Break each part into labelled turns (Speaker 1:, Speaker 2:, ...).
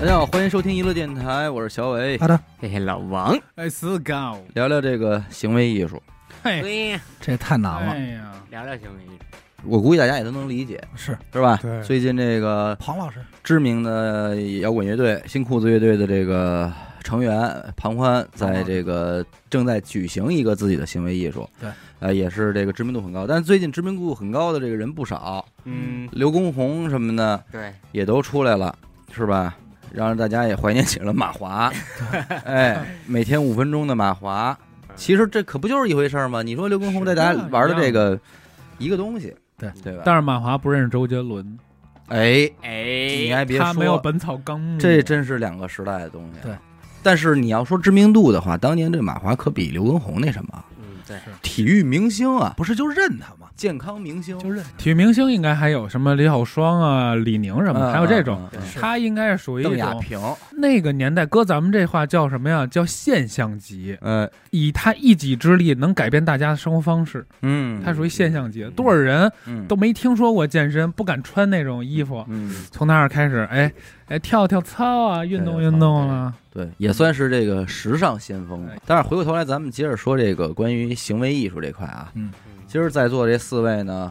Speaker 1: 大家好，欢迎收听娱乐电台，我是小伟，
Speaker 2: 好的，
Speaker 3: 嘿嘿，老王，
Speaker 4: 哎，死搞，
Speaker 1: 聊聊这个行为艺术。
Speaker 4: 嘿，
Speaker 3: 对哎呀，
Speaker 2: 这也太难
Speaker 4: 哎
Speaker 2: 了，
Speaker 4: 呀，
Speaker 3: 聊聊行为艺术，
Speaker 1: 我估计大家也都能理解，
Speaker 2: 是
Speaker 1: 是吧？
Speaker 2: 对
Speaker 1: 最近这个
Speaker 2: 庞老师，
Speaker 1: 知名的摇滚乐队新裤子乐队的这个成员庞欢，在这个正在举行一个自己的行为艺术，
Speaker 2: 对，
Speaker 1: 呃，也是这个知名度很高。但是最近知名度很高的这个人不少，
Speaker 3: 嗯，
Speaker 1: 刘畊宏什么的
Speaker 3: 对，
Speaker 1: 也都出来了，是吧？让大家也怀念起了马 华，哎，每天五分钟的马华，其实这可不就是一回事儿吗？你说刘畊宏带
Speaker 4: 啊
Speaker 1: 大家玩的这个一个东西，
Speaker 2: 对
Speaker 1: 对吧？
Speaker 4: 但是马华不认识周杰伦，
Speaker 1: 哎，你
Speaker 3: 哎，
Speaker 1: 还别
Speaker 4: 他没有《
Speaker 1: 说，
Speaker 4: 本草纲目》，
Speaker 1: 这真是两个时代的东西。啊
Speaker 2: 对，
Speaker 1: 但是你要说知名度的话，当年这马华可比刘畊宏那什么，
Speaker 3: 嗯，对，
Speaker 1: 体育明星啊，
Speaker 2: 不是就认他吗？
Speaker 1: 健康明星，
Speaker 2: 就认
Speaker 4: 体育明星应该还有什么李小双啊、李宁什么的，还有这种，
Speaker 1: 嗯嗯嗯
Speaker 4: 他应该是属于
Speaker 1: 邓
Speaker 4: 一
Speaker 1: 亚
Speaker 4: 种
Speaker 1: 萍，
Speaker 4: 那个年代，搁咱们这话叫什么呀？叫现象级，
Speaker 1: 呃，
Speaker 4: 以他一己之力能改变大家的生活方式，
Speaker 1: 嗯，
Speaker 4: 他属于现象级。多少人
Speaker 1: 嗯
Speaker 4: 都没听说过健身，不敢穿那种衣服，
Speaker 1: 嗯，
Speaker 4: 从那儿开始，哎哎，跳跳操啊，运
Speaker 1: 哎
Speaker 4: 动运动啊，
Speaker 1: 对，
Speaker 3: 嗯
Speaker 1: 也算是这个时尚先锋
Speaker 4: 哎。
Speaker 1: 但是回过头来，咱们接着说这个关于行为艺术这块啊，
Speaker 3: 嗯
Speaker 1: 今儿在座这四位呢，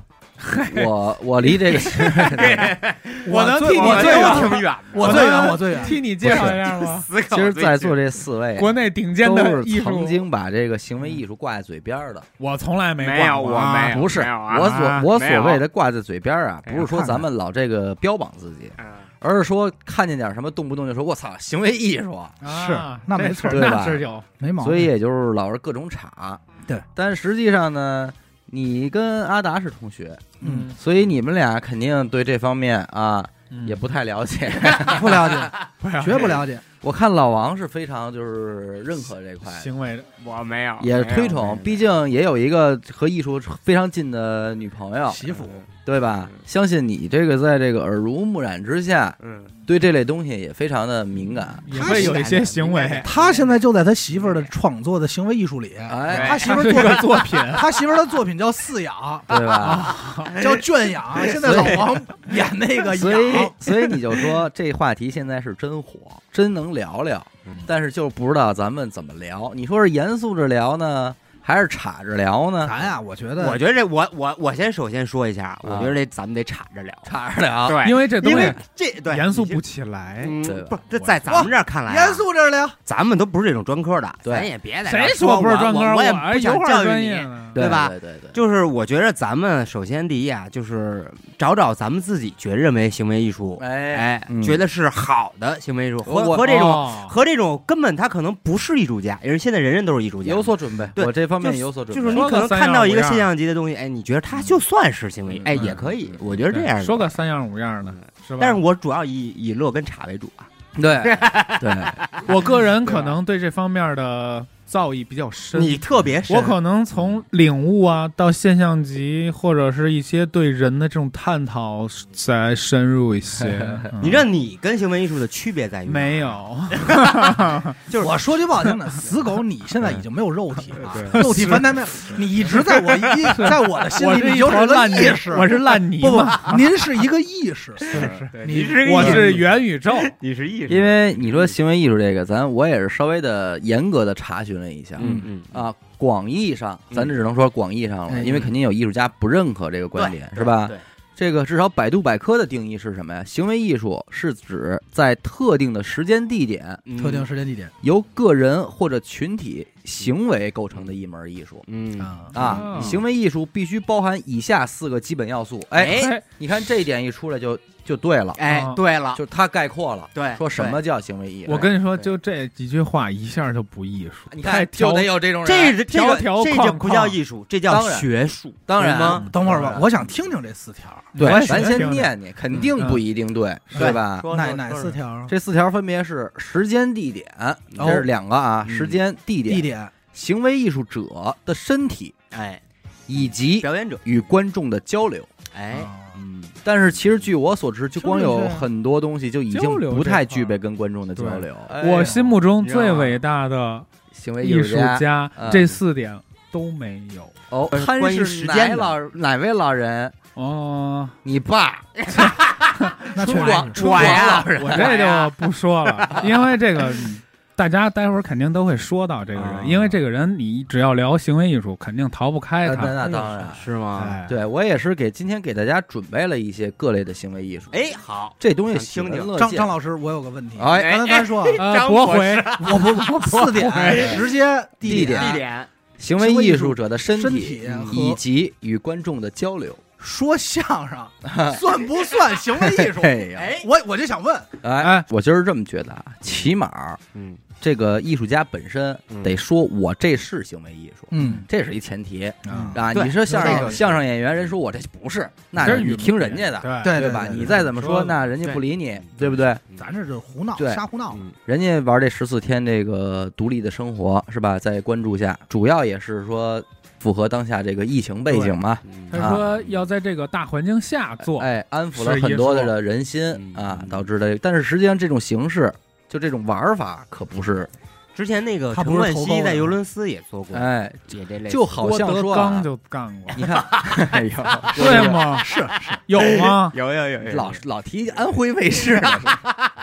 Speaker 1: 我我离 这个行
Speaker 3: 哎
Speaker 1: 为呢
Speaker 2: 我能替你
Speaker 3: 我
Speaker 2: 最
Speaker 3: 我
Speaker 2: 远
Speaker 3: 挺远的，
Speaker 2: 我最远，我最远，
Speaker 4: 替你介绍一下吧。
Speaker 3: 思考
Speaker 1: 其实在座
Speaker 3: 做
Speaker 1: 这四位
Speaker 4: 国内顶尖
Speaker 1: 都
Speaker 4: 的
Speaker 1: 是
Speaker 4: 艺
Speaker 1: 曾
Speaker 4: 术，
Speaker 1: 经把这个行为艺术挂在嘴边儿的。
Speaker 4: 我从来没
Speaker 3: 没有，
Speaker 4: 逛过
Speaker 3: 我
Speaker 4: 啊
Speaker 3: 没有，
Speaker 1: 不是
Speaker 3: 没有啊
Speaker 1: 我所我所谓，
Speaker 3: 没有
Speaker 1: 的挂在嘴边儿啊，
Speaker 3: 哎
Speaker 1: 不是说
Speaker 2: 看看
Speaker 1: 咱们老这个标榜自己，
Speaker 3: 嗯
Speaker 1: 而是说看见点儿什么动不动就说我操行为艺术，
Speaker 4: 啊
Speaker 2: 是那没错
Speaker 4: 这
Speaker 1: 对吧
Speaker 4: 那是有，
Speaker 2: 没毛病。
Speaker 1: 所以也就是老是各种岔。
Speaker 2: 对，
Speaker 1: 但实际上呢，你跟阿达是同学，
Speaker 2: 嗯，
Speaker 1: 所以你们俩肯定对这方面啊
Speaker 4: 嗯
Speaker 1: 也不太了解。
Speaker 2: 不了解，
Speaker 4: 不要
Speaker 2: 绝不了解。
Speaker 1: 我看老王是非常就是认可这块的，
Speaker 4: 行为
Speaker 3: 我没有，
Speaker 1: 也
Speaker 3: 没有
Speaker 1: 推崇，毕竟也有一个和艺术非常近的女朋友，
Speaker 2: 媳妇，
Speaker 1: 对吧
Speaker 3: 嗯？
Speaker 1: 相信你这个在这个耳濡目染之下，
Speaker 3: 嗯，
Speaker 1: 对这类东西也非常的敏感。
Speaker 4: 也会有一些行为，
Speaker 2: 他现在就在他媳妇儿的创作的行为艺术里，
Speaker 1: 哎，
Speaker 3: 对
Speaker 2: 他媳妇儿
Speaker 4: 这
Speaker 2: 作
Speaker 4: 个
Speaker 2: 品，
Speaker 4: 作品
Speaker 2: 他媳妇儿的作品叫饲养，
Speaker 1: 对吧？
Speaker 2: 叫圈养。现在老王演那个
Speaker 1: 所以
Speaker 2: 养，，
Speaker 1: 所以你就说这话题现在是真火，真能聊聊
Speaker 3: 嗯，
Speaker 1: 但是就不知道咱们怎么聊。你说是严肃着聊呢，还是岔着聊呢？
Speaker 2: 咱呀，我觉
Speaker 3: 我
Speaker 2: 得
Speaker 3: 觉得这我我我先首先说一下，啊我觉得这咱们得岔着聊，
Speaker 1: 岔着聊，
Speaker 3: 对，
Speaker 4: 因为这东
Speaker 3: 啊因为
Speaker 4: 西
Speaker 3: 这对
Speaker 4: 严肃
Speaker 3: 你这
Speaker 4: 不起来。
Speaker 3: 嗯
Speaker 1: 对吧
Speaker 3: 不，这在咱们这儿看来啊，
Speaker 2: 严肃着聊，
Speaker 3: 咱们都不是这种专科的，
Speaker 1: 对
Speaker 3: 咱也别在这儿
Speaker 4: 谁说不是
Speaker 3: 我
Speaker 4: 专科？
Speaker 3: 我我也
Speaker 4: 哎
Speaker 3: 不
Speaker 4: 油
Speaker 3: 想
Speaker 4: 画
Speaker 3: 教
Speaker 4: 专
Speaker 3: 育
Speaker 4: 业
Speaker 3: 你。
Speaker 4: 呢，
Speaker 1: 对
Speaker 3: 对吧
Speaker 1: 对对对，
Speaker 3: 就是我觉得咱们首先第一啊，就是找找咱们自己觉认为行为艺术，
Speaker 1: 哎，
Speaker 3: 哎
Speaker 1: 嗯，
Speaker 3: 觉得是好的行为艺术，
Speaker 1: 我
Speaker 3: 和和这种
Speaker 4: 哦
Speaker 3: 和这种根本他可能不是艺术家，因为现在人人都是艺术家，
Speaker 1: 有所准备，
Speaker 3: 对
Speaker 1: 我这方面
Speaker 3: 就
Speaker 1: 有所准
Speaker 3: 就
Speaker 1: 备。
Speaker 3: 是你
Speaker 4: 说
Speaker 3: 可
Speaker 4: 个
Speaker 3: 能
Speaker 4: 三
Speaker 3: 看
Speaker 4: 样
Speaker 3: 到一
Speaker 4: 五
Speaker 3: 个
Speaker 4: 样
Speaker 3: 现象级的东西，哎，你觉得他就算是行为，
Speaker 1: 嗯
Speaker 3: 哎，
Speaker 1: 嗯
Speaker 3: 也可以
Speaker 1: 嗯，
Speaker 3: 我觉得这样
Speaker 4: 说
Speaker 3: 的。
Speaker 4: 个三样五样的，是吧？
Speaker 3: 但是我主要以以乐跟茶为主啊，
Speaker 1: 对对，
Speaker 4: 我个人可能对这方面的造诣比较深，
Speaker 3: 你特别深
Speaker 4: 我可能从领悟啊到现象级，或者是一些对人的这种探讨，再深入
Speaker 3: 。
Speaker 4: 一些
Speaker 3: 你知道你跟行为艺术的区别在于
Speaker 4: 嗯
Speaker 3: 哪啊
Speaker 4: 没？有？
Speaker 3: 就是
Speaker 2: 我说句不好听的，死狗，你现在已经没有肉体了，
Speaker 4: 对
Speaker 2: 肉体凡胎没有，你一直在我一，在我的心
Speaker 4: 我
Speaker 2: 里，
Speaker 4: 是
Speaker 2: 你
Speaker 4: 一
Speaker 2: 就
Speaker 4: 坨
Speaker 2: 是个
Speaker 4: 烂泥
Speaker 2: 意识。
Speaker 4: 我是烂 泥
Speaker 2: 不
Speaker 4: 嘛，
Speaker 2: 不，您是一个意识，你
Speaker 3: 是
Speaker 4: 我
Speaker 3: 艺术
Speaker 4: 是元宇宙。
Speaker 3: 你是艺术，
Speaker 1: 因为你说行为艺术这个，咱我也是稍微的严格的查询了一下，
Speaker 3: 嗯嗯
Speaker 1: 啊，广义上，
Speaker 3: 嗯哎
Speaker 1: 咱这只能说广义上了，
Speaker 2: 嗯
Speaker 1: 因为肯定有艺术家不认可这个观点，是吧？
Speaker 3: 对，
Speaker 1: 这个至少百度百科的定义是什么呀？行为艺术是指在特定的时间地点，
Speaker 3: 嗯
Speaker 2: 特定时间地点
Speaker 1: 由个人或者群体行为构成的一门艺术。
Speaker 3: 嗯
Speaker 2: 啊，
Speaker 1: 啊，
Speaker 4: 哦
Speaker 1: 行为艺术必须包含以下四个基本要素。哎，
Speaker 3: 哎
Speaker 1: 你看这一点一出来就就对了，
Speaker 3: 哎，对了，
Speaker 1: 就它概括了，
Speaker 3: 对，
Speaker 1: 说什么叫行为艺术。
Speaker 4: 哎
Speaker 1: 哎
Speaker 4: 我跟你说，
Speaker 3: 对
Speaker 4: 就这几句话一下就不艺术，
Speaker 1: 你
Speaker 4: 太
Speaker 1: 看，就
Speaker 4: 挑
Speaker 1: 得有这种人。
Speaker 3: 这是这
Speaker 4: 条
Speaker 3: 个
Speaker 4: 条
Speaker 3: 这
Speaker 4: 框
Speaker 3: 就不叫
Speaker 4: 框
Speaker 3: 艺术，这叫
Speaker 1: 当然
Speaker 3: 学术。
Speaker 1: 当然
Speaker 3: 吗？
Speaker 2: 等会儿吧
Speaker 1: 嗯，
Speaker 2: 我想听听这四条，
Speaker 4: 我也
Speaker 1: 对，
Speaker 4: 喜欢嗯
Speaker 1: 咱先
Speaker 4: 听这
Speaker 1: 念念，肯定不一定对，对吧？
Speaker 3: 说
Speaker 2: 哪
Speaker 3: 说
Speaker 2: 哪
Speaker 3: 说
Speaker 2: 四条啊？
Speaker 1: 这四条分别是时间、地点，
Speaker 4: 哦
Speaker 1: 这是两个啊，
Speaker 3: 嗯
Speaker 1: 时间、地点、
Speaker 2: 地点
Speaker 1: 行为艺术者的身体
Speaker 3: 哎，
Speaker 1: 以
Speaker 4: 嗯
Speaker 1: 及
Speaker 3: 表演者，
Speaker 1: 与观众的交流。
Speaker 3: 哎，
Speaker 2: 啊
Speaker 3: 嗯，
Speaker 1: 但是其实据我所知，就光有很多东西就已经
Speaker 4: 交流这
Speaker 1: 不
Speaker 4: 块
Speaker 1: 太
Speaker 4: 儿
Speaker 1: 具备跟观众的交流。哎
Speaker 4: 我心目中最
Speaker 3: 你知道吗
Speaker 4: 伟大的
Speaker 1: 行为
Speaker 4: 艺
Speaker 1: 艺
Speaker 4: 术
Speaker 1: 家
Speaker 4: 家
Speaker 1: 嗯，
Speaker 4: 这四点都没有。
Speaker 1: 哦，
Speaker 3: 呃
Speaker 1: 潘
Speaker 3: 关于
Speaker 1: 是
Speaker 3: 时
Speaker 1: 哪
Speaker 3: 间的
Speaker 1: 老哪位老人？
Speaker 4: 哦，
Speaker 1: 你爸，
Speaker 2: 那确
Speaker 1: 春
Speaker 2: 实
Speaker 1: 广
Speaker 2: 是
Speaker 1: 春
Speaker 3: 我
Speaker 1: 广
Speaker 3: 呀
Speaker 1: 老人，
Speaker 4: 我这就不说了，因为这个大家待会儿肯定都会说到这个
Speaker 3: 啊
Speaker 4: 人，因为这个人你只要聊行为艺术，肯定逃不开
Speaker 1: 那
Speaker 4: 他。
Speaker 1: 那当然。
Speaker 3: 是吗？
Speaker 4: 哎，
Speaker 1: 呃对我也是给今天给大家准备了一些各类的行为艺术，
Speaker 3: 哎，好，
Speaker 1: 这东西
Speaker 3: 想听
Speaker 1: 喜闻
Speaker 3: 听
Speaker 1: 乐
Speaker 2: 张
Speaker 1: 见
Speaker 2: 张老师，我有个问题，
Speaker 1: 哎
Speaker 2: 刚才咱说啊
Speaker 4: 呃，
Speaker 3: 张
Speaker 4: 驳
Speaker 3: 博
Speaker 4: 回，
Speaker 2: 我不 不四点直接
Speaker 1: 地
Speaker 2: 点
Speaker 1: 点
Speaker 3: 地点啊哎
Speaker 1: 行为艺术者的身
Speaker 2: 身
Speaker 1: 体
Speaker 2: 体和
Speaker 1: 以及与观众的交流。
Speaker 2: 说相 声算不算行为艺术？
Speaker 1: 嘿呀，
Speaker 2: 我我就想问，
Speaker 1: 哎
Speaker 4: 哎，
Speaker 1: 我今儿这么觉得啊，起码
Speaker 3: 嗯，
Speaker 1: 这个艺术家本身
Speaker 3: 嗯
Speaker 1: 得说我这是行为艺术，
Speaker 2: 嗯
Speaker 1: 这是一前提
Speaker 2: 嗯
Speaker 1: 啊。
Speaker 3: 对
Speaker 1: 你说相
Speaker 2: 这
Speaker 1: 声
Speaker 2: 个
Speaker 1: 相声演员，人说我这不是，那
Speaker 4: 这是
Speaker 1: 你
Speaker 4: 语
Speaker 1: 听人家的，
Speaker 4: 对
Speaker 2: 对
Speaker 1: 对吧？你再怎么说，
Speaker 4: 说
Speaker 1: 那人家不理你，对不对？
Speaker 2: 咱这就是胡闹，
Speaker 1: 对
Speaker 2: 瞎胡闹。
Speaker 3: 嗯
Speaker 1: 人家玩这十四天这个独立的生活是吧？在关注下，主要也是说符合当下这个疫情背景嘛，
Speaker 3: 嗯
Speaker 4: 他说要在这个大环境下做，
Speaker 1: 哎，安抚了很多
Speaker 4: 是一
Speaker 1: 的人心
Speaker 3: 嗯
Speaker 1: 啊
Speaker 3: 嗯，
Speaker 1: 导致的。但是实际上这种形式，就这种玩法，可不是
Speaker 3: 之前那个
Speaker 2: 他
Speaker 3: 陈
Speaker 2: 不是
Speaker 3: 冠
Speaker 2: 投
Speaker 3: 希
Speaker 2: 高
Speaker 3: 在
Speaker 2: 的
Speaker 3: 尤伦斯也做过，
Speaker 1: 哎，
Speaker 3: 也这类似，？
Speaker 1: 就好
Speaker 4: 郭
Speaker 1: 像
Speaker 4: 德
Speaker 1: 说
Speaker 4: 纲
Speaker 1: 啊，
Speaker 4: 就干过，
Speaker 1: 你看， 哎呦，
Speaker 4: 对吗？是是，有吗
Speaker 3: 有有有
Speaker 1: 老老提安徽卫视啊了，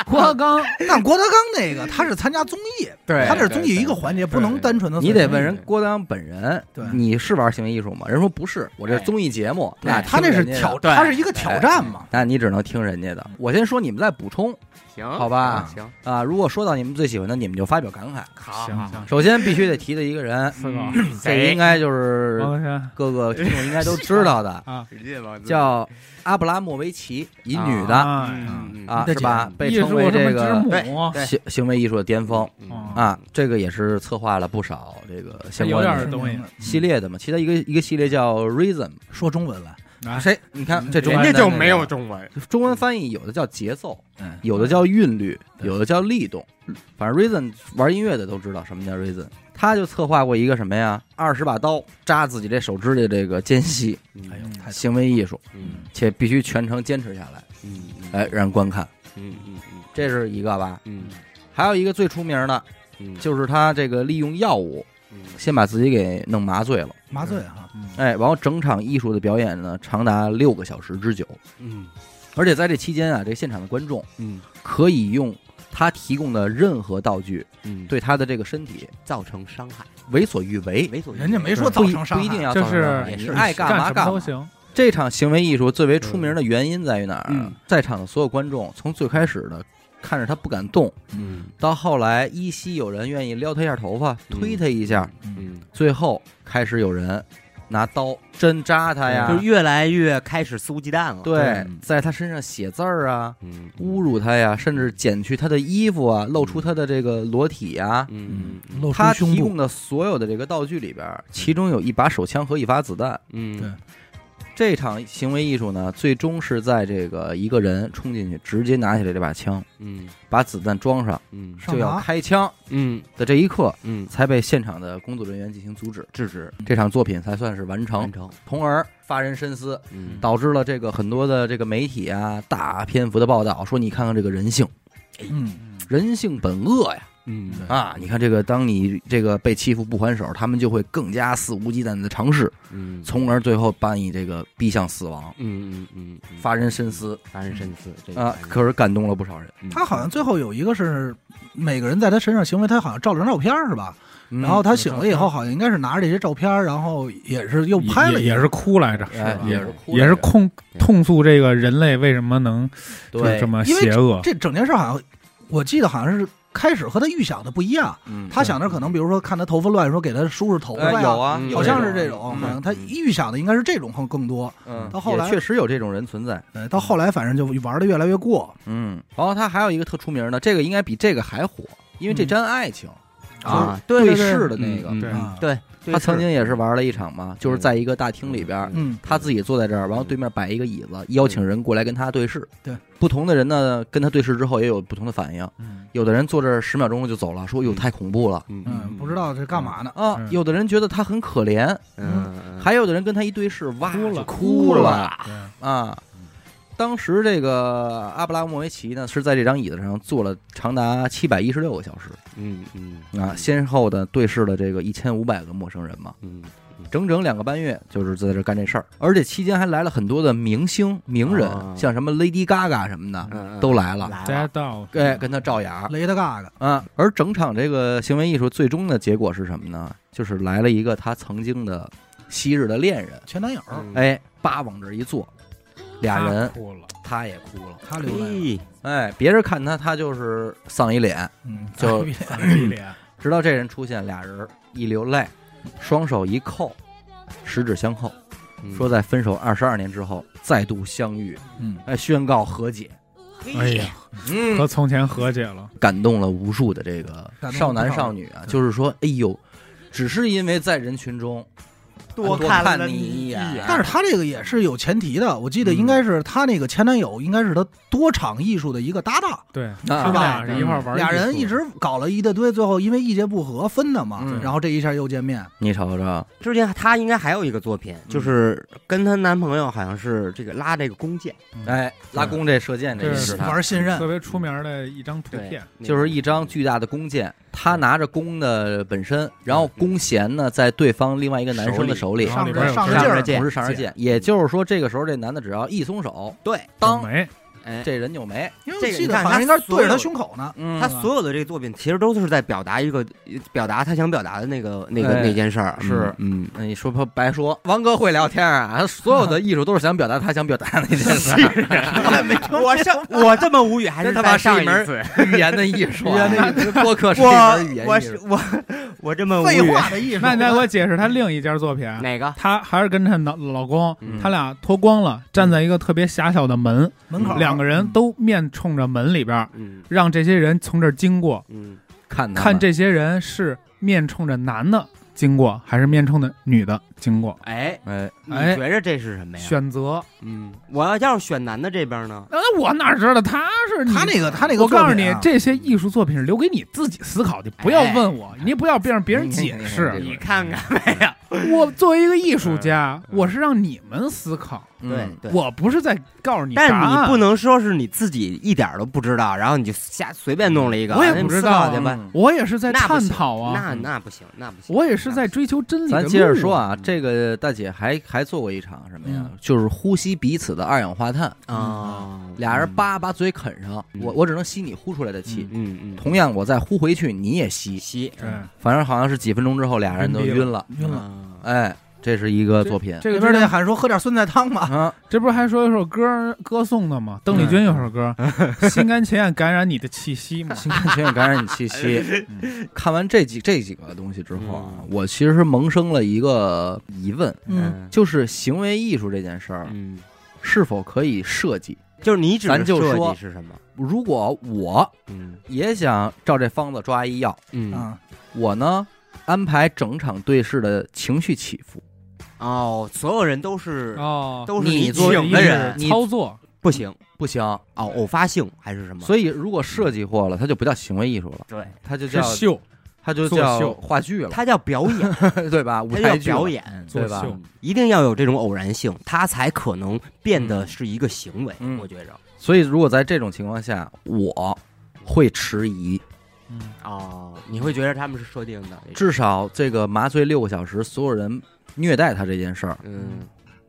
Speaker 4: 郭德纲
Speaker 2: 但郭德纲那个他是参加综艺，
Speaker 1: 对
Speaker 2: 他这是综艺一个环节，不能单纯的。
Speaker 1: 你得问人郭德纲本人
Speaker 2: 对，
Speaker 1: 你是玩行为艺术吗？人说不是，我这是综艺节目，
Speaker 3: 对
Speaker 1: 那
Speaker 2: 哎他
Speaker 1: 听
Speaker 2: 那是
Speaker 1: 人家的哎
Speaker 2: 挑，
Speaker 3: 对
Speaker 2: 他是一个挑战嘛。
Speaker 1: 那你只能听人家的。我先说，你们再补充
Speaker 3: 行，
Speaker 1: 好吧
Speaker 3: 行，
Speaker 1: 啊。如果说到你们最喜欢的，你们就发表感慨。
Speaker 3: 好，
Speaker 4: 行行，
Speaker 1: 首先必须得提的一个 人，
Speaker 4: 四个
Speaker 3: 哎
Speaker 1: 这应该就是
Speaker 4: 王德山
Speaker 1: 各个听众应该都知道 的，
Speaker 4: 啊，
Speaker 3: 使劲往自己
Speaker 1: 叫阿布拉莫维奇，一女的啊
Speaker 4: 啊
Speaker 3: 嗯嗯嗯
Speaker 2: 对
Speaker 1: 是吧？被
Speaker 4: 艺
Speaker 1: 称
Speaker 4: 术
Speaker 1: 为
Speaker 4: 什
Speaker 1: 这
Speaker 4: 么之
Speaker 1: 个
Speaker 4: 母，啊
Speaker 3: 对
Speaker 1: 行行为艺术的巅峰
Speaker 3: 嗯
Speaker 4: 嗯
Speaker 1: 啊，这个也是策划了不少这个相
Speaker 4: 有
Speaker 1: 关
Speaker 4: 点
Speaker 1: 的
Speaker 4: 儿东西。
Speaker 1: 系列的嘛。其他一个一个系列叫 Rhythm，
Speaker 2: 说中文来，
Speaker 4: 啊
Speaker 1: 谁你看这中文
Speaker 3: 人家就
Speaker 1: 单位
Speaker 3: 没有中文，
Speaker 1: 中文翻译，有的叫节奏，
Speaker 2: 嗯，
Speaker 1: 有的叫韵律，
Speaker 2: 对
Speaker 1: 有的叫律动。反正 Reason 玩音乐的都知道什么叫 Reason。他就策划过一个什么呀？二十把刀扎自己这手指的这个间隙，
Speaker 3: 嗯
Speaker 2: 哎呦，太
Speaker 1: 行为艺术，
Speaker 3: 嗯
Speaker 1: 且必须全程坚持下来，
Speaker 3: 嗯嗯
Speaker 1: 哎，让人观看，
Speaker 3: 嗯嗯嗯
Speaker 1: 这是一个吧。
Speaker 3: 嗯
Speaker 1: 还有一个最出名的，
Speaker 3: 嗯，
Speaker 1: 就是他这个利用药物，
Speaker 3: 嗯
Speaker 1: 先把自己给弄麻醉了，
Speaker 2: 麻醉哈，
Speaker 1: 哎，然后整场艺术的表演呢，长达六个小时之久，
Speaker 3: 嗯
Speaker 1: 而且在这期间啊，这现场的观众
Speaker 3: 嗯
Speaker 1: 可以用他提供的任何道具
Speaker 3: 嗯，
Speaker 1: 对他的这个身体
Speaker 3: 造成伤害，
Speaker 1: 为所欲为，
Speaker 3: 没所谓
Speaker 2: 人家没说造
Speaker 1: 不一
Speaker 2: 成伤
Speaker 1: 不一定
Speaker 2: 害，
Speaker 1: 要
Speaker 4: 就
Speaker 1: 造成伤害
Speaker 4: 是
Speaker 1: 你
Speaker 3: 也是
Speaker 1: 爱干
Speaker 4: 干
Speaker 1: 嘛
Speaker 4: 什么
Speaker 1: 干
Speaker 4: 都
Speaker 1: 嘛。
Speaker 4: 行。
Speaker 1: 这场行为艺术最为出名的原因在于哪儿啊
Speaker 3: 嗯？
Speaker 1: 在场的所有观众从最开始的看着他不敢动，
Speaker 3: 嗯
Speaker 1: 到后来依稀有人愿意撩他一下头发，
Speaker 3: 嗯
Speaker 1: 推他一下，
Speaker 3: 嗯，
Speaker 1: 最后开始有人拿刀针扎他呀
Speaker 3: 就，越来越开始肆无忌惮了，
Speaker 1: 对
Speaker 3: 嗯，
Speaker 1: 在他身上写字儿啊。
Speaker 3: 嗯
Speaker 1: 侮辱他呀，甚至剪去他的衣服啊，露出他的这个裸体呀，
Speaker 3: 嗯嗯
Speaker 2: 露出
Speaker 1: 他
Speaker 2: 胸
Speaker 1: 提
Speaker 2: 部
Speaker 1: 供，的所有的这个道具里边儿，其中有一把手枪和一发子弹。
Speaker 3: 嗯
Speaker 2: 对
Speaker 1: 这场行为艺术呢，最终是在这个一个人冲进去，直接拿起来这把枪，
Speaker 3: 嗯
Speaker 1: 把子弹装上，
Speaker 3: 嗯
Speaker 2: 上
Speaker 1: 就要
Speaker 2: 膛
Speaker 1: 开枪
Speaker 3: 嗯
Speaker 1: 的这一刻，
Speaker 3: 嗯，
Speaker 1: 才被现场的工作人员进行阻止，
Speaker 3: 制止
Speaker 1: 这场作品才算是完成
Speaker 3: 完，成，
Speaker 1: 从而发人深思，
Speaker 3: 嗯，
Speaker 1: 导致了这个很多的这个媒体啊大篇幅的报道，说你看看这个人性，
Speaker 2: 嗯，
Speaker 1: 人性本恶呀。
Speaker 3: 嗯
Speaker 1: 啊，你看这个，当你这个被欺负不还手，他们就会更加肆无忌惮的尝试，
Speaker 3: 嗯
Speaker 1: 从而最后把你这个逼向死亡，
Speaker 3: 嗯嗯嗯
Speaker 1: 发人深思
Speaker 3: 发嗯人深思这
Speaker 1: 啊！可是感动了不少人。
Speaker 2: 他好像最后有一个是每个人在他身上行为，他好像照了张照片是吧？
Speaker 1: 嗯
Speaker 2: 然后他醒了以后，好像应该是拿着这些照片，然后也是又拍了一
Speaker 4: 也也是哭来着，
Speaker 1: 哎
Speaker 4: 吧
Speaker 1: 也
Speaker 4: 也
Speaker 1: 是哭来
Speaker 4: 也
Speaker 1: 着嗯
Speaker 4: 是控痛诉这个人类为什么能就是
Speaker 1: 对
Speaker 4: 这么邪恶。
Speaker 2: 这整件事好像，我记得好像是开始和他预想的不一样。
Speaker 1: 嗯
Speaker 2: 他想着可能，比如说看他头发乱，说给他梳梳头发
Speaker 1: 呃
Speaker 2: 呀，
Speaker 1: 有啊
Speaker 3: 嗯，
Speaker 1: 有
Speaker 2: 好像
Speaker 1: 这
Speaker 2: 是这
Speaker 1: 种
Speaker 2: 种，
Speaker 3: 嗯
Speaker 2: 好像他预想的应该是这种更更多。
Speaker 1: 嗯，
Speaker 2: 到后来
Speaker 1: 也确实有这种人存在。
Speaker 2: 呃，到后来反正就玩的越来越过
Speaker 1: 嗯，然后他还有一个特出名的，这个应该比这个还火，因为这沾爱情
Speaker 3: 啊，
Speaker 1: 就是
Speaker 3: 对
Speaker 1: 对
Speaker 3: 嗯
Speaker 1: 视的那个，嗯
Speaker 4: 对
Speaker 2: 啊，
Speaker 3: 对，
Speaker 1: 他曾经也是玩了一场嘛，就是在一个大厅里边儿。
Speaker 2: 嗯，
Speaker 1: 他自己坐在这儿，然后对面摆一个椅子，邀请人过来跟他对视。
Speaker 2: 对，
Speaker 1: 不同的人呢，跟他对视之后也有不同的反应。
Speaker 4: 嗯
Speaker 1: 有的人坐这儿十秒钟就走了，说哟太恐怖了
Speaker 3: 嗯
Speaker 2: 嗯，不知道这干嘛呢，
Speaker 1: 啊！
Speaker 4: 嗯
Speaker 1: 有的人觉得他很可怜，
Speaker 3: 嗯
Speaker 1: 还有的人跟他一对视，哇
Speaker 4: 哭了
Speaker 1: 就哭了
Speaker 4: 对
Speaker 1: 啊！当时这个阿布拉莫维奇呢是在这张椅子上坐了长达七百一十六个小时啊
Speaker 3: 嗯嗯
Speaker 1: 啊，先后的对视了这个一千五百个陌生人嘛，
Speaker 3: 嗯
Speaker 1: 整整两个半月，就是在这干这事儿，而且期间还来了很多的明星名人，
Speaker 3: 啊
Speaker 1: 像什么 Lady Gaga 什么的、
Speaker 3: 嗯
Speaker 1: 都来了，
Speaker 3: 来
Speaker 4: 大家
Speaker 3: 了，
Speaker 4: 到
Speaker 1: 哎，跟他照眼儿
Speaker 2: 雷的嘎嘎，
Speaker 1: 啊。而整场这个行为艺术最终的结果是什么呢？就是来了一个他曾经的昔日的恋人，
Speaker 2: 前男友，
Speaker 3: 嗯，
Speaker 1: 哎，叭往这一坐，俩人
Speaker 4: 哭了，
Speaker 1: 他也哭了，
Speaker 2: 他留泪了，
Speaker 3: 嘿，
Speaker 1: 哎，别人看他他就是丧一脸，
Speaker 2: 嗯，
Speaker 1: 就
Speaker 2: 哎
Speaker 4: 打 了一脸，
Speaker 1: 直到这人出现，俩人一流泪，双手一扣，十指相扣，
Speaker 3: 嗯
Speaker 1: 说在分手二十二年之后再度相遇，
Speaker 2: 嗯，
Speaker 1: 哎，宣告和解。
Speaker 4: 哎呀，
Speaker 1: 嗯，
Speaker 4: 和从前和解了，
Speaker 1: 感动了无数的这个
Speaker 2: 感动了
Speaker 1: 少男少女啊，
Speaker 2: 对
Speaker 1: 就是说，哎呦，只是因为在人群中多
Speaker 3: 看
Speaker 1: 你
Speaker 3: 你
Speaker 1: 一眼，啊
Speaker 2: 但是他这个也是有前提的，我记
Speaker 4: 嗯
Speaker 2: 得应该是他那个前男友，应该是他多场艺术的一个搭档，
Speaker 4: 对，
Speaker 1: 啊
Speaker 4: 他们俩
Speaker 3: 对
Speaker 4: 是一块儿玩艺术，
Speaker 2: 俩人一直搞了一大堆，最后因为意见不合分的嘛
Speaker 1: 嗯，
Speaker 2: 然后这一下又见面，
Speaker 1: 你瞅瞅，
Speaker 3: 之前她应该还有一个作品，就是跟她男朋友好像是这个拉这个弓箭，
Speaker 1: 哎，拉弓这射箭这
Speaker 4: 对
Speaker 1: 也是他，
Speaker 2: 玩信任
Speaker 4: 特，别出名的一张图片，
Speaker 1: 就是一张巨大的弓箭，他拿着弓的本身，然后弓弦呢在对方另外一个男生的嗯手里
Speaker 4: 手里。
Speaker 2: 上
Speaker 4: 里边
Speaker 2: 着
Speaker 4: 有
Speaker 2: 上着
Speaker 4: 上
Speaker 2: 劲
Speaker 3: 着
Speaker 2: 儿，
Speaker 3: 劲
Speaker 1: 不是上着箭，也就是说，这个时候这男的只要一松手，
Speaker 3: 对，
Speaker 1: 当
Speaker 4: 没
Speaker 3: 哎，
Speaker 1: 这人就没。
Speaker 2: 因为
Speaker 3: 这
Speaker 2: 我
Speaker 3: 个
Speaker 2: 记
Speaker 3: 你
Speaker 2: 得
Speaker 3: 看
Speaker 2: 好像
Speaker 3: 他
Speaker 2: 应该是对着
Speaker 3: 所有
Speaker 2: 他胸口呢，
Speaker 1: 嗯
Speaker 3: 他所有的这个作品其实都是在表达一个表达他想表达的那个那个
Speaker 1: 哎
Speaker 3: 那件事儿，
Speaker 1: 是
Speaker 3: 嗯，
Speaker 1: 那你说不白说，王哥会聊天啊，他所有的艺术都是想表达他想表达那件事儿，
Speaker 3: 嗯我上 我这么无语，还是
Speaker 1: 真他妈
Speaker 3: 在上
Speaker 1: 是一门
Speaker 3: 次
Speaker 1: 语言的艺术啊，
Speaker 2: 语言
Speaker 1: 这 播客是一门语
Speaker 3: 我
Speaker 1: 言
Speaker 3: 我
Speaker 1: 艺
Speaker 3: 是
Speaker 1: 术。
Speaker 3: 我我这么无
Speaker 2: 废
Speaker 3: 语，
Speaker 2: 话的艺术。
Speaker 4: 那你再给我解释他另一件作品，
Speaker 3: 哪个？
Speaker 4: 她还是跟她老老公
Speaker 3: 嗯，
Speaker 4: 他俩脱光了，站在一个特别狭小的门，
Speaker 2: 门口嗯
Speaker 4: 两个人都面冲着门里边儿，
Speaker 3: 嗯
Speaker 4: 让这些人从这儿经过，
Speaker 3: 嗯，
Speaker 1: 看他们
Speaker 4: 看，这些人是面冲着男的经过，还是面冲着女的经过，
Speaker 3: 哎，
Speaker 1: 哎，
Speaker 3: 你
Speaker 4: 哎
Speaker 3: 觉着这是什么呀？
Speaker 4: 选择。
Speaker 3: 嗯，我要要是选男的这边呢？
Speaker 4: 那我哪知道他是你
Speaker 2: 他那个他那个
Speaker 4: 我
Speaker 2: 作品啊，
Speaker 4: 告诉你，这些艺术作品是留给你自己思考的，不要问我，你也不要让别人解
Speaker 1: 嗯
Speaker 4: 释。
Speaker 1: 你
Speaker 3: 看看，
Speaker 4: 我作为一个艺术
Speaker 3: 哎
Speaker 4: 家，
Speaker 3: 嗯
Speaker 4: 我是让你们思考，
Speaker 3: 对
Speaker 1: 嗯
Speaker 3: 对。
Speaker 4: 我不是在告诉你答
Speaker 3: 但
Speaker 4: 案。
Speaker 3: 你不，能说是你自己一点儿都不知道，然后你就瞎随便弄了一个，哎
Speaker 4: 我也
Speaker 3: 那你
Speaker 4: 不知
Speaker 3: 思考
Speaker 4: 道
Speaker 3: 去
Speaker 4: 啊
Speaker 3: 吧。
Speaker 1: 嗯
Speaker 4: 我也是在
Speaker 3: 那不
Speaker 4: 探
Speaker 3: 行
Speaker 4: 讨啊。
Speaker 3: 那那不行，那不行。
Speaker 4: 我也是在追求真理的
Speaker 1: 咱
Speaker 4: 路。
Speaker 1: 接着说啊，
Speaker 3: 嗯
Speaker 1: 这个大姐还还做过一场什么呀？就是呼吸彼此的二氧化碳，
Speaker 3: 啊，
Speaker 1: 俩人叭把嘴啃上，
Speaker 3: 嗯
Speaker 1: 我我只能吸你呼出来的气，
Speaker 3: 嗯，嗯嗯，
Speaker 1: 同样我再呼回去，你也吸，
Speaker 3: 吸
Speaker 4: 对，
Speaker 1: 反正好像是几分钟之后俩人都晕了，
Speaker 2: 晕了。
Speaker 3: 了，
Speaker 1: 哎，这是一个作
Speaker 3: 嗯
Speaker 1: 品
Speaker 4: 这
Speaker 2: 这
Speaker 4: 个
Speaker 2: 边
Speaker 4: 边
Speaker 2: 那
Speaker 4: 这
Speaker 2: 喊说喝点酸菜汤吧，
Speaker 1: 啊，
Speaker 4: 这不是还说有首歌歌颂的
Speaker 3: 嗯
Speaker 4: 吗？邓丽君有首歌《心甘情愿感染你的气息》 嘛。
Speaker 1: 心甘情愿感染你气息。嗯看完这几这几个东西之后啊
Speaker 3: 嗯，
Speaker 1: 我其实萌生了一个疑问，
Speaker 2: 嗯，
Speaker 1: 就是行为艺术这件事儿
Speaker 3: 嗯，
Speaker 1: 是否可以设计？
Speaker 3: 就是你指的
Speaker 1: 咱就
Speaker 3: 设计
Speaker 1: 说
Speaker 3: 是什么？
Speaker 1: 如果我
Speaker 3: 嗯
Speaker 1: 也想照这方子抓一药，
Speaker 3: 嗯
Speaker 2: 啊，
Speaker 1: 我呢安排整场对视的情绪起伏，
Speaker 3: 哦，所有人都是
Speaker 4: 哦，
Speaker 3: 都是
Speaker 1: 你
Speaker 3: 做
Speaker 1: 做
Speaker 3: 请的人
Speaker 1: 你
Speaker 4: 操作
Speaker 3: 不行
Speaker 1: 不行。
Speaker 3: 哦，偶发性还是什么？
Speaker 1: 所以如果设计过了，它就不叫行为艺术了，
Speaker 3: 对，
Speaker 1: 它就是叫
Speaker 4: 秀，
Speaker 1: 它就
Speaker 4: 作
Speaker 1: 叫
Speaker 4: 秀
Speaker 1: 话剧了，
Speaker 3: 它叫表演，
Speaker 1: 对吧？舞
Speaker 3: 它叫
Speaker 1: 台剧了
Speaker 3: 表，演，
Speaker 1: 对吧
Speaker 4: 作秀？
Speaker 3: 一定要有这种偶然性，它才可能变得是一个行为。
Speaker 1: 嗯
Speaker 3: 我觉着
Speaker 1: 所以，如果在这种情况下，我会迟疑，
Speaker 4: 嗯，
Speaker 3: 哦，你会觉得他们是设定的，
Speaker 1: 至少这个麻醉六个小时，所有人虐待他这件事儿，
Speaker 3: 嗯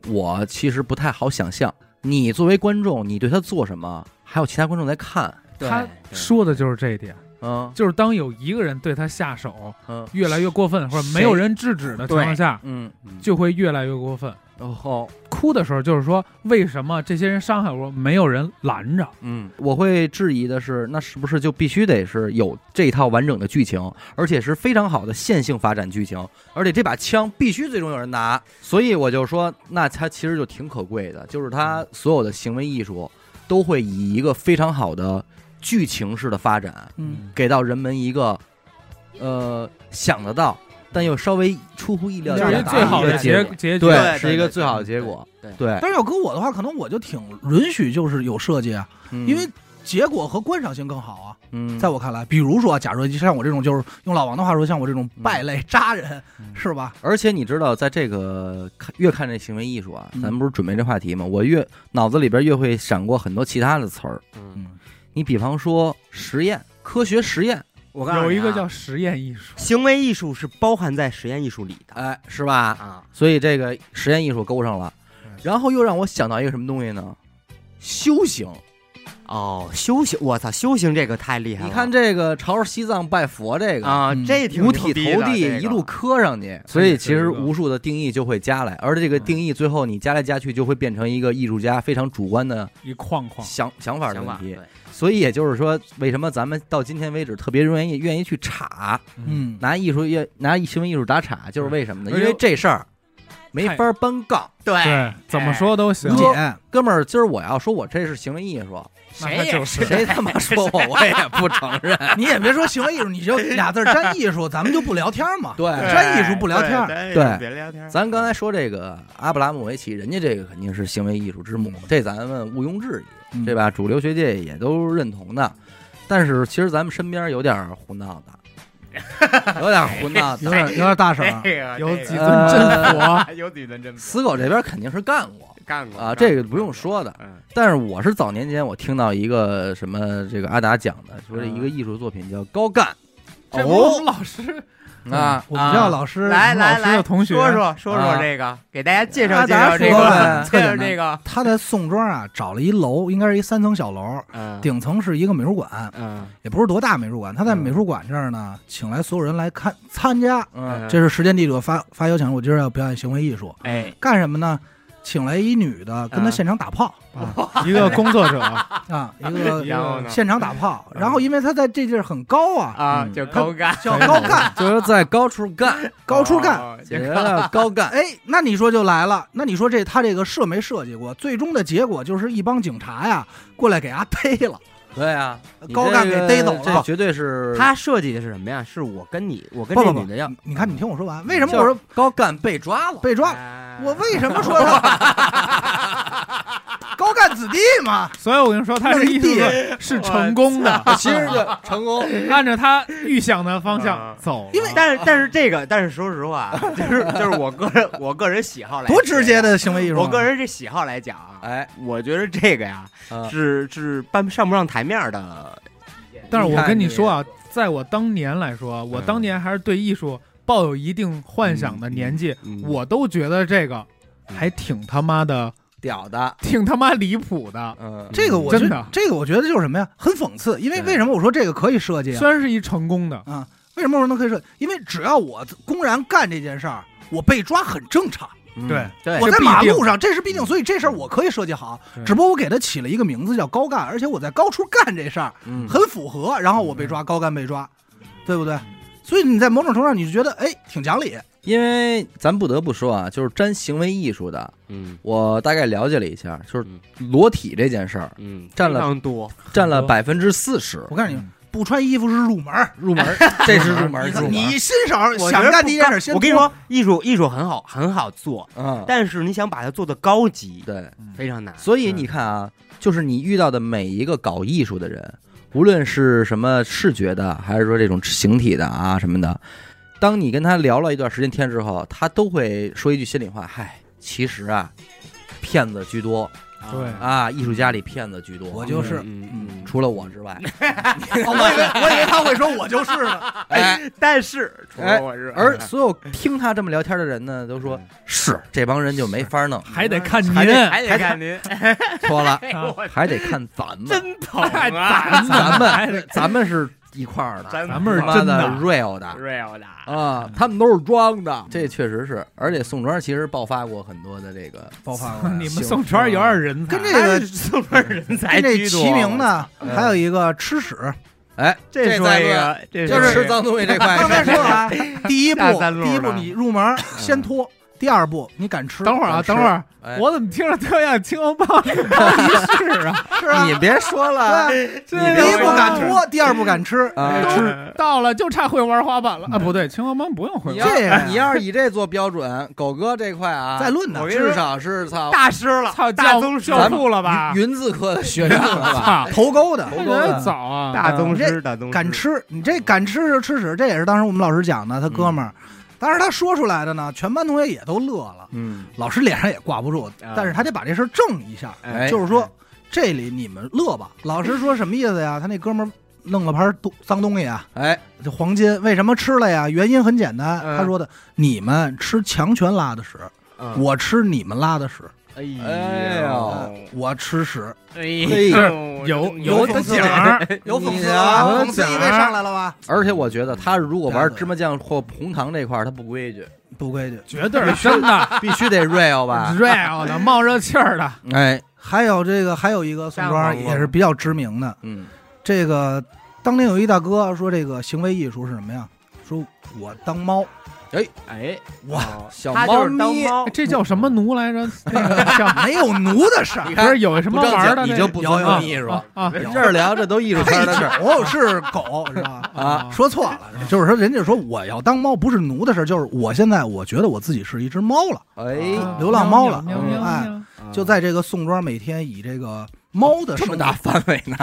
Speaker 1: 我其实不太好想象。你作为观众，你对他做什么？还有其他观众在看，
Speaker 3: 对
Speaker 4: 他
Speaker 3: 对
Speaker 4: 说的就是这一点，
Speaker 1: 嗯
Speaker 4: 就是当有一个人对他下手
Speaker 1: 嗯
Speaker 4: 越来越过分，或者没有人制止的情况下，
Speaker 1: 嗯，哦
Speaker 3: 嗯
Speaker 4: 就会越来越过分。
Speaker 1: 然后
Speaker 4: 哭的时候就是说，为什么这些人伤害我，没有人拦着？
Speaker 1: 嗯，我会质疑的是，那是不是就必须得是有这一套完整的剧情，而且是非常好的线性发展剧情，而且这把枪必须最终有人拿，所以我就说，那它其实就挺可贵的，就是它所有的行为艺术都会以一个非常好的剧情式的发展，
Speaker 2: 嗯，
Speaker 1: 给到人们一个呃想得到，但又稍微出乎意料
Speaker 4: 这
Speaker 1: 的
Speaker 4: 是
Speaker 1: 一
Speaker 4: 一
Speaker 1: 个
Speaker 4: 最好
Speaker 1: 结
Speaker 4: 的结
Speaker 1: 果，
Speaker 4: 结局。
Speaker 1: 对
Speaker 3: 对
Speaker 1: 是一个
Speaker 3: 对
Speaker 1: 最好的结果，
Speaker 3: 对对
Speaker 1: 对，
Speaker 2: 但是要搁我的话，可能我就挺允许，就是有设计啊，
Speaker 1: 嗯
Speaker 2: 因为结果和观赏性更好啊。
Speaker 1: 嗯
Speaker 2: 在我看来，比如说啊，假如像我这种，就是用老王的话说，像我这种败类渣人，
Speaker 4: 嗯
Speaker 2: 是吧？
Speaker 1: 而且你知道，在这个看越看这行为艺术啊，
Speaker 2: 嗯
Speaker 1: 咱们不是准备这话题吗？我越脑子里边越会闪过很多其他的词儿。
Speaker 3: 嗯
Speaker 2: 嗯，
Speaker 1: 你比方说实验，科学实验，
Speaker 3: 我告诉你、啊，
Speaker 4: 有一个叫实验艺术，
Speaker 3: 行为艺术是包含在实验艺术里的
Speaker 1: 哎，是吧？
Speaker 3: 啊，
Speaker 1: 所以这个实验艺术勾上了，然后又让我想到一个什么东西呢？修行。
Speaker 3: 哎哦，修行，我操，修行这个太厉害了！
Speaker 1: 你看这个朝着西藏拜佛这个，
Speaker 3: 啊，
Speaker 2: 嗯
Speaker 3: 这挺
Speaker 1: 五
Speaker 3: 牛
Speaker 1: 体
Speaker 3: 逼
Speaker 1: 投
Speaker 3: 的
Speaker 1: 地
Speaker 3: 这个嗯
Speaker 1: 一路磕上去，所以其实无数的定义就会加来，而这个定义最后你加来加去就会变成一个艺术家非常主观的
Speaker 4: 一框框，
Speaker 1: 想想法的
Speaker 3: 想
Speaker 1: 问
Speaker 3: 法
Speaker 1: 题
Speaker 3: 对。，
Speaker 1: 所以也就是说，为什么咱们到今天为止特别愿意愿意去查
Speaker 2: 嗯，
Speaker 1: 拿艺术业拿行为艺术打岔，就是为什么呢？
Speaker 4: 而且
Speaker 1: 因为这事儿没法搬杠。
Speaker 3: 对，
Speaker 4: 对，怎么说都行
Speaker 2: 无。解，
Speaker 1: 哥们儿，今儿我要说我这是行为艺 术，
Speaker 4: 那
Speaker 3: 谁
Speaker 4: 他
Speaker 3: 也
Speaker 4: 就是
Speaker 1: 谁他妈说我我也不承 认。
Speaker 2: 你也别说行为艺术，你就俩字儿沾艺术，咱们就不聊天嘛。
Speaker 1: 对
Speaker 2: 沾艺术不聊天儿，
Speaker 5: 对，
Speaker 1: 对
Speaker 5: 咱也别聊天儿。
Speaker 1: 咱刚才说这个阿布拉莫维奇，人家这个肯定是行为艺术之母，这咱们毋庸置疑，
Speaker 2: 嗯
Speaker 1: 对吧？主流学界也都认同的。但是其实咱们身边有点儿胡闹 的，有点儿胡闹
Speaker 2: 有
Speaker 1: 的。
Speaker 2: 点有点大啊呃婶儿，
Speaker 5: 这个
Speaker 4: 有
Speaker 5: 这
Speaker 4: 几
Speaker 5: 个
Speaker 2: 哎
Speaker 4: 尊真佛，
Speaker 5: 有几顿真
Speaker 1: 死狗这边肯定是干过
Speaker 5: 干过
Speaker 1: 啊，这个不用。说的。
Speaker 5: 嗯，
Speaker 1: 但是我是早年间我听到一个什么这个阿达讲的，说一个
Speaker 2: 嗯
Speaker 1: 艺术作品叫高干
Speaker 4: 这不是我们老师
Speaker 1: 啊，
Speaker 2: 我们叫老师
Speaker 5: 来
Speaker 4: 老
Speaker 5: 来
Speaker 4: 师的
Speaker 5: 来，
Speaker 4: 同学啊
Speaker 5: 说说说说
Speaker 1: 啊
Speaker 5: 这个，给大家介绍
Speaker 1: 阿
Speaker 5: 介
Speaker 1: 达
Speaker 5: 绍这
Speaker 1: 说
Speaker 5: 个
Speaker 1: 呗，
Speaker 5: 介绍
Speaker 2: 特简 单
Speaker 5: 这个。
Speaker 2: 他在宋庄啊找了一楼，应该是一三层小楼，
Speaker 3: 嗯
Speaker 2: 顶层是一个美术馆，
Speaker 3: 嗯，
Speaker 2: 也不是多大美术馆。他在
Speaker 3: 嗯
Speaker 2: 美术馆这儿呢，请来所有人来看参加，
Speaker 1: 嗯
Speaker 2: 这是时间地者发发邀请，我今儿要表演行为艺术，
Speaker 3: 哎，
Speaker 2: 干什么呢？请来一女的跟他
Speaker 3: 啊
Speaker 2: 现场 打炮
Speaker 4: 一个工作者，
Speaker 2: 啊，一
Speaker 1: 哎
Speaker 2: 个
Speaker 5: 然后呢
Speaker 2: 现场打炮。然后因为他在这地儿很高啊，
Speaker 5: 啊，
Speaker 1: 嗯
Speaker 5: 就高干，
Speaker 2: 叫高干，
Speaker 1: 就是在高处 干，
Speaker 2: 高处干。
Speaker 5: 哦
Speaker 1: 也叫 高干。
Speaker 2: 哎，那你说就来了，那你说这他这个设没设计过？最终的结果就是一帮警察呀过来给他逮了，
Speaker 1: 对啊，你
Speaker 2: 高干给
Speaker 1: 这个
Speaker 2: 逮走了
Speaker 1: 这绝对是
Speaker 3: 他设计的是什么呀？是我跟你，我跟
Speaker 2: 不
Speaker 3: 这
Speaker 2: 不不
Speaker 3: 女的要，
Speaker 2: 你看，你听我说完，嗯为什
Speaker 1: 嗯
Speaker 2: 么
Speaker 1: 就哎
Speaker 2: 我说
Speaker 1: 高干被抓 了？
Speaker 2: 被抓？
Speaker 5: 啊
Speaker 2: 我为什么 说他高干子弟嘛？
Speaker 4: 所以我跟你说，他这艺术是成功的，
Speaker 1: 其实就成功。
Speaker 4: 按照他预想的方向
Speaker 5: 啊
Speaker 4: 走了。
Speaker 2: 因为
Speaker 5: 但是但是这个，但是说实话，啊就是就是我个人我个人喜好来，
Speaker 2: 多直接。的行为艺术啊！
Speaker 5: 我个人这喜好来讲啊，
Speaker 1: 哎，
Speaker 5: 我觉得这个呀
Speaker 1: 啊
Speaker 5: 是是搬上不上台面儿的，
Speaker 4: 但是
Speaker 1: 你
Speaker 4: 我
Speaker 1: 看
Speaker 4: 跟
Speaker 1: 你
Speaker 4: 你说啊，在我当年来说，我当年还是对艺术抱有一定幻想的年纪，
Speaker 3: 嗯
Speaker 4: 我都觉得这个还挺他妈的，
Speaker 1: 屌的，
Speaker 4: 挺他妈离谱的。
Speaker 1: 嗯，
Speaker 2: 这个我觉
Speaker 4: 真
Speaker 2: 得
Speaker 4: 的，
Speaker 2: 这个我觉得就是什么呀？很讽刺，因为
Speaker 1: 对
Speaker 2: 为什么我说这个可以设计啊？
Speaker 4: 虽然是一成功的，
Speaker 2: 啊，为什么我说能可以设计？因为只要我公然干这件事儿，我被抓很正常。
Speaker 1: 嗯
Speaker 4: 对
Speaker 1: 对
Speaker 2: 我在
Speaker 4: 是必
Speaker 2: 马
Speaker 4: 定
Speaker 2: 路上，这是必定，所以这事儿我可以设计好
Speaker 4: 对，
Speaker 2: 只不过我给他起了一个名字叫高干，而且我在高处干这事儿
Speaker 1: 嗯
Speaker 2: 很符合，然后我被抓，高干被抓，对不对？所以你在某种程度上，你就觉得哎，挺讲理，
Speaker 1: 因为咱不得不说啊，就是沾行为艺术的，
Speaker 3: 嗯
Speaker 1: 我大概了解了一下，就是
Speaker 2: 嗯
Speaker 1: 裸体这件事儿
Speaker 3: 嗯，
Speaker 1: 占了
Speaker 3: 非常多，
Speaker 1: 占了
Speaker 4: 多
Speaker 1: 百分之四十
Speaker 2: 我告诉你，不穿衣服是入门儿，
Speaker 1: 入 门，这是入门
Speaker 2: 你
Speaker 1: 入门。
Speaker 2: 你新手
Speaker 3: 我
Speaker 2: 想
Speaker 3: 觉得
Speaker 2: 干
Speaker 3: 不
Speaker 2: 第一件
Speaker 3: 高
Speaker 2: 事，先啊
Speaker 3: 我跟你
Speaker 2: 脱，
Speaker 3: 说，艺术艺术很好很好做，
Speaker 1: 嗯，
Speaker 3: 但是你想把它做的高级，
Speaker 1: 对，
Speaker 3: 非常难。
Speaker 1: 所以你看啊，就是你遇到的每一个搞艺术的人，无论是什么视觉的，还是说这种形体的啊什么的，当你跟他聊了一段时间天之后，他都会说一句心里话：嗨，其实啊，骗子居多
Speaker 4: 对
Speaker 1: 啊，艺术家里骗子居多。
Speaker 2: 我就是。
Speaker 3: 嗯
Speaker 1: 除了我之 外，
Speaker 2: 我以为我以为他会说我就是 呢，
Speaker 1: 哦哎，
Speaker 5: 但是除
Speaker 1: 哎
Speaker 5: 了我是
Speaker 3: 嗯
Speaker 1: 而所有听他这么聊天的人呢，都说是这帮人就没法弄，
Speaker 4: 还得看您
Speaker 5: 还得还得看您，
Speaker 1: 错 了，
Speaker 5: 哎我
Speaker 2: 啊
Speaker 1: 还得看咱们，
Speaker 5: 真捧 啊
Speaker 4: 咱
Speaker 1: 咱
Speaker 4: 还得
Speaker 1: 们咱们是一块儿的，
Speaker 5: 咱
Speaker 4: 咱们是
Speaker 1: 他妈
Speaker 4: 真
Speaker 1: 的
Speaker 4: 的
Speaker 1: real 的，
Speaker 5: real
Speaker 2: 哎
Speaker 5: 的，
Speaker 1: 啊，他们都是装的，这确实是。而且宋庄其实爆发过很多的这个，
Speaker 2: 爆发了。
Speaker 4: 你们宋川有
Speaker 1: 啊
Speaker 4: 点人才
Speaker 2: 跟，这个
Speaker 5: 送分人才
Speaker 2: 跟这
Speaker 5: 居多。
Speaker 2: 齐名， 呢，
Speaker 1: 嗯
Speaker 2: 还有一个吃屎。
Speaker 1: 哎，
Speaker 5: 这说
Speaker 1: 在
Speaker 5: 一
Speaker 1: 论
Speaker 5: 个，这
Speaker 1: 就
Speaker 5: 说
Speaker 1: 是
Speaker 5: 一个
Speaker 1: 吃脏东西这块
Speaker 2: 刚才
Speaker 1: 儿，
Speaker 2: 说了啊，第一步
Speaker 5: 下三，路
Speaker 2: 第一步
Speaker 5: 了
Speaker 2: 你入门先脱，第二步你敢吃。
Speaker 4: 等会儿啊，等会儿，
Speaker 1: 哎
Speaker 4: 我怎么听着特像青龙帮这仪式啊？
Speaker 2: 是啊，
Speaker 1: 你别说了，
Speaker 2: 对
Speaker 1: 这
Speaker 2: 第一步
Speaker 5: 我
Speaker 2: 敢 哎脱，第二步敢吃，
Speaker 1: 啊，
Speaker 3: 哎
Speaker 4: 都
Speaker 1: 吃
Speaker 4: 到了就差会玩滑板了啊！不对，青龙帮不用会
Speaker 1: 你
Speaker 4: 玩，
Speaker 2: 这
Speaker 1: 要
Speaker 2: 样
Speaker 1: 你要是以这做标准，狗哥这块啊，
Speaker 2: 再论呢
Speaker 5: 我。跟
Speaker 1: 至少是操
Speaker 5: 大师了，
Speaker 4: 操
Speaker 5: 大
Speaker 4: 教
Speaker 5: 宗师，
Speaker 4: 教父了吧？
Speaker 1: 云字科的学院了 吧？
Speaker 4: 操，
Speaker 2: 头钩的
Speaker 1: 头
Speaker 4: 这
Speaker 1: 钩的
Speaker 4: 人 早啊！
Speaker 5: 大宗
Speaker 2: 你
Speaker 5: 师，大宗师
Speaker 2: 敢吃，你这敢吃就吃屎，这也是当时我们老师讲的，他哥们儿。当时他说出来的呢，全班同学也都乐了，
Speaker 1: 嗯，
Speaker 2: 老师脸上也挂不住，但是他得把这事儿正一下，
Speaker 1: 啊哎
Speaker 2: 就是说这里你们乐吧。老师说什么意思呀？他那哥们儿弄了盘东脏东西啊，
Speaker 1: 哎，
Speaker 2: 这黄金为什么吃了呀？原因很简单，
Speaker 5: 嗯
Speaker 2: 他说的，你们吃强权拉的屎，
Speaker 5: 嗯
Speaker 2: 我吃你们拉的屎，
Speaker 5: 哎
Speaker 1: 哎呦
Speaker 5: 呦，
Speaker 2: 我吃屎，
Speaker 5: 哎
Speaker 1: 嘿
Speaker 5: 呦，
Speaker 4: 有
Speaker 1: 有
Speaker 4: 的
Speaker 1: 讽刺
Speaker 4: 景儿，
Speaker 2: 有讽
Speaker 1: 你
Speaker 2: 刺
Speaker 1: 啊
Speaker 2: 啊，
Speaker 4: 有
Speaker 2: 讽刺意
Speaker 4: 奖
Speaker 2: 味
Speaker 4: 儿
Speaker 2: 上来了吧？
Speaker 1: 而且我觉得他如果玩
Speaker 2: 对
Speaker 1: 芝麻酱或红糖这块儿，他不规矩，
Speaker 2: 不规矩。
Speaker 4: 绝对是真的
Speaker 1: 必须得 real 吧？
Speaker 4: real 的，冒热气儿的，
Speaker 1: 哎，
Speaker 2: 还有这个，还有一个宋庄也是比较知名的，
Speaker 1: 嗯，
Speaker 2: 这个当年有一大哥说，这个行为艺术是什么呀？说我当猫，
Speaker 5: 哎，
Speaker 2: 哇，
Speaker 1: 小
Speaker 5: 他
Speaker 1: 猫
Speaker 5: 就是当
Speaker 1: 咪，
Speaker 2: 哎
Speaker 5: 猫，
Speaker 4: 哎这叫什么奴来着？那个叫
Speaker 2: 没有奴的事儿
Speaker 1: 你。
Speaker 4: 不
Speaker 1: 看
Speaker 4: 是有什么
Speaker 1: 不正
Speaker 4: 玩
Speaker 1: 经
Speaker 4: 的那个？
Speaker 1: 你就不尊重艺术
Speaker 4: 啊啊
Speaker 1: 这儿聊这都艺术 圈的事儿
Speaker 2: 配狗是狗，是吧？
Speaker 1: 啊。
Speaker 2: 说错了，就是说人家说我要当猫，不是奴的事儿，就是我现在我觉得我自己是一只猫了。
Speaker 1: 哎，
Speaker 4: 啊
Speaker 2: 流浪猫了
Speaker 4: 喵喵喵
Speaker 2: 哎
Speaker 4: 喵
Speaker 3: 嗯
Speaker 2: 就在这个宋庄每天以这个猫的
Speaker 1: 嗯这
Speaker 2: 身
Speaker 1: 么大范围呢？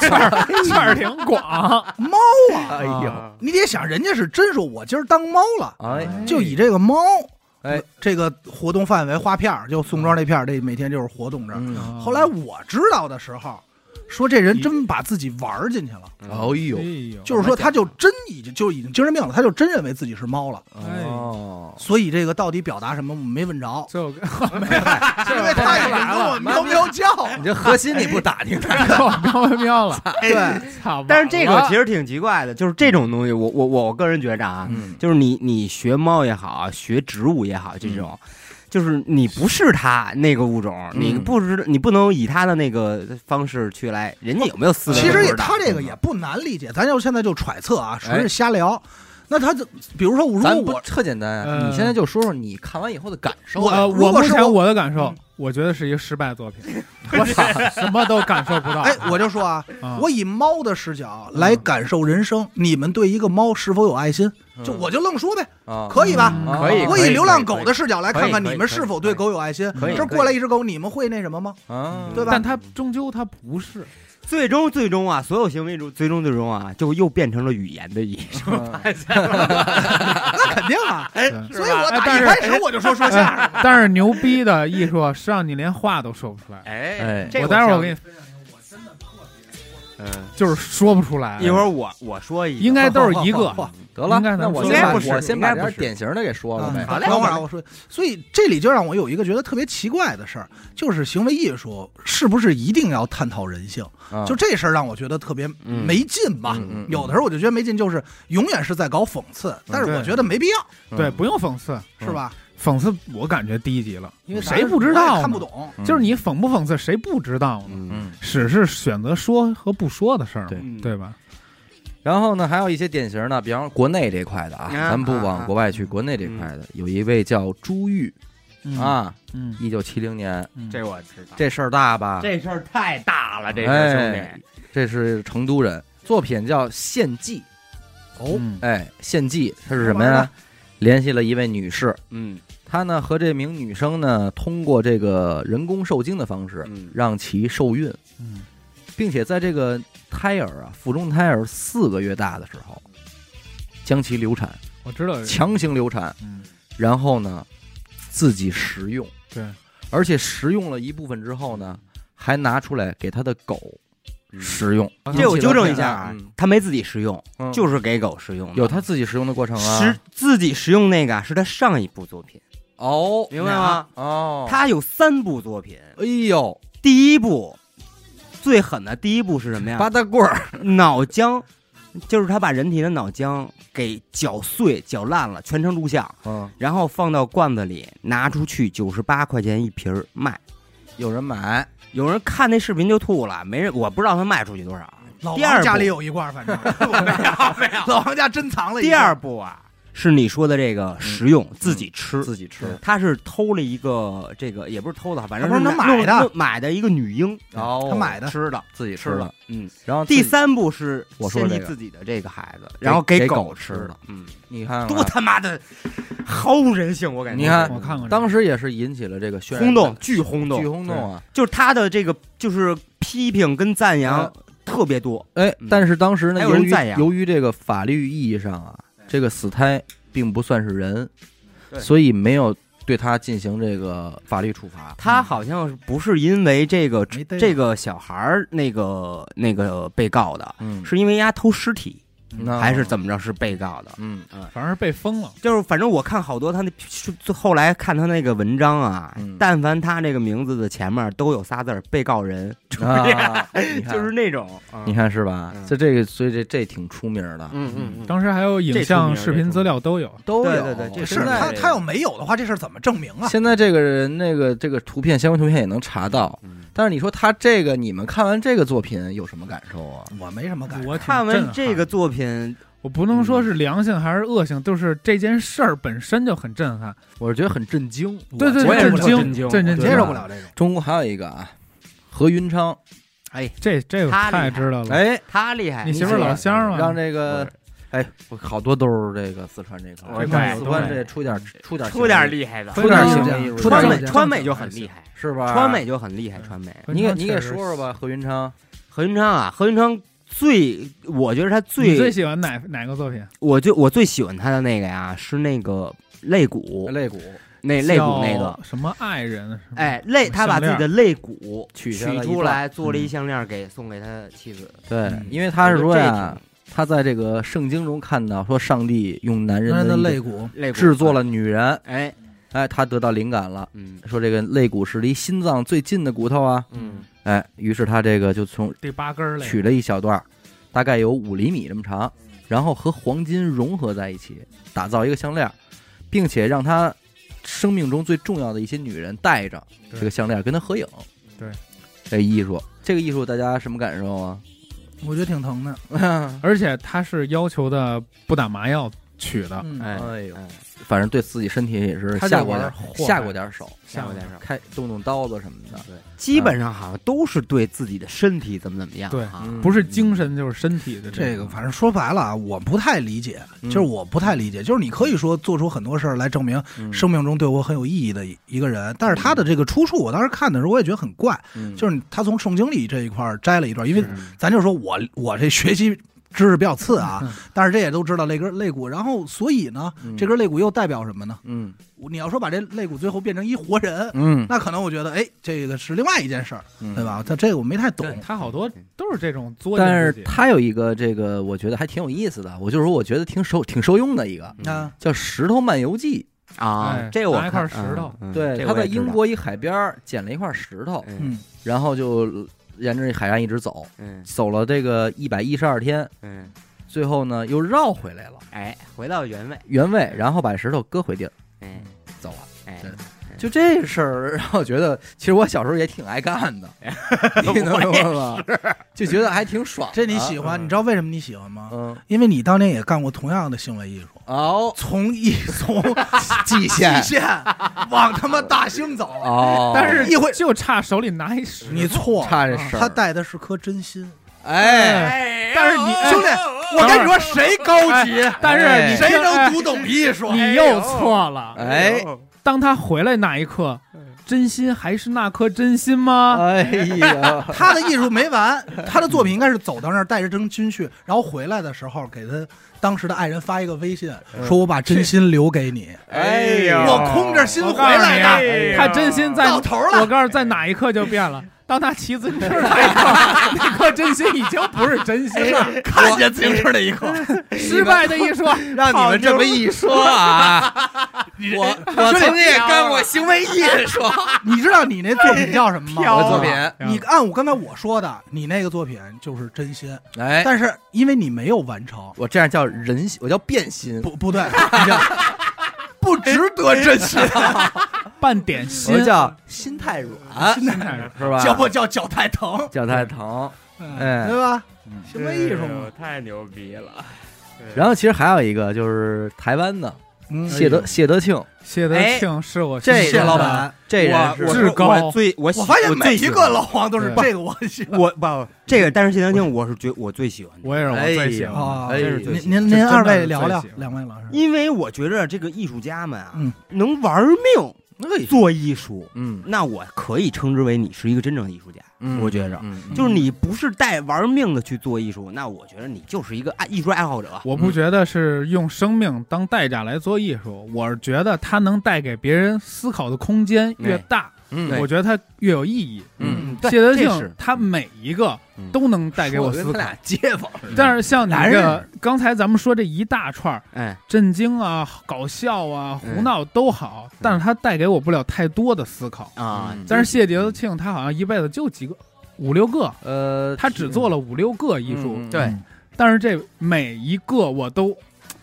Speaker 4: 圈儿圈儿挺广，
Speaker 2: 猫啊，
Speaker 1: 哎呦，
Speaker 2: 你得想人家是真说我今儿当猫了，
Speaker 1: 哎，
Speaker 2: 就以这个猫，
Speaker 1: 哎，
Speaker 2: 这个活动范围划片儿，就宋庄那片儿，这每天就是活动着。
Speaker 1: 嗯，
Speaker 2: 后
Speaker 4: 哎
Speaker 2: 来我知道的时候，说这人真把自己玩儿进去了，
Speaker 1: 哎呦
Speaker 4: 哎，呦，
Speaker 2: 就是说他就真已经就已经精神病了，他就真认为自己是猫了。
Speaker 1: 嗯
Speaker 4: 哎
Speaker 1: 哦，
Speaker 2: 所以这个到底表达什么，我们没 问着，
Speaker 4: 就跟
Speaker 2: 因为他已经跟我喵喵叫了。
Speaker 1: 你这核心你不打听啊打听
Speaker 4: 喵喵喵了，
Speaker 2: 对，
Speaker 4: 操！
Speaker 3: 哎但是这
Speaker 4: 晚
Speaker 3: 个
Speaker 4: 了
Speaker 3: 其实挺奇怪的，就是这种东西，我我我个人觉着啊，
Speaker 1: 嗯
Speaker 3: 就是你你学猫也好，啊学植物也好，这种。就是你不是它那个物种，
Speaker 1: 嗯
Speaker 3: 你不知道，你不能以它的那个方式去来，人家有没有思维？
Speaker 2: 其实
Speaker 3: 不
Speaker 2: 也
Speaker 3: 知道
Speaker 2: 他这个也不难理解，咱就现在就揣测啊，纯
Speaker 1: 嗯哎
Speaker 2: 是瞎聊。那他就比如说，如
Speaker 1: 咱
Speaker 2: 果
Speaker 1: 不
Speaker 2: 我
Speaker 1: 特简单啊，
Speaker 4: 嗯
Speaker 1: 你现在就说说你看完以后的感受。啊
Speaker 2: 我
Speaker 4: 呃，
Speaker 2: 如果
Speaker 4: 我目
Speaker 2: 是
Speaker 4: 前
Speaker 2: 我
Speaker 4: 我的感受
Speaker 2: 嗯，
Speaker 4: 我觉得是一个失败作品，我操，什么都感受不到。
Speaker 2: 哎，我就说啊，
Speaker 1: 嗯
Speaker 4: 啊，
Speaker 2: 我以猫的视角来感受人生，你们对一个猫是否有爱心？就我就愣说呗，
Speaker 1: 啊，
Speaker 2: 可以吧？
Speaker 4: 嗯
Speaker 1: 嗯可以
Speaker 2: 我
Speaker 1: 可
Speaker 2: 以
Speaker 1: 以
Speaker 2: 流浪狗
Speaker 1: 可
Speaker 2: 的视角来看看你们是否对狗有爱心。
Speaker 1: 可以
Speaker 2: 这儿过来一只狗，你们会那什么吗？
Speaker 1: 啊，
Speaker 2: 对吧
Speaker 4: 但他终究他不是，
Speaker 3: 最终最终啊，所有行为中最终最终啊，就又变成了语言的艺术。
Speaker 1: 嗯哎
Speaker 2: 那肯定 啊！
Speaker 4: 对
Speaker 2: 所以 我
Speaker 4: 哎
Speaker 2: 打
Speaker 4: 但
Speaker 2: 一
Speaker 4: 是
Speaker 2: 开始我就说说相声，
Speaker 4: 哎但是牛逼的艺术啊是让你连话都说不出来。
Speaker 1: 哎
Speaker 5: 哎，
Speaker 4: 我待会儿我给
Speaker 5: 你，
Speaker 4: 你，就是说不出来。
Speaker 3: 一会儿我我说一个，
Speaker 4: 应该都是一个
Speaker 2: 嚯 嚯嚯嚯
Speaker 1: 得了，
Speaker 4: 应该咱
Speaker 1: 那我
Speaker 4: 们
Speaker 1: 先把
Speaker 3: 说应该不是
Speaker 1: 我先把
Speaker 3: 应该
Speaker 1: 点
Speaker 3: 不是
Speaker 1: 典型的给说了呗。
Speaker 2: 嗯等会儿啊我说，所以这里就让我有一个觉得特别奇怪的事儿，就是行为艺术是不是一定要探讨人性？
Speaker 1: 嗯
Speaker 2: 就这事儿让我觉得特别
Speaker 3: 嗯
Speaker 2: 没劲吧
Speaker 1: 嗯嗯嗯。
Speaker 2: 有的时候我就觉得没劲，就是永远是在搞讽刺，但是我觉得没必要，
Speaker 4: 对，不用讽刺，
Speaker 1: 嗯
Speaker 2: 是吧？
Speaker 4: 讽刺我感觉低级了，
Speaker 2: 因为咱
Speaker 4: 谁不知道
Speaker 2: 我
Speaker 4: 呢
Speaker 2: 也看不懂。
Speaker 1: 嗯
Speaker 4: 就是你讽不讽刺，谁不知道呢？
Speaker 3: 嗯，
Speaker 1: 嗯，
Speaker 4: 只是选择说和不说的事儿嘛，
Speaker 3: 对
Speaker 4: 对吧？
Speaker 1: 然后呢，还有一些典型的，比方说国内这块的啊，嗯
Speaker 3: 啊
Speaker 1: 咱们不往国外去，国内这块的有一位叫朱玉
Speaker 4: 嗯，
Speaker 1: 啊，
Speaker 4: 嗯，
Speaker 1: 一九七零年，
Speaker 4: 嗯
Speaker 5: 这我知道，
Speaker 1: 这事儿大
Speaker 3: 啊
Speaker 1: 吧？
Speaker 5: 这事儿太大了，这事儿兄
Speaker 1: 哎
Speaker 5: 弟，，
Speaker 1: 这是成都人，作品叫《献祭》。
Speaker 2: 哦，
Speaker 4: 嗯
Speaker 1: 哎，献祭它是什么呀？联系了一位女士，
Speaker 3: 嗯
Speaker 1: 她呢和这名女生呢，通过这个人工受精的方式，
Speaker 3: 嗯
Speaker 1: 让其受孕，
Speaker 4: 嗯
Speaker 1: 并且在这个胎儿啊，腹中胎儿四个月大的时候，将其流产，
Speaker 4: 我知道，
Speaker 1: 强行流产，
Speaker 4: 嗯，
Speaker 1: 然后呢，自己食用，
Speaker 4: 对，
Speaker 1: 而且食用了一部分之后呢，还拿出来给他的狗食用。
Speaker 3: 这我纠正一下啊
Speaker 1: 嗯，
Speaker 3: 他没自己食用，
Speaker 1: 嗯
Speaker 3: 嗯就是给狗食用的。
Speaker 1: 有他自己食用的过程啊。
Speaker 3: 食自己食用那个啊是他上一部作品，
Speaker 1: 哦
Speaker 3: 明白吗？
Speaker 1: 哦，
Speaker 3: 他有三部作品，
Speaker 1: 哎呦，
Speaker 3: 第一部最狠的第一部是什么
Speaker 1: 八
Speaker 3: 呀？
Speaker 1: 大棍儿，
Speaker 3: 脑浆，就是他把人体的脑浆给搅碎、搅烂了，全程录像，
Speaker 1: 嗯，
Speaker 3: 然后放到罐子里，拿出去九十八块钱一瓶儿卖。
Speaker 1: 有人买，
Speaker 3: 有人看那视频就吐了，没人，我不知道他卖出去多少。啊
Speaker 2: 老
Speaker 3: 第二
Speaker 2: 王
Speaker 3: 部
Speaker 2: 家里有一罐，反正没有没有，老王家珍藏了一
Speaker 3: 第
Speaker 2: 罐
Speaker 3: 二部啊，是你说的这个食用，自己吃。
Speaker 1: 自己吃。
Speaker 3: 他是偷了一个这个，也不是偷的，反正
Speaker 2: 他不是他
Speaker 3: 买
Speaker 2: 买的
Speaker 3: 买的一个女婴
Speaker 1: 哦，
Speaker 2: 他买的
Speaker 3: 吃的。
Speaker 1: 自己
Speaker 3: 吃
Speaker 1: 了
Speaker 3: 了，嗯，
Speaker 1: 然后
Speaker 3: 第
Speaker 1: 自己，
Speaker 3: 三部是
Speaker 1: 我说的
Speaker 3: 献
Speaker 1: 这
Speaker 3: 祭
Speaker 1: 个
Speaker 3: 自己的这个孩子，然后给
Speaker 1: 给
Speaker 3: 狗
Speaker 1: 狗
Speaker 3: 吃
Speaker 1: 吃
Speaker 3: 的
Speaker 1: 的，
Speaker 3: 嗯，
Speaker 1: 你看啊
Speaker 3: 多
Speaker 1: 看
Speaker 3: 他妈的毫无人性，我感觉。
Speaker 1: 你看
Speaker 4: 我看看
Speaker 1: 当时也是引起了这个轩然
Speaker 3: 轰动，
Speaker 1: 大
Speaker 3: 巨轰
Speaker 1: 巨
Speaker 3: 动，
Speaker 1: 轰动啊！
Speaker 3: 就是他的这个就是批评跟赞扬特别多，
Speaker 1: 哎
Speaker 3: 嗯，
Speaker 1: 但是当时呢，
Speaker 3: 还有
Speaker 1: 由
Speaker 3: 人
Speaker 1: 于
Speaker 3: 赞扬
Speaker 1: 由于这个法律意义上啊，这个死胎并不算是人，
Speaker 3: 对
Speaker 1: 所以没有对他进行这个法律处罚。
Speaker 3: 他好像是不是因为这个
Speaker 2: 没逮着
Speaker 3: 这个小孩儿那个那个被告的，
Speaker 1: 嗯，哦
Speaker 3: 是因为丫偷尸体，
Speaker 1: 那
Speaker 3: 还是怎么着是被告的？
Speaker 1: 嗯
Speaker 4: 反正是被封了。
Speaker 3: 就是反正我看好多他那就后来看他那个文章啊
Speaker 1: 嗯，
Speaker 3: 但凡他这个名字的前面都有仨字儿“被告人
Speaker 1: 啊，你”，看
Speaker 3: 就是那种，
Speaker 1: 你看是吧？
Speaker 3: 嗯
Speaker 1: 这这个，所以这这挺出名的，
Speaker 3: 嗯嗯嗯，
Speaker 4: 当时还有影像、视频资料都有，
Speaker 1: 都有。哦
Speaker 3: 对对对这
Speaker 2: 是
Speaker 3: 现在
Speaker 2: 他
Speaker 3: 这个
Speaker 2: 他要没有的话，这事儿怎么证明啊？
Speaker 1: 现在这个人那个这个图片相关图片也能查到，
Speaker 3: 嗯
Speaker 1: 但是你说他这个，你们看完这个作品有什么感受啊？
Speaker 2: 我没什么感觉，
Speaker 4: 我挺
Speaker 3: 看
Speaker 4: 震
Speaker 3: 完
Speaker 4: 撼
Speaker 3: 这个，作品，
Speaker 4: 我不能说是良性还是恶性，就是这件事儿本身就很震撼。
Speaker 1: 我是觉得很震惊。
Speaker 4: 对对，
Speaker 2: 我也
Speaker 4: 震
Speaker 2: 是
Speaker 4: 惊，
Speaker 5: 震惊
Speaker 4: 震惊，
Speaker 2: 接受不了这种。
Speaker 1: 中国还有一个啊，何云昌，
Speaker 4: 这这个
Speaker 3: 他厉害
Speaker 4: 太知道了。
Speaker 1: 哎，
Speaker 3: 哎他厉害，
Speaker 4: 你媳妇儿老乡嘛，
Speaker 1: 让这个，哎，我好多都是这个四川这块儿，
Speaker 3: 对
Speaker 1: 四川这出点出点
Speaker 5: 出点厉害的，
Speaker 1: 出点
Speaker 4: 行
Speaker 1: 行
Speaker 4: 为
Speaker 1: 为艺术，
Speaker 2: 出
Speaker 3: 川
Speaker 2: 点
Speaker 3: 美
Speaker 2: 正常
Speaker 3: 川美就很厉害，
Speaker 1: 是吧？
Speaker 3: 川美，就很厉害，川美。
Speaker 1: 你给你给说说吧，何云昌，
Speaker 3: 何云昌啊，何云昌最，我觉得他
Speaker 4: 你最
Speaker 3: 最，
Speaker 4: 喜欢哪哪个作品？
Speaker 3: 我就我最喜欢他的那个呀，是那个肋骨，
Speaker 1: 肋骨
Speaker 3: 那肋骨那个
Speaker 4: 叫，什么爱人？是吗，
Speaker 3: 哎，肋，他把自己的肋骨取
Speaker 1: 取下了一
Speaker 3: 出
Speaker 1: 段
Speaker 3: 来，做了一项链儿给送给他的妻子。
Speaker 1: 对
Speaker 2: 嗯，
Speaker 1: 因为他是说
Speaker 3: 我觉得
Speaker 1: 呀，他在这个圣经中看到说，上帝用男人的
Speaker 2: 肋
Speaker 1: 骨
Speaker 2: 骨，
Speaker 3: 肋骨
Speaker 1: 制作，了女人，
Speaker 3: 哎，
Speaker 1: 哎，他得到灵感了，
Speaker 3: 嗯
Speaker 1: 说这个肋骨是离心脏最近的骨头啊，
Speaker 3: 嗯，
Speaker 1: 哎，于是他这个就从
Speaker 4: 第八根儿嘞，
Speaker 1: 取了一小段儿，大概有五厘米这么长，然后和黄金融合在一起，打造一个项链儿，并且让他生命中最重要的一些女人戴着
Speaker 4: 对
Speaker 1: 这个项链儿跟他合影。
Speaker 4: 对，
Speaker 1: 这艺术，这个艺术大家什么感受啊？
Speaker 2: 我觉得挺疼的。
Speaker 4: 而且他是要求的不打麻药取的，
Speaker 2: 嗯，
Speaker 3: 哎，
Speaker 1: 哎呦
Speaker 3: 哎，
Speaker 1: 反正对自己身体也是
Speaker 4: 他
Speaker 1: 下
Speaker 4: 这
Speaker 1: 过
Speaker 4: 玩意
Speaker 1: 点
Speaker 4: 儿
Speaker 1: 儿
Speaker 4: 祸
Speaker 1: 下
Speaker 4: 害
Speaker 1: 过点儿手，
Speaker 3: 下回再说。
Speaker 1: 开动动刀子什么的。
Speaker 3: 对，基
Speaker 1: 嗯
Speaker 3: 本上好像都是对自己的身体怎么怎么样
Speaker 4: 对
Speaker 3: 啊，
Speaker 1: 嗯
Speaker 4: 不是精神就是身体的
Speaker 2: 这
Speaker 4: 个
Speaker 2: 个。反正说白了啊，我不太理解，
Speaker 1: 嗯
Speaker 2: 就是我不太理解，就是你可以说做出很多事儿来证明
Speaker 1: 嗯
Speaker 2: 生命中对我很有意义的一个人，但是他的这个出处，我当时看的时候我也觉得很怪，
Speaker 1: 嗯
Speaker 2: 就是他从圣经里这一块儿摘了一
Speaker 3: 嗯
Speaker 2: 段，因为
Speaker 4: 是
Speaker 2: 咱就说我我这学习知识比较次啊
Speaker 4: 嗯，
Speaker 2: 但是这也都知道肋根肋骨，然后所以呢，
Speaker 1: 嗯
Speaker 2: 这根肋骨又代表什么呢？
Speaker 1: 嗯
Speaker 2: 你要说把这肋骨最后变成一活人，
Speaker 1: 嗯
Speaker 2: 那可能我觉得哎，这个是另外一件事儿，
Speaker 1: 嗯
Speaker 2: 对？吧？但这个我没太懂
Speaker 4: 对，他好多都是这种作，践
Speaker 1: 但是
Speaker 4: 自己
Speaker 1: 他有一个这个，我觉得还挺有意思的，我就是说我觉得挺受挺受用的一个，
Speaker 3: 嗯
Speaker 2: 啊，
Speaker 1: 叫《石头漫游记
Speaker 3: 啊
Speaker 4: 哎，
Speaker 3: 这我
Speaker 4: 拿一
Speaker 3: 看
Speaker 4: 块石头，
Speaker 3: 嗯》。
Speaker 1: 对，
Speaker 3: 这
Speaker 1: 他
Speaker 3: 我
Speaker 1: 在
Speaker 3: 也知
Speaker 1: 英
Speaker 3: 道
Speaker 1: 国一海边儿捡了一块石头，
Speaker 3: 嗯
Speaker 2: 嗯，
Speaker 1: 然后就沿着海岸一直走，
Speaker 3: 嗯
Speaker 1: 走了这个一百一十二天，
Speaker 3: 嗯，
Speaker 1: 最后呢又绕回来了
Speaker 3: 哎，回到原位，
Speaker 1: 原位，然后把石头搁回地儿
Speaker 3: 哎
Speaker 1: 走了。
Speaker 3: 哎
Speaker 1: 对，就这事儿， 让我觉得，其实我小时候也挺爱干的，你能明白吗？ 就觉得还挺爽。
Speaker 2: 这你喜？欢？你知道为什么你喜欢吗？
Speaker 1: 啊嗯，
Speaker 2: 因为你当年也干过同样的行为艺术，
Speaker 1: 哦
Speaker 2: 从一从
Speaker 1: 极
Speaker 2: 蓟
Speaker 1: 限
Speaker 2: 县往他妈大兴走， 啊
Speaker 1: 哦，
Speaker 4: 但是
Speaker 2: 一回
Speaker 4: 就差手里拿一石头，
Speaker 2: 你错了，
Speaker 1: 差这事儿，
Speaker 2: 他带的是颗真心。
Speaker 1: 哎。
Speaker 5: 哎
Speaker 4: 但是你
Speaker 2: 兄弟，我跟你说谁高级，
Speaker 1: 哎
Speaker 4: 但是你
Speaker 2: 谁
Speaker 4: 听
Speaker 2: 能
Speaker 4: 哎
Speaker 2: 读懂艺术？
Speaker 4: 你又错了。
Speaker 1: 哎，嗯
Speaker 4: 当他回来那一刻，真心还是那颗真心吗？
Speaker 1: 哎呀，
Speaker 2: 他的艺术没完，他的作品应该是走到那儿带着真心去，然后回来的时候给他当时的爱人发一个微信，
Speaker 1: 嗯
Speaker 2: 说我把真心留给你，
Speaker 5: 哎呦，
Speaker 2: 我空着心回来
Speaker 4: 哎
Speaker 2: 的，
Speaker 5: 呀
Speaker 4: 他真心在，
Speaker 2: 到头了
Speaker 4: 我告诉你，在哪一刻就变了。当他骑自行车那一刻，那颗真心已经不是真心
Speaker 1: 哎
Speaker 4: 了。
Speaker 2: 看见自行车那一刻，
Speaker 4: 失败的一说，
Speaker 1: 让你们这么一说 啊，我我曾经也干过行为艺术
Speaker 2: 你知道你那作品叫什么
Speaker 1: 我
Speaker 2: 吗？
Speaker 1: 的作品，
Speaker 2: 你按我刚才我说的，你那个作品就是真心，
Speaker 1: 哎，
Speaker 2: 但是因为你没有完成，
Speaker 1: 我这样叫人心，我叫变心，
Speaker 2: 不不对，你叫不值得真心，啊
Speaker 4: 半点
Speaker 1: 我
Speaker 4: 心，
Speaker 1: 叫啊心太软，
Speaker 4: 心态上
Speaker 1: 是吧？
Speaker 2: 叫不叫脚太疼，
Speaker 1: 脚太疼，哎
Speaker 2: 对吧
Speaker 1: 嗯？
Speaker 2: 行为艺术嘛，
Speaker 5: 太牛逼了。
Speaker 1: 然后其实还有一个就是台湾的
Speaker 2: 嗯
Speaker 1: 谢德谢德庆，
Speaker 4: 谢德
Speaker 3: 哎
Speaker 4: 庆是我
Speaker 1: 这
Speaker 4: 心
Speaker 1: 哎谢
Speaker 4: 中
Speaker 1: 老
Speaker 4: 的
Speaker 1: 板，这人是
Speaker 4: 我至高
Speaker 3: 我最我喜
Speaker 2: 我发现每一个。
Speaker 3: 我最喜欢
Speaker 2: 老黄都是
Speaker 4: 对
Speaker 2: 这个，我喜
Speaker 3: 我不，这个但是谢长庆，我是觉我最喜欢的，
Speaker 4: 我也是我最喜欢的。
Speaker 2: 啊
Speaker 1: 哎呦
Speaker 3: 真是最喜
Speaker 2: 您
Speaker 3: 欢
Speaker 2: 您
Speaker 3: 嗯的
Speaker 4: 这
Speaker 2: 您
Speaker 4: 真
Speaker 2: 二
Speaker 4: 的
Speaker 2: 位
Speaker 4: 是
Speaker 2: 聊
Speaker 4: 最
Speaker 2: 聊
Speaker 4: 喜，欢
Speaker 2: 两位老师，
Speaker 3: 因为我觉着这个艺术家们啊
Speaker 2: 嗯，
Speaker 3: 能玩命
Speaker 1: 哎
Speaker 3: 做艺术，
Speaker 1: 嗯
Speaker 3: 那我可以称之为你是一个真正的艺术家。
Speaker 5: 嗯
Speaker 3: 我觉着
Speaker 5: 嗯嗯
Speaker 3: 就是你不是带玩命的去做艺术，那我觉得你就是一个爱艺术爱好者。
Speaker 4: 我不觉得是用生命当代价来做艺术，我是觉得它能带给别人思考的空
Speaker 1: 哎
Speaker 4: 间越大，
Speaker 5: 嗯
Speaker 3: 对
Speaker 4: 我觉得它越有意义。
Speaker 5: 嗯
Speaker 3: 对
Speaker 4: 谢德
Speaker 3: 这
Speaker 4: 庆
Speaker 3: 是
Speaker 4: 他每一个
Speaker 3: 嗯
Speaker 4: 都能带给我
Speaker 1: 跟
Speaker 4: 思
Speaker 1: 他
Speaker 4: 考，
Speaker 1: 俩街坊似的，
Speaker 4: 但是像你
Speaker 3: 男
Speaker 4: 这个刚才咱们说这一大串儿
Speaker 3: 哎，
Speaker 4: 震惊啊、搞笑啊、
Speaker 3: 嗯
Speaker 4: 胡闹都好，但是它带给我不了太多的思考。
Speaker 3: 啊
Speaker 5: 嗯，
Speaker 4: 但是谢德庆他好像一辈子就几个五六个，
Speaker 1: 呃，
Speaker 4: 他只做了五六个艺术，
Speaker 1: 嗯嗯
Speaker 5: 对
Speaker 4: 但是这每一个我都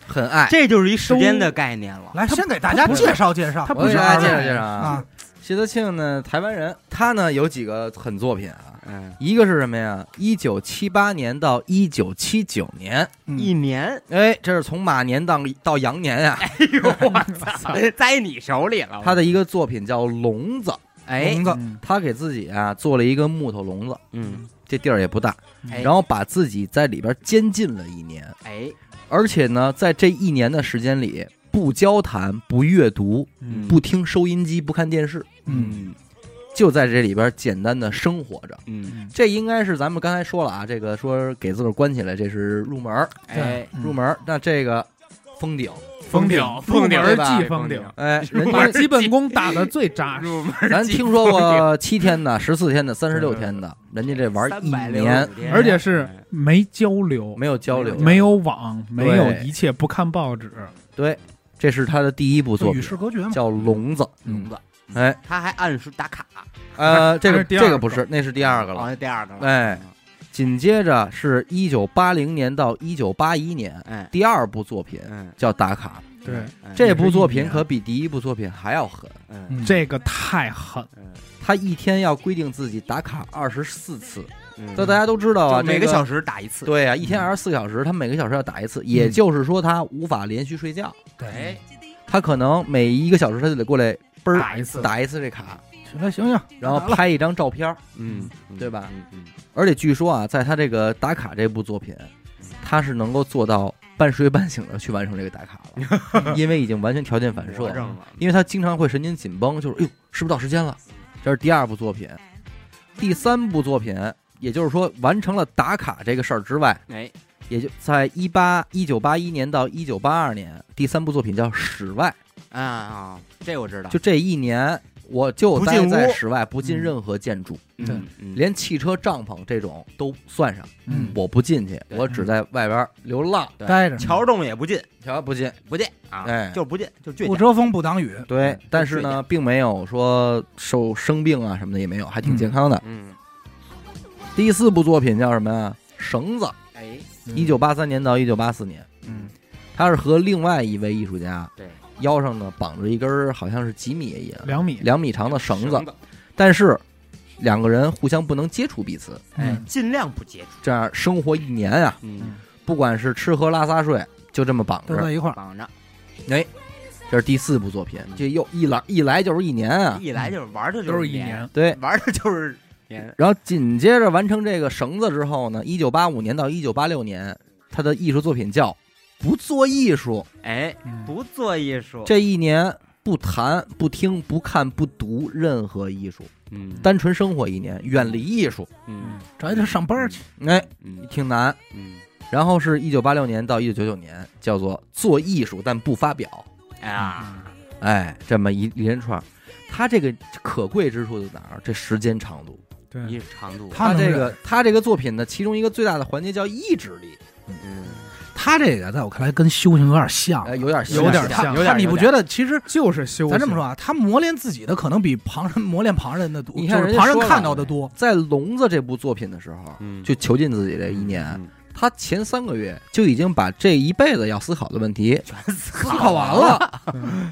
Speaker 1: 很爱。
Speaker 3: 这就是一时间的概念了。
Speaker 2: 来，先给大家介绍介绍
Speaker 4: 他
Speaker 1: 我
Speaker 4: 不
Speaker 1: 给
Speaker 4: 是
Speaker 1: 大家
Speaker 4: 二
Speaker 1: 介
Speaker 4: 代
Speaker 1: 绍介绍啊
Speaker 2: 啊，，
Speaker 1: 谢德庆呢，台湾人，他呢有几个很作品啊，
Speaker 3: 嗯，
Speaker 1: 一个是什么呀？一九七八年到一九七九年，
Speaker 3: 一年，
Speaker 1: 哎，这是从马年到到羊年啊。
Speaker 3: 哎呦，我操，栽你手里了。
Speaker 1: 他的一个作品叫《笼子》，
Speaker 3: 哎，
Speaker 2: 笼子
Speaker 4: 嗯
Speaker 1: 他给自己啊做了一个木头笼子，
Speaker 3: 嗯，
Speaker 1: 这地儿也不大，
Speaker 3: 哎
Speaker 1: 然后把自己在里边监禁了一年，
Speaker 3: 哎，
Speaker 1: 而且呢，在这一年的时间里，不交谈、不阅读、
Speaker 4: 嗯
Speaker 1: 不听收音机、不看电视，
Speaker 2: 嗯，
Speaker 1: 就在这里边简单的生活着。
Speaker 3: 嗯，
Speaker 1: 这应该是咱们刚才说了啊，这个说给自个儿关起来，这是入门儿，
Speaker 3: 哎，
Speaker 2: 嗯
Speaker 1: 入门儿。那这个封顶，
Speaker 4: 嗯封顶，
Speaker 5: 封顶
Speaker 4: 门
Speaker 1: 对吧
Speaker 4: 记封顶，
Speaker 1: 哎，人
Speaker 4: 把
Speaker 1: 家
Speaker 4: 基本功打得最扎实。
Speaker 5: 入门
Speaker 1: 咱听说过七天的、十四天的、三十六天的，
Speaker 4: 嗯
Speaker 1: 人家这玩儿一年
Speaker 3: 365天
Speaker 4: 而且是
Speaker 3: 哎
Speaker 4: 没交流，
Speaker 1: 没有交流，
Speaker 4: 没有网，没有
Speaker 1: 对
Speaker 4: 一切，不看报纸。
Speaker 1: 对，这是他的第一部作
Speaker 2: 就与
Speaker 1: 品，
Speaker 2: 世隔绝嘛。
Speaker 1: 叫《笼子》。
Speaker 4: 嗯
Speaker 3: 子，
Speaker 1: 哎，
Speaker 3: 他还按时打卡，
Speaker 1: 呃，这
Speaker 4: 还
Speaker 1: 个
Speaker 4: 是第二
Speaker 1: 这个
Speaker 4: 个啊
Speaker 1: 不是，那是第二个了。
Speaker 3: 哦，第二个了，
Speaker 1: 哎，紧接着是一九八零年到一九八一年，
Speaker 3: 哎，
Speaker 1: 第二部作品
Speaker 3: 嗯，
Speaker 1: 叫《打卡》。
Speaker 4: 对，
Speaker 3: 哎
Speaker 1: 这部作品
Speaker 4: 也是一年
Speaker 1: 可比第一部作品还要狠，
Speaker 3: 嗯
Speaker 4: 这个太狠，
Speaker 1: 他一天要规定自己打卡二十四次。
Speaker 3: 嗯
Speaker 1: 这大家都知道啊，
Speaker 3: 就每个小
Speaker 1: 时。
Speaker 3: 时嗯打一次，
Speaker 1: 对啊，一天二十四小时，他每个小时要打一次，
Speaker 3: 嗯
Speaker 1: 也就是说他无法连续睡觉，
Speaker 3: 哎，
Speaker 1: 他可能每一个小时他就得过来嘣儿
Speaker 4: 打一次
Speaker 1: 打一次这卡，
Speaker 2: 行了，行行，
Speaker 1: 然后拍一张照片儿。
Speaker 3: 嗯，
Speaker 1: 对吧
Speaker 3: 嗯？嗯
Speaker 1: 而且据说啊，在他这个打卡这部作品，
Speaker 3: 嗯
Speaker 1: 他是能够做到半睡半醒的去完成这个打卡 了，因为已经完全条件
Speaker 3: 嗯
Speaker 1: 反射
Speaker 5: 魔怔
Speaker 1: 了。
Speaker 5: 了，
Speaker 1: 因为他经常会神经紧绷，就是哎呦，是不是到时间了？这是第二部作品，第三部作品，也就是说完成了打卡这个事儿之外，
Speaker 3: 哎，
Speaker 1: 也就在一八一九八一年到一九八二年，第三部作品叫《室外
Speaker 3: 啊啊，这我知道》，，
Speaker 1: 就这一年。我就
Speaker 3: 不
Speaker 1: 待
Speaker 3: 进
Speaker 1: 在
Speaker 3: 屋
Speaker 1: 室外，不进任何建筑，
Speaker 2: 对
Speaker 3: 嗯，嗯
Speaker 1: 连汽车、帐篷这种都算上。
Speaker 4: 嗯，
Speaker 1: 我不进去，
Speaker 3: 对嗯
Speaker 1: 我只在外边流浪，
Speaker 3: 对
Speaker 2: 待着，
Speaker 3: 桥洞也不进，
Speaker 1: 瞧不进。
Speaker 3: 不进啊，
Speaker 1: 哎
Speaker 3: 就是不进，就倔
Speaker 2: 不
Speaker 3: 强，
Speaker 2: 遮风不挡雨，
Speaker 1: 对
Speaker 3: 嗯，
Speaker 1: 但是呢，并没有说受生病啊什么的也没有，还挺健康的。
Speaker 3: 嗯，
Speaker 1: 第四部作品叫什么呀？绳子，
Speaker 3: 哎，
Speaker 1: 一九八三年到一九八四年，
Speaker 3: 嗯，
Speaker 1: 他是和另外一位艺术家，
Speaker 3: 对，
Speaker 1: 腰上呢绑着一根儿好像是几米也
Speaker 4: 两米，
Speaker 1: 嗯两米长的绳子，，但是两个人互相不能接触彼此，
Speaker 3: 哎
Speaker 4: 嗯，
Speaker 3: 尽量不接触，
Speaker 1: 这样生活一年啊，
Speaker 3: 嗯，
Speaker 1: 不管是吃喝拉撒睡，就这么绑
Speaker 2: 都
Speaker 1: 着。
Speaker 2: 在一块儿。
Speaker 3: 绑着，
Speaker 1: 这是第四部作品，这又一来一来就是一年啊，
Speaker 3: 一来就是玩的就
Speaker 4: 都是
Speaker 3: 一
Speaker 4: 一，年。
Speaker 1: 对。
Speaker 3: 玩的就是年，
Speaker 1: 然后紧接着完成这个绳子之后呢，一九八五年到一九八六年，他的艺术作品叫《不做艺术
Speaker 3: 哎，
Speaker 4: 嗯
Speaker 3: 不做艺术》。，
Speaker 1: 这一年不谈、不听、不看、不读任何艺术，
Speaker 3: 嗯
Speaker 1: 单纯生活一年，远离艺术。
Speaker 3: 嗯
Speaker 2: 找一地儿上班去，
Speaker 1: 哎，
Speaker 3: 嗯
Speaker 1: 挺难。
Speaker 3: 嗯，
Speaker 1: 然后是一九八六年到一九九九年，叫做做艺术但不发表，
Speaker 3: 哎呀，
Speaker 1: 哎，这么一一连串。他这个可贵之处在哪儿？这时间长度。
Speaker 4: 对，
Speaker 3: 艺术长度，
Speaker 2: 他能
Speaker 1: 这
Speaker 2: 忍
Speaker 1: 个他这个作品的其中一个最大的环节叫意志力，
Speaker 3: 嗯，
Speaker 2: 他这个在我看来跟修行有点像，
Speaker 1: 呃，有点
Speaker 4: 有点
Speaker 2: 他他
Speaker 4: 像有点
Speaker 2: 你不觉得其实？
Speaker 4: 就是修。
Speaker 2: 咱这么说，啊，他磨练自己的可能比旁人磨练旁人的多，
Speaker 1: 你看
Speaker 2: 就
Speaker 1: 人
Speaker 2: 是
Speaker 1: 家
Speaker 2: 旁人
Speaker 1: 说了
Speaker 2: 看到的多。
Speaker 1: 在《笼子》这部作品的时候，
Speaker 3: 嗯
Speaker 1: 就囚禁自己这一年，，
Speaker 5: 嗯
Speaker 1: 他前三个月就已经把这一辈子要思考的问题全思考完了。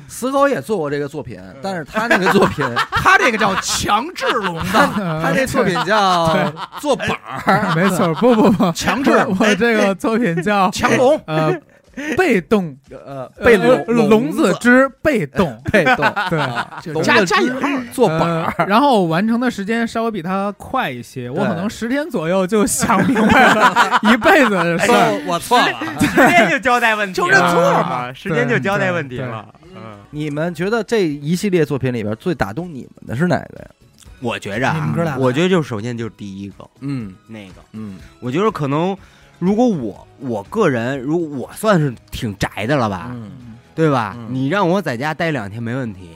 Speaker 1: 思考也做过这个作品，但是他那个作品，
Speaker 2: 他这个叫强制笼 子，
Speaker 1: 他
Speaker 4: 他
Speaker 1: 这 作品叫做板儿，
Speaker 4: 呃没错，不不不，
Speaker 2: 强制
Speaker 4: 我我这个作品叫
Speaker 2: 强龙，
Speaker 4: 呃被动
Speaker 1: 呃，
Speaker 4: 被
Speaker 1: 被笼
Speaker 4: 笼
Speaker 1: 子，
Speaker 4: 子之被动
Speaker 1: 被动
Speaker 4: 对。
Speaker 1: 笼
Speaker 2: 加
Speaker 1: 子
Speaker 2: 加引号的，
Speaker 1: 做板儿。
Speaker 4: 呃，然后完成的时间稍微比他快一些，我
Speaker 1: 对
Speaker 4: 可能十天左右就想明白了 一辈子
Speaker 3: 哎
Speaker 5: 嗯
Speaker 4: 的事儿。
Speaker 1: 说我错了，
Speaker 5: 哎时间就交代问题，
Speaker 2: 就认
Speaker 4: 错
Speaker 5: 嘛，
Speaker 4: 嘛
Speaker 5: 时间就交代问题了，嗯，
Speaker 1: 你们觉得这一系列作品里边最打动你们的是哪个呀？
Speaker 3: 我觉着
Speaker 2: 你
Speaker 3: 啊
Speaker 2: 们哥俩，来
Speaker 3: 我觉得就是首先就是第一个
Speaker 1: 嗯
Speaker 3: 那个，
Speaker 1: 嗯
Speaker 3: 我觉得可能如果我我个人，如果我算是挺宅的了吧，
Speaker 1: 嗯
Speaker 3: 对吧？
Speaker 1: 嗯
Speaker 3: 你让我在家待两天没问题，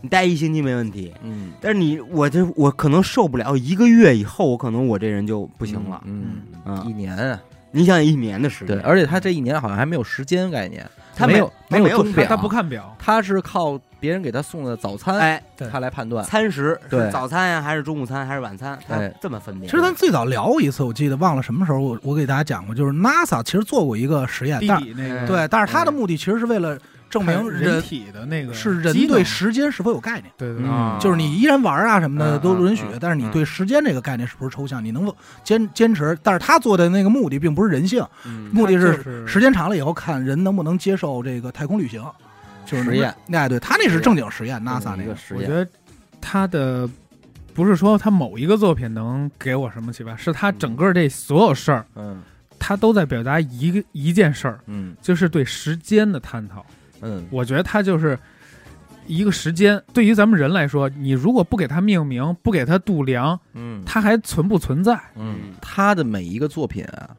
Speaker 3: 你待一星期没问题，
Speaker 1: 嗯，
Speaker 3: 但是你我这我可能受不了一个月以后，我可能我这人就不
Speaker 1: 不
Speaker 3: 行了。
Speaker 1: 嗯
Speaker 3: 嗯
Speaker 1: 一年啊，
Speaker 3: 你想一年的时间，
Speaker 1: 对，而且他这一年好像还没有时间概念，
Speaker 3: 他
Speaker 1: 没
Speaker 3: 没
Speaker 1: 有
Speaker 3: 他
Speaker 1: 有
Speaker 3: 没有
Speaker 1: 钟
Speaker 4: 他
Speaker 1: 表，
Speaker 4: 他不，看表，
Speaker 1: 他是靠别人给他送的早餐，
Speaker 3: 哎，
Speaker 2: 对
Speaker 1: 他来判断。
Speaker 3: 餐食
Speaker 1: 对
Speaker 3: 是早餐呀、还是中午餐还是晚餐，他
Speaker 1: 哎
Speaker 3: 这么分辨。
Speaker 2: 其实咱最早聊过一次，我记得忘了什么时候我我给大家讲过，就是 NASA 其实做过一个实验，
Speaker 4: 地
Speaker 2: 但
Speaker 4: 底那个
Speaker 2: 对，但是它的
Speaker 3: 嗯
Speaker 2: 目的其实是为了证
Speaker 4: 看
Speaker 2: 明
Speaker 4: 人
Speaker 2: 人
Speaker 4: 体的那个
Speaker 2: 是
Speaker 4: 机
Speaker 2: 人
Speaker 4: 能
Speaker 2: 对时间是否有概念。
Speaker 4: 对对
Speaker 1: 嗯
Speaker 4: 对
Speaker 5: 啊
Speaker 2: 就是你依然玩啊什么的
Speaker 3: 嗯
Speaker 2: 都允许
Speaker 3: 嗯嗯，
Speaker 2: 但是你对时间这个概念是不是抽象？你能否坚坚持？但是他做的那个目的并不是人性，
Speaker 3: 嗯
Speaker 2: 目的
Speaker 4: 就是是
Speaker 2: 时间长了以后看人能不能接受这个太空旅行，就是能
Speaker 1: 实验。嗯
Speaker 2: 哎，对他那是正经实验，NASA
Speaker 1: 一
Speaker 2: 那
Speaker 1: 个
Speaker 2: 个。
Speaker 1: 实
Speaker 4: 我觉
Speaker 1: 验，
Speaker 4: 得他的不是说他某一个作品能给我什么启发，是他整个这所有事儿，
Speaker 1: 嗯
Speaker 4: 他都在表达一个一件事儿，
Speaker 1: 嗯
Speaker 4: 就是对时间的探讨。
Speaker 1: 嗯
Speaker 4: 我觉得他就是一个时间，对于咱们人来说，你如果不给它命名，不给它度量，
Speaker 1: 嗯
Speaker 4: 它还存不存在？
Speaker 1: 嗯，他的每一个作品啊，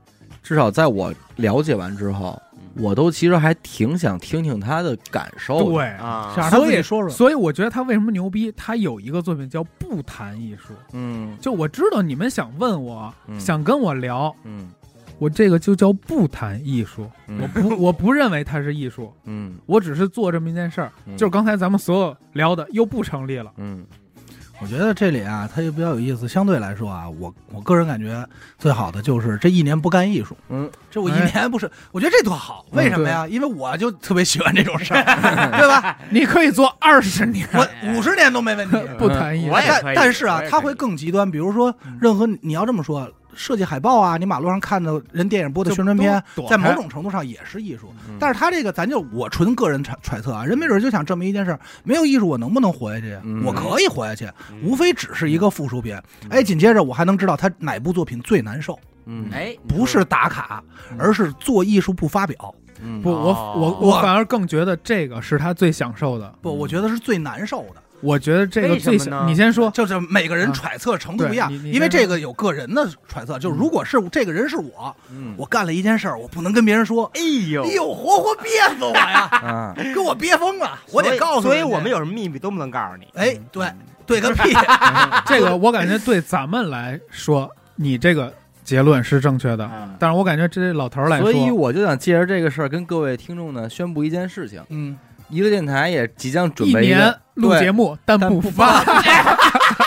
Speaker 1: 至少在我了解完之后，我都其实还挺想听听他的感受的。
Speaker 4: 对。
Speaker 5: 啊，
Speaker 2: 是啊，他
Speaker 4: 所
Speaker 2: 自
Speaker 4: 以
Speaker 2: 己说说，
Speaker 4: 所以我觉得他为什么牛逼？他有一个作品叫《不谈艺术》，
Speaker 1: 嗯
Speaker 4: 就我知道你们想问我，
Speaker 1: 嗯
Speaker 4: 想跟我聊，
Speaker 1: 嗯
Speaker 4: 我这个就叫不谈艺术。
Speaker 1: 嗯
Speaker 4: 我不，我不认为它是艺术，
Speaker 1: 嗯
Speaker 4: 我只是做这么一件事儿，
Speaker 1: 嗯
Speaker 4: 就是刚才咱们所有聊的又不成立了。
Speaker 1: 嗯
Speaker 2: 我觉得这里啊，他也比较有意思。相对来说啊，我我个人感觉最好的就是这一年不干艺术。
Speaker 1: 嗯，
Speaker 2: 这我一
Speaker 4: 哎
Speaker 2: 年不是，我觉得这多好。为什么
Speaker 5: 嗯
Speaker 2: 呀？因为我就特别喜欢这种 事儿，对吧？
Speaker 4: 你可以做二十年
Speaker 2: 我五十年都没问题。
Speaker 4: 不谈艺术
Speaker 5: 哎 我，也可
Speaker 2: 但
Speaker 5: 以
Speaker 2: 但是啊
Speaker 5: 我也可，以
Speaker 2: 他会更极端，比如说，任何你要这么说，设计海报啊，你马路上看到人电影播的宣传片，
Speaker 4: 就都躲
Speaker 2: 在
Speaker 4: 开
Speaker 2: 某种程度上也是艺术。
Speaker 1: 嗯
Speaker 2: 但是他这个，咱就我纯个人揣揣测啊，人没准就想证明一件事儿：没有艺术，我能不能活下去？
Speaker 1: 嗯
Speaker 2: 我可以活下去，
Speaker 3: 嗯
Speaker 2: 无非只是一个附属品。哎，紧接着我还能知道他哪部作品最难受，
Speaker 1: 嗯
Speaker 5: 哎，
Speaker 2: 不是打卡，而是做艺术不发表。
Speaker 1: 嗯
Speaker 4: 不，我我
Speaker 5: 哦
Speaker 4: 我反而更觉得这个是他最享受的。
Speaker 2: 不，我觉得是最难受的。
Speaker 4: 我觉得这个
Speaker 5: 为什么
Speaker 4: 最
Speaker 5: 呢
Speaker 4: 享，你先说，
Speaker 2: 就是每个人揣测程度不一样，
Speaker 4: 对你你
Speaker 2: 因为
Speaker 4: 先说
Speaker 2: 这个有个人的揣测。就是如果是这个人是我，
Speaker 1: 嗯
Speaker 2: 我干了一件事儿，我不能跟别人说，
Speaker 5: 哎呦
Speaker 2: 哎呦，活活憋死我 呀，
Speaker 1: 啊
Speaker 2: 给我憋疯了，我
Speaker 3: 所
Speaker 2: 得
Speaker 3: 以
Speaker 2: 告诉
Speaker 3: 所以
Speaker 2: 人家
Speaker 3: 我们有什么秘密都不能告诉你。
Speaker 2: 哎，对对个屁，
Speaker 4: 这个我感觉对咱们来说，你这个结论是正确的，
Speaker 3: 啊
Speaker 5: 嗯
Speaker 4: 但是我感觉这老头儿来说，
Speaker 1: 所以我就想借着这个事儿跟各位听众呢宣布一件事情：
Speaker 2: 嗯，
Speaker 1: 一个电台也即将准
Speaker 4: 一
Speaker 1: 备一
Speaker 4: 年
Speaker 1: 个
Speaker 4: 录
Speaker 1: 对
Speaker 4: 节目但
Speaker 1: 但
Speaker 4: 不
Speaker 1: 不
Speaker 4: 发，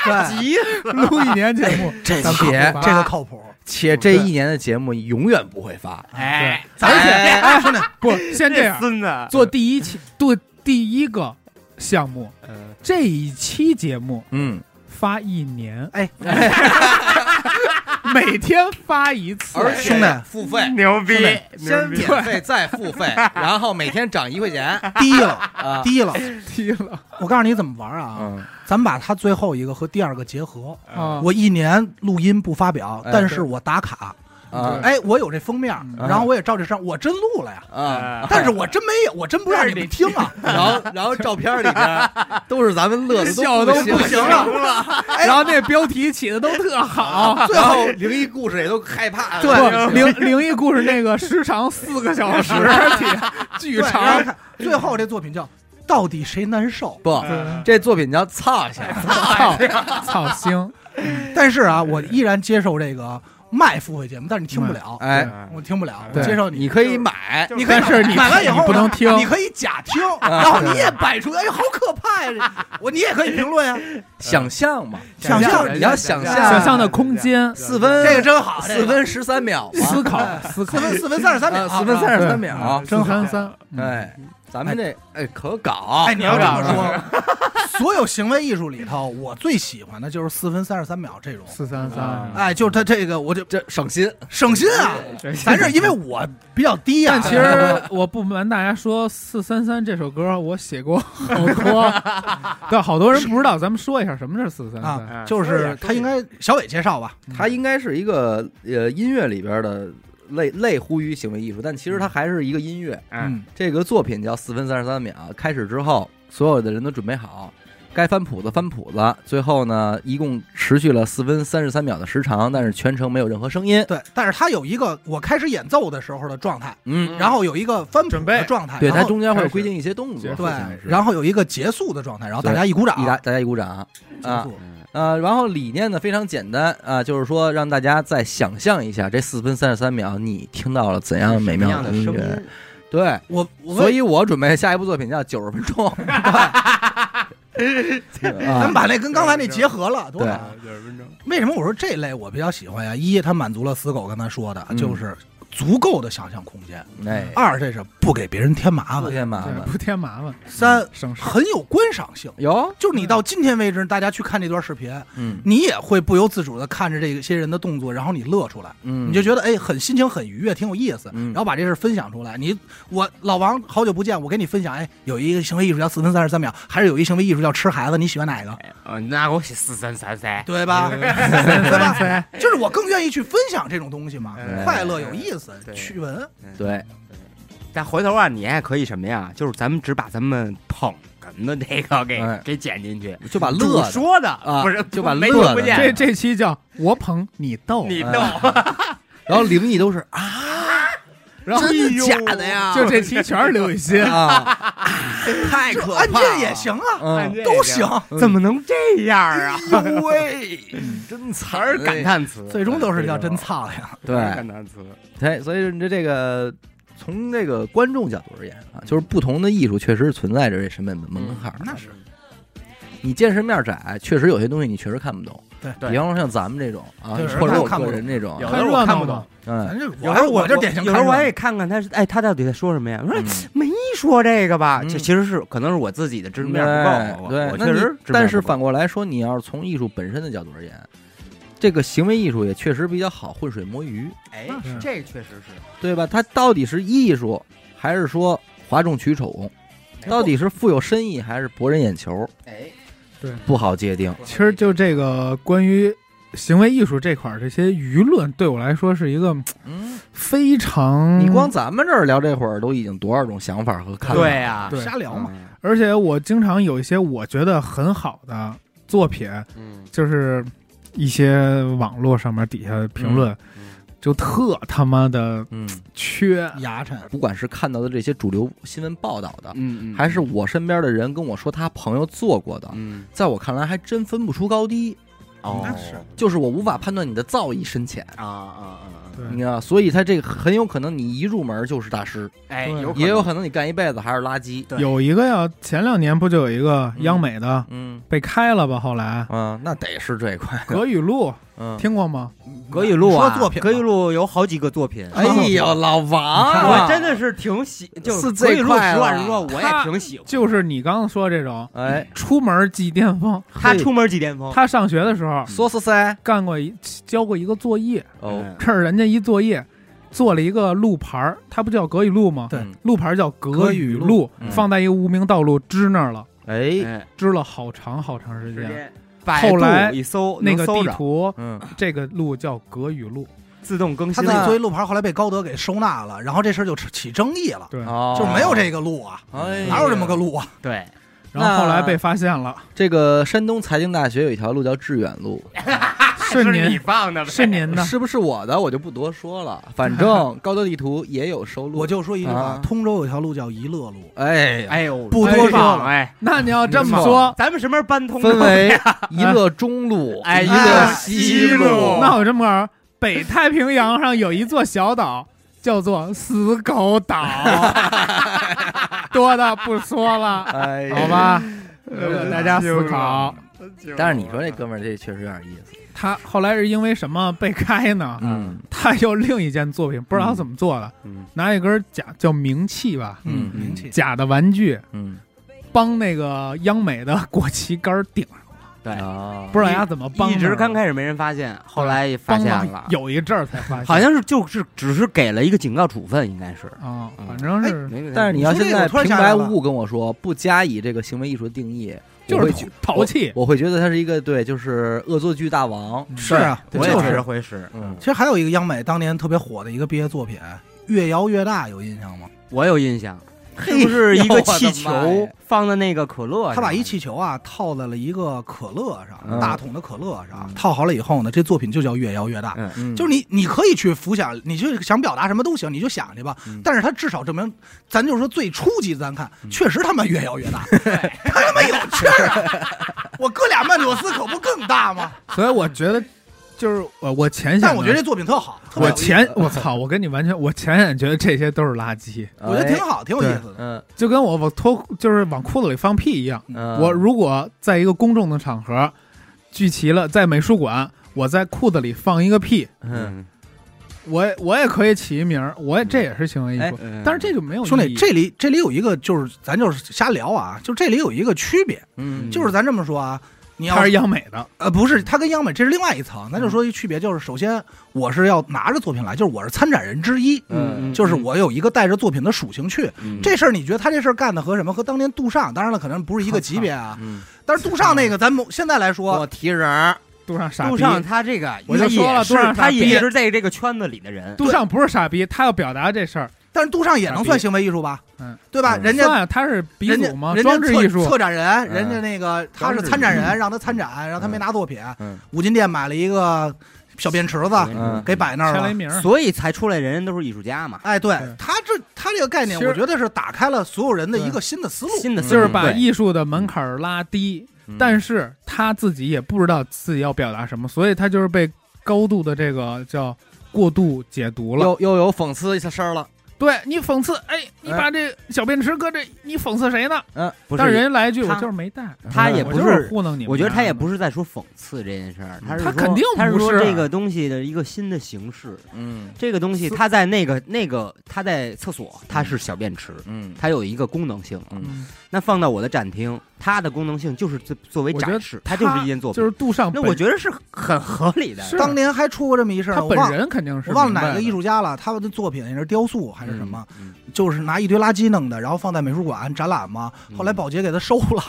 Speaker 2: 对，
Speaker 5: 急
Speaker 4: 录一年节 目
Speaker 1: 这
Speaker 4: 但不
Speaker 1: 且
Speaker 4: 发
Speaker 2: 哎这个靠谱，
Speaker 1: 且这一年的节目永远不会发。
Speaker 5: 哎，
Speaker 2: 咱
Speaker 1: 哎
Speaker 2: 且哎，兄弟，
Speaker 4: 不先这样，
Speaker 5: 孙子
Speaker 4: 做第一期做第一个项目，这一期节目
Speaker 1: 嗯，
Speaker 4: 发一年，
Speaker 2: 哎，
Speaker 4: 每天发一次，
Speaker 1: 而且
Speaker 2: 兄弟
Speaker 1: 付费。
Speaker 5: 牛逼
Speaker 2: 兄弟，
Speaker 1: 先
Speaker 5: 牛逼
Speaker 1: 免费再付 费，然后每天涨一块钱
Speaker 2: 低了
Speaker 1: 啊！
Speaker 2: 低了，
Speaker 4: 踢了
Speaker 2: 我告诉你怎么玩啊，
Speaker 1: 嗯，
Speaker 2: 咱们把它最后一个和第二个结合。
Speaker 4: 啊！
Speaker 2: 哎我一年录音不发表，
Speaker 1: 哎
Speaker 2: 但是我打卡，
Speaker 1: 啊
Speaker 2: 哎，我有这封面，
Speaker 4: 嗯
Speaker 2: 然后我也照这张，我真录了呀。
Speaker 1: 啊，
Speaker 4: 哎
Speaker 2: 但是我真没有，我真不让你们听 啊！
Speaker 1: 然后然后照片里 边都是咱们乐的
Speaker 4: 笑
Speaker 1: 都
Speaker 4: 都
Speaker 1: 不
Speaker 4: 不
Speaker 1: 行啊
Speaker 4: 行
Speaker 1: 了，
Speaker 4: 然后那标题起的都特 好，
Speaker 2: 啊
Speaker 1: 然后灵异故事也都害怕了，
Speaker 4: 对，灵灵异故事那个时长四个小时，巨
Speaker 2: 对，然后
Speaker 4: 长。啊
Speaker 2: 看最后这作品叫《到底谁难受
Speaker 1: 不，这作品叫《操下》，
Speaker 4: 操操 星，》，
Speaker 2: 但是啊，我依然接受这个卖付费节目，但是你听不了，
Speaker 1: 哎，
Speaker 2: 我听不了，我
Speaker 4: 对
Speaker 2: 接受
Speaker 1: 你可以买，
Speaker 2: 你可以
Speaker 4: 但是你
Speaker 2: 买完以后啊
Speaker 4: 你不能听啊
Speaker 2: 你可以假听，然后你也摆出，哎，好可怕呀！我你也可以评论呀，
Speaker 1: 呃想象嘛，
Speaker 2: 想象
Speaker 1: 你要想
Speaker 5: 啊
Speaker 4: 想
Speaker 1: 象
Speaker 4: 象的空间，
Speaker 1: 四分
Speaker 2: 这个真好，这
Speaker 1: 四
Speaker 2: 个
Speaker 1: 分十三秒嘛，
Speaker 4: 思考思
Speaker 2: 四
Speaker 4: 考，
Speaker 2: 分四分三十三秒，
Speaker 1: 啊四分三
Speaker 2: 十。
Speaker 1: 十三秒，
Speaker 4: 真三三，嗯
Speaker 1: 哎，咱们这哎可搞
Speaker 2: 哎，，你要这么说，所有行为艺术里头，我最喜欢的就是四分三十三秒这种。
Speaker 4: 四三三。
Speaker 2: 哎，就是他这个，我就
Speaker 1: 这省心，
Speaker 2: 省心啊！咱这因 为我比较低啊，
Speaker 4: 但其实 我不瞒大家说，《四三三》这首歌我写过好多，但好多人不知道，咱们说一下什么是四三嗯三。
Speaker 2: 啊， 就是他应该小伟介绍吧，
Speaker 1: 它应该是一个呃音乐里边的类类乎于行为艺术，但其实它还是一个音乐。
Speaker 5: 嗯，
Speaker 1: 这个作品叫四分三十三秒，开始之后，所有的人都准备好，该翻谱子翻谱子。最后呢，一共持续了四分三十三秒的时长，但是全程没有任何声音。
Speaker 2: 对，但是他有一个我开始演奏的时候的状态，
Speaker 1: 嗯，
Speaker 2: 然后有一个翻
Speaker 4: 准
Speaker 2: 谱
Speaker 4: 备
Speaker 2: 的状态，
Speaker 1: 对，
Speaker 2: 然
Speaker 1: 它
Speaker 2: 后
Speaker 1: 中间会有
Speaker 4: 开始
Speaker 1: 规定一些动作，
Speaker 4: 结
Speaker 1: 好像
Speaker 2: 对，
Speaker 1: 是
Speaker 2: 然后有一个结束的状态，然后大
Speaker 1: 对
Speaker 2: 家一鼓掌，
Speaker 1: 一大大家一鼓掌啊
Speaker 2: 结
Speaker 1: 啊
Speaker 2: 束，
Speaker 1: 呃，然后理念呢非常简单啊、就是说让大家再想象一下这四分三十三秒，你听到了怎样啊美
Speaker 5: 什么
Speaker 1: 妙
Speaker 5: 样的
Speaker 1: 音
Speaker 5: 声
Speaker 1: 乐？
Speaker 5: 音？
Speaker 1: 对，
Speaker 2: 我我
Speaker 1: 所以我准备下一部作品叫九十分钟。
Speaker 2: 咱们
Speaker 1: 啊，
Speaker 2: 把那跟刚才那结合了，多
Speaker 1: 对
Speaker 2: 好！为什么我说这类我比较喜欢呀？一，它满足了死狗刚才说的，
Speaker 1: 嗯
Speaker 2: 就是足够的想象空间；
Speaker 1: 哎，
Speaker 2: 二，这是不给别人添麻
Speaker 1: 不
Speaker 2: 烦；
Speaker 1: 添麻
Speaker 4: 对
Speaker 3: 啊
Speaker 1: 烦。
Speaker 4: 不添麻烦，
Speaker 2: 三，
Speaker 4: 省事。
Speaker 2: 很有观赏性。
Speaker 1: 有，
Speaker 2: 就是你到今天为止，大家去看这段视频，
Speaker 1: 嗯
Speaker 2: 你也会不由自主的看着这些人的动作，然后你乐出来，
Speaker 1: 嗯，
Speaker 2: 你就觉得哎，很心情很愉悦，挺有意思。
Speaker 1: 嗯
Speaker 2: 然后把这事儿分享出来。你我老王好久不见，我给你分享，哎，有一个行为艺术叫四分三十三秒，还是有一行为艺术叫吃孩子，你喜欢哪个？
Speaker 5: 呃，那我写四三三三，
Speaker 2: 对吧？ 对吧？就是我更愿意去分享这种东西嘛，
Speaker 5: 哎
Speaker 2: 快乐有意思，
Speaker 5: 对
Speaker 2: 趣闻。
Speaker 1: 对，
Speaker 3: 但回头啊，你还可以什么呀？就是咱们只把咱们捧哏的那个给、
Speaker 1: 哎
Speaker 3: 给剪进去，
Speaker 1: 就把
Speaker 5: 主
Speaker 1: 乐的
Speaker 5: 说的
Speaker 1: 啊
Speaker 5: 不是
Speaker 1: 就把
Speaker 5: 没
Speaker 1: 乐
Speaker 5: 听不
Speaker 1: 的
Speaker 4: 这
Speaker 3: 啊
Speaker 5: 见，
Speaker 4: 这期叫我捧你逗，啊
Speaker 5: 你
Speaker 1: 哎
Speaker 5: 弄，
Speaker 1: 然后灵异都是啊，，
Speaker 4: 然后
Speaker 3: 哎
Speaker 5: 真的假的呀
Speaker 4: 就这期全是刘雨 欣
Speaker 1: 啊，太
Speaker 2: 哎这
Speaker 1: 可
Speaker 2: 按
Speaker 1: 怕
Speaker 2: 键
Speaker 1: 了，
Speaker 2: 也行啊，
Speaker 3: 哎
Speaker 1: 嗯，
Speaker 2: 都行。
Speaker 3: 怎么能这样啊？
Speaker 1: 呦喂，真惨
Speaker 3: 还是感叹词，
Speaker 2: 最终都是叫真操呀，
Speaker 3: 对
Speaker 1: 对，
Speaker 3: 感叹词，
Speaker 1: 对，所以你这这个从这个观众角度而言啊，就是不同的艺术确实存在着这审美门槛儿。
Speaker 3: 嗯
Speaker 2: 那是
Speaker 1: 你见识面窄，确实有些东西你确实看不懂。
Speaker 2: 对
Speaker 5: 对
Speaker 1: 比方说像咱们这种啊，
Speaker 2: 对
Speaker 1: 或者我
Speaker 2: 看不
Speaker 1: 个
Speaker 2: 懂
Speaker 1: 人这种，
Speaker 5: 有
Speaker 4: 看
Speaker 5: 的
Speaker 4: 热
Speaker 5: 我看不
Speaker 4: 闹嘛
Speaker 5: 懂，
Speaker 1: 嗯，
Speaker 2: 咱这
Speaker 3: 有
Speaker 2: 我
Speaker 3: 时
Speaker 2: 还
Speaker 3: 候
Speaker 2: 我这典型
Speaker 3: 有
Speaker 2: 看热
Speaker 3: 时
Speaker 2: 闹，
Speaker 3: 候我也看看他是，哎，他到底在说什么呀？我说、
Speaker 1: 嗯
Speaker 3: 没说这个吧，
Speaker 1: 嗯
Speaker 3: 这其实是可能是我自己的知
Speaker 1: 对
Speaker 3: 名面不够，我
Speaker 1: 对
Speaker 3: 我，
Speaker 1: 那
Speaker 3: 确
Speaker 1: 你
Speaker 3: 实，
Speaker 1: 但是反过来说，你要是从艺术本身的角度而言，这个行为艺术也确实比较好浑水摸鱼，
Speaker 5: 哎
Speaker 4: 那是，
Speaker 5: 这确实是，
Speaker 1: 对吧？它到底是艺术，还是说哗众取宠？到底是富有深意，还是博人眼球？
Speaker 5: 哎，
Speaker 1: 不好界定。
Speaker 4: 其实就这个关于行为艺术这块儿，这些舆论对我来说是一个
Speaker 1: 嗯，
Speaker 4: 非常
Speaker 1: 你光咱们这儿聊这会儿，都已经多少种想法和看法？
Speaker 5: 对
Speaker 3: 啊
Speaker 5: 呀，
Speaker 4: 对啊
Speaker 2: 瞎聊嘛，
Speaker 3: 嘛，
Speaker 4: 而且我经常有一些我觉得很好的作品，
Speaker 3: 嗯
Speaker 4: 就是一些网络上面底下的评论，
Speaker 3: 嗯
Speaker 4: 就特他妈的
Speaker 1: 嗯，
Speaker 4: 缺。
Speaker 2: 牙碜。
Speaker 1: 不管是看到的这些主流新闻报道的，
Speaker 3: 嗯，嗯
Speaker 1: 还是我身边的人跟我说他朋友做过的，
Speaker 3: 嗯
Speaker 1: 在我看来还真分不出高低，
Speaker 3: 哦，
Speaker 2: 那是
Speaker 1: 就是我无法判断你的造诣深浅，
Speaker 3: 啊啊啊，
Speaker 4: 对
Speaker 1: 你知道，所以他这个很有可能你一入门就是大师，
Speaker 5: 哎，
Speaker 4: 对
Speaker 5: 有可
Speaker 1: 也有
Speaker 5: 能
Speaker 1: 可能你干一辈子还是垃圾。
Speaker 5: 对
Speaker 4: 有一个呀，前两年不就有一个央美的、
Speaker 1: 嗯
Speaker 4: 被开了吧？后来
Speaker 1: 啊，那得是这一块。
Speaker 4: 葛雨露
Speaker 1: 嗯，
Speaker 4: 听过吗？
Speaker 3: 葛雨露啊
Speaker 2: 说作，品吧
Speaker 3: 葛雨露有好几个作品，
Speaker 1: 哎呦，老王
Speaker 2: 你看
Speaker 1: 啊，
Speaker 3: 我真的是挺喜，就是葛
Speaker 1: 最
Speaker 3: 雨露，
Speaker 1: 快
Speaker 3: 实话实
Speaker 1: 了
Speaker 3: 说，我也挺喜欢。
Speaker 4: 就是你刚刚说这种
Speaker 1: 哎，
Speaker 4: 出门即巅峰。
Speaker 3: 他出门几巅峰，
Speaker 4: 他上学的时候
Speaker 1: 说是噻，
Speaker 4: 干过一交过一个作业，
Speaker 1: 哦，
Speaker 4: 这是人家一作业做了一个路牌儿，它不叫葛雨路吗？
Speaker 2: 对
Speaker 1: 嗯，
Speaker 4: 路牌儿叫葛雨
Speaker 2: 葛雨
Speaker 4: 路，
Speaker 1: 嗯
Speaker 4: 放在一个无名道路支那儿了，
Speaker 1: 哎，
Speaker 3: 哎
Speaker 4: 支了好长好长时
Speaker 5: 直
Speaker 4: 间。
Speaker 5: 接
Speaker 3: 百
Speaker 4: 后来
Speaker 3: 度一搜
Speaker 4: 那个
Speaker 3: 能搜
Speaker 4: 地
Speaker 3: 着
Speaker 4: 图，
Speaker 1: 嗯，
Speaker 4: 这个路叫葛雨路，
Speaker 3: 自动更
Speaker 2: 他
Speaker 3: 新
Speaker 2: 自己
Speaker 3: 了
Speaker 2: 做一路牌，后来被高德给收纳了，然后这事儿就起争议了，
Speaker 4: 对，
Speaker 1: 哦，
Speaker 2: 就没有这个路啊，
Speaker 1: 哎呀，
Speaker 2: 哪有这么个路啊？
Speaker 5: 对，
Speaker 4: 然后后来被发 现了，
Speaker 1: 这个山东财经大学有一条路叫致远路，
Speaker 4: 是
Speaker 5: 你
Speaker 4: 您
Speaker 5: 放的呗，
Speaker 4: 是 您的，
Speaker 1: 是不是我的我就不多说了，反 正高德地图也有收录。
Speaker 2: 我就说一句话
Speaker 1: 啊，
Speaker 2: 通州有条路叫一乐路，
Speaker 1: 哎呀，
Speaker 5: 哎呦，
Speaker 2: 不
Speaker 4: 多
Speaker 5: 说
Speaker 4: 说
Speaker 5: 了，
Speaker 4: 了
Speaker 5: 哎，
Speaker 4: 那你要这么
Speaker 1: 没错
Speaker 4: 说，
Speaker 5: 咱们什么时候搬通
Speaker 1: 分
Speaker 5: 州
Speaker 1: 为一乐中路，
Speaker 5: 哎
Speaker 1: 一
Speaker 2: 哎
Speaker 1: 乐西
Speaker 5: 西路
Speaker 4: 那我这么告诉你，北太平洋上有一座小岛，叫做死 狗岛，多的不 说了，
Speaker 1: 哎，
Speaker 4: 好。吧，呃大家思考。
Speaker 1: 但是你说这哥们儿这确实有点意思，
Speaker 4: 他后来是因为什么被开呢？
Speaker 1: 嗯
Speaker 4: 他又另一件作品，不知道他怎么做的，
Speaker 3: 嗯
Speaker 4: 拿一根假叫名器吧，
Speaker 1: 嗯
Speaker 2: 名气
Speaker 4: 假的玩具
Speaker 1: 嗯，
Speaker 4: 帮那个央美的 国旗杆儿顶上，
Speaker 3: 对，
Speaker 1: 啊，
Speaker 4: 不知道丫怎么帮的。
Speaker 3: 一直刚开始没人发现，后来也发
Speaker 4: 帮
Speaker 3: 现
Speaker 4: 忙
Speaker 3: 了，
Speaker 4: 有一阵儿才发现，
Speaker 3: 好像是就是只是给了一个警告处分，应该是。
Speaker 4: 啊，
Speaker 2: 嗯
Speaker 4: 反正是
Speaker 3: 没给他
Speaker 1: 但是你要现在平
Speaker 2: 你说这个我突然想起来
Speaker 1: 白
Speaker 2: 了
Speaker 1: 无故跟我说不加以这个行为艺术的定义，我
Speaker 4: 就
Speaker 1: 会
Speaker 4: 是
Speaker 1: 觉
Speaker 4: 淘气。
Speaker 1: 我会觉得他是一个对，就是恶作剧大王。
Speaker 2: 是啊，
Speaker 3: 我也
Speaker 2: 就
Speaker 3: 觉得
Speaker 2: 是。
Speaker 3: 会是，
Speaker 1: 嗯
Speaker 2: 其实还有一个央美当年特别火的一个毕业作品，《越摇越大》，有印象吗？
Speaker 3: 我有印象，就是一
Speaker 1: 哎呦我的
Speaker 3: 个气
Speaker 1: 妈
Speaker 3: 球
Speaker 1: 呀
Speaker 3: 放在那个可乐上，
Speaker 2: 他把一气球啊套在了一个可乐上，
Speaker 1: 嗯
Speaker 2: 大桶的可乐上，套好了以后呢，这作品就叫越摇越大。
Speaker 3: 嗯
Speaker 1: 嗯
Speaker 2: 就是你，你可以去浮想，你就想表达什么都行，你就想去吧。
Speaker 1: 嗯
Speaker 2: 但是他至少证明，咱就是说最初级，咱看确实他妈越摇越大， 他他妈有趣儿啊！我哥俩曼纽斯可不更大吗？
Speaker 4: 所以我觉得就是我我前
Speaker 2: 但
Speaker 4: 显
Speaker 2: 我觉得这作品特好，特别
Speaker 4: 我
Speaker 2: 有意思
Speaker 4: 前我操，我跟你完全，我前眼觉得这些都是垃圾，
Speaker 2: 我觉
Speaker 3: 哎
Speaker 2: 得挺好，挺有意思的。
Speaker 1: 嗯
Speaker 4: 就跟我往脱就是往裤子里放屁一样。
Speaker 1: 嗯，
Speaker 4: 我如果在一个公众的场合聚齐了，在美术馆，我在裤子里放一个屁，
Speaker 1: 嗯，
Speaker 4: 我也我也可以起一名儿，我也这也是行为艺术，
Speaker 3: 嗯，
Speaker 4: 哎但是这就没有
Speaker 2: 哎兄
Speaker 4: 意
Speaker 2: 弟，
Speaker 4: 义
Speaker 2: 这里这里有一个就是咱就是瞎聊啊，就这里有一个区别，
Speaker 1: 嗯
Speaker 2: 就是咱这么说啊，你要
Speaker 4: 它是央美的，
Speaker 2: 呃，不是，它跟央美这是另外一层。咱就说一区别，就是首先我是要拿着作品来，就是我是参展人之一，
Speaker 1: 嗯
Speaker 2: 就是我有一个带着作品的属性去。
Speaker 1: 嗯
Speaker 2: 这事儿你觉得他这事儿干的和什么？和当年杜尚，当然了，可能不是一个级别啊。
Speaker 1: 嗯
Speaker 2: 但是杜尚那个，咱们现在来说，
Speaker 1: 我提人儿，
Speaker 4: 杜尚傻
Speaker 3: 杜
Speaker 4: 逼，
Speaker 3: 尚他这个，
Speaker 4: 我就说了
Speaker 3: 也是
Speaker 4: 杜尚傻
Speaker 3: 他
Speaker 4: 逼
Speaker 3: 也是在这个圈子里的人，
Speaker 4: 杜尚不是傻逼，他要表达这事儿，
Speaker 2: 但是杜尚也能算行为艺术吧？
Speaker 4: 嗯，
Speaker 2: 对吧？
Speaker 1: 嗯
Speaker 2: 人家
Speaker 4: 算啊他是鼻
Speaker 2: 人家
Speaker 4: 祖嘛，
Speaker 2: 人家
Speaker 4: 装置
Speaker 2: 策
Speaker 4: 艺术，
Speaker 2: 策展人，人家那个他是
Speaker 1: 嗯装置
Speaker 2: 参展人，让他参展，然后他没拿作品
Speaker 1: 嗯。
Speaker 2: 五金店买了一个小便池
Speaker 4: 啊
Speaker 2: 子，
Speaker 1: 嗯
Speaker 2: 给摆那儿
Speaker 4: 签了
Speaker 2: 了
Speaker 4: 一。名儿，
Speaker 3: 所以才出来人人都是艺术家嘛，
Speaker 2: 哎，对
Speaker 4: 对
Speaker 2: 他这他这个概念，
Speaker 4: 其实
Speaker 2: 我觉得是打开了所有人的一个新的思路。
Speaker 3: 新的思
Speaker 4: 就
Speaker 3: 路
Speaker 4: 是把
Speaker 3: 嗯对嗯
Speaker 4: 艺术的门槛儿拉低，
Speaker 1: 嗯
Speaker 4: 但是他自己也不知道自己要表达什么，所以他就是被高度的这个叫过度解读了。
Speaker 1: 又又有讽刺一下声儿了，
Speaker 4: 对你讽刺，哎，你把这小便池搁这，你讽刺谁呢？
Speaker 1: 嗯，
Speaker 3: 不
Speaker 4: 但是
Speaker 3: 是
Speaker 4: 人家来一句，我
Speaker 3: 他
Speaker 4: 就是没带，嗯
Speaker 3: 他也
Speaker 4: 我
Speaker 3: 不。
Speaker 4: 就是糊弄你们
Speaker 3: 我觉得他也
Speaker 4: 是
Speaker 3: 不是在说讽刺这件事儿，
Speaker 1: 嗯
Speaker 3: 他是
Speaker 4: 他
Speaker 3: 说
Speaker 4: 肯定
Speaker 3: 他是
Speaker 4: 不
Speaker 3: 说
Speaker 4: 是啊
Speaker 3: 这个东西的一个新的形式，
Speaker 1: 嗯
Speaker 3: 这个东西
Speaker 4: 是
Speaker 3: 它在那个那个它在厕所，它是小便池，
Speaker 1: 嗯
Speaker 3: 它有一个功能性。
Speaker 4: 嗯
Speaker 3: 那放到我的展厅，它的功能性就是作作为
Speaker 4: 我觉得
Speaker 3: 展示，
Speaker 4: 他
Speaker 3: 它就是一件作品。
Speaker 4: 就是杜尚
Speaker 3: 那
Speaker 4: 本，
Speaker 3: 我觉得是很合理的。
Speaker 4: 是
Speaker 2: 当年还出过这么一事儿，
Speaker 4: 他
Speaker 2: 我
Speaker 4: 本
Speaker 2: 忘
Speaker 4: 人肯定是
Speaker 2: 我忘了
Speaker 4: 明
Speaker 2: 哪
Speaker 4: 白
Speaker 2: 个
Speaker 4: 的
Speaker 2: 艺术家了，他的作品也是雕塑还是什么，
Speaker 1: 嗯
Speaker 2: 就是拿一堆垃圾弄的，然后放在美术馆展览嘛。
Speaker 1: 嗯
Speaker 2: 后来保洁给他 收了，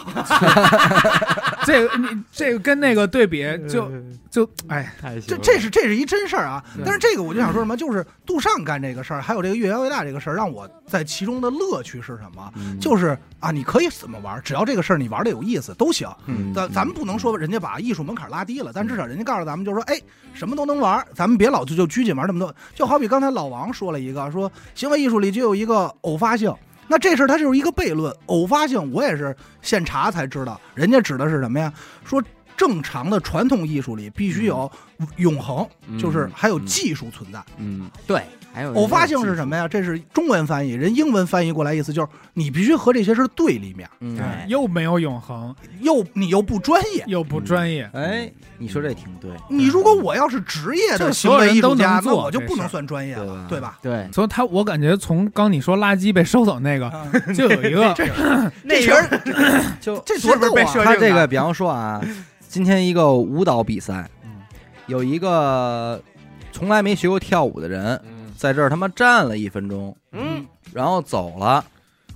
Speaker 4: 这个你这个跟那个对比，就就哎，
Speaker 5: 太
Speaker 2: 这这是这是一真事儿啊
Speaker 4: 对。
Speaker 2: 但是这个我就想说
Speaker 1: 嗯
Speaker 2: 什么，就是杜尚干这个事儿，还有这个越摇越大这个事儿，让我在其中的乐趣是什么？
Speaker 1: 嗯
Speaker 2: 就是啊，你可以怎么玩，只要这个事儿你玩的有意思都行。
Speaker 1: 嗯
Speaker 2: 咱咱们不能说人家把艺术门槛拉低了，
Speaker 3: 嗯
Speaker 2: 但至少人家告诉咱们，就是说，哎，什么都能玩儿，咱们别老就就拘谨玩儿那么多。就好比刚才老王说了一个，说行为艺术里就有一个偶发性，那这事儿它就是一个悖论。偶发性我也是现查才知道，人家指的是什么呀？说正常的传统艺术里必须有
Speaker 3: 嗯
Speaker 2: 永恒，就是还有技术存在。
Speaker 1: 嗯
Speaker 3: 对，还有
Speaker 2: 偶发性是什么呀？这是中文翻译，人英文翻译过来意思就是你必须和这些是对立面，
Speaker 1: 嗯
Speaker 3: 对
Speaker 4: 又没有永恒，
Speaker 2: 又你又不专业。
Speaker 4: 又不专业，
Speaker 1: 哎，你说这挺对，
Speaker 2: 你如果我要是职业
Speaker 4: 就
Speaker 2: 的
Speaker 4: 是
Speaker 2: 行
Speaker 4: 所有
Speaker 2: 为
Speaker 4: 人
Speaker 2: 艺术
Speaker 4: 都
Speaker 2: 家
Speaker 4: 能，
Speaker 2: 那
Speaker 4: 做
Speaker 2: 我就
Speaker 4: 这
Speaker 2: 不
Speaker 4: 事
Speaker 2: 能
Speaker 4: 儿
Speaker 2: 算专业了，对
Speaker 1: 对
Speaker 2: 吧？
Speaker 3: 对，
Speaker 4: 所以他我感觉从刚你说垃圾被收走那个，
Speaker 2: 嗯
Speaker 4: 就有一个
Speaker 2: 这群儿
Speaker 1: 就
Speaker 2: 这多逗啊！
Speaker 1: 他这个，比方说啊，今天一个舞蹈比赛，有一个从来没学过跳舞的人在这儿他妈站了一分钟，
Speaker 3: 嗯，
Speaker 1: 然后走了，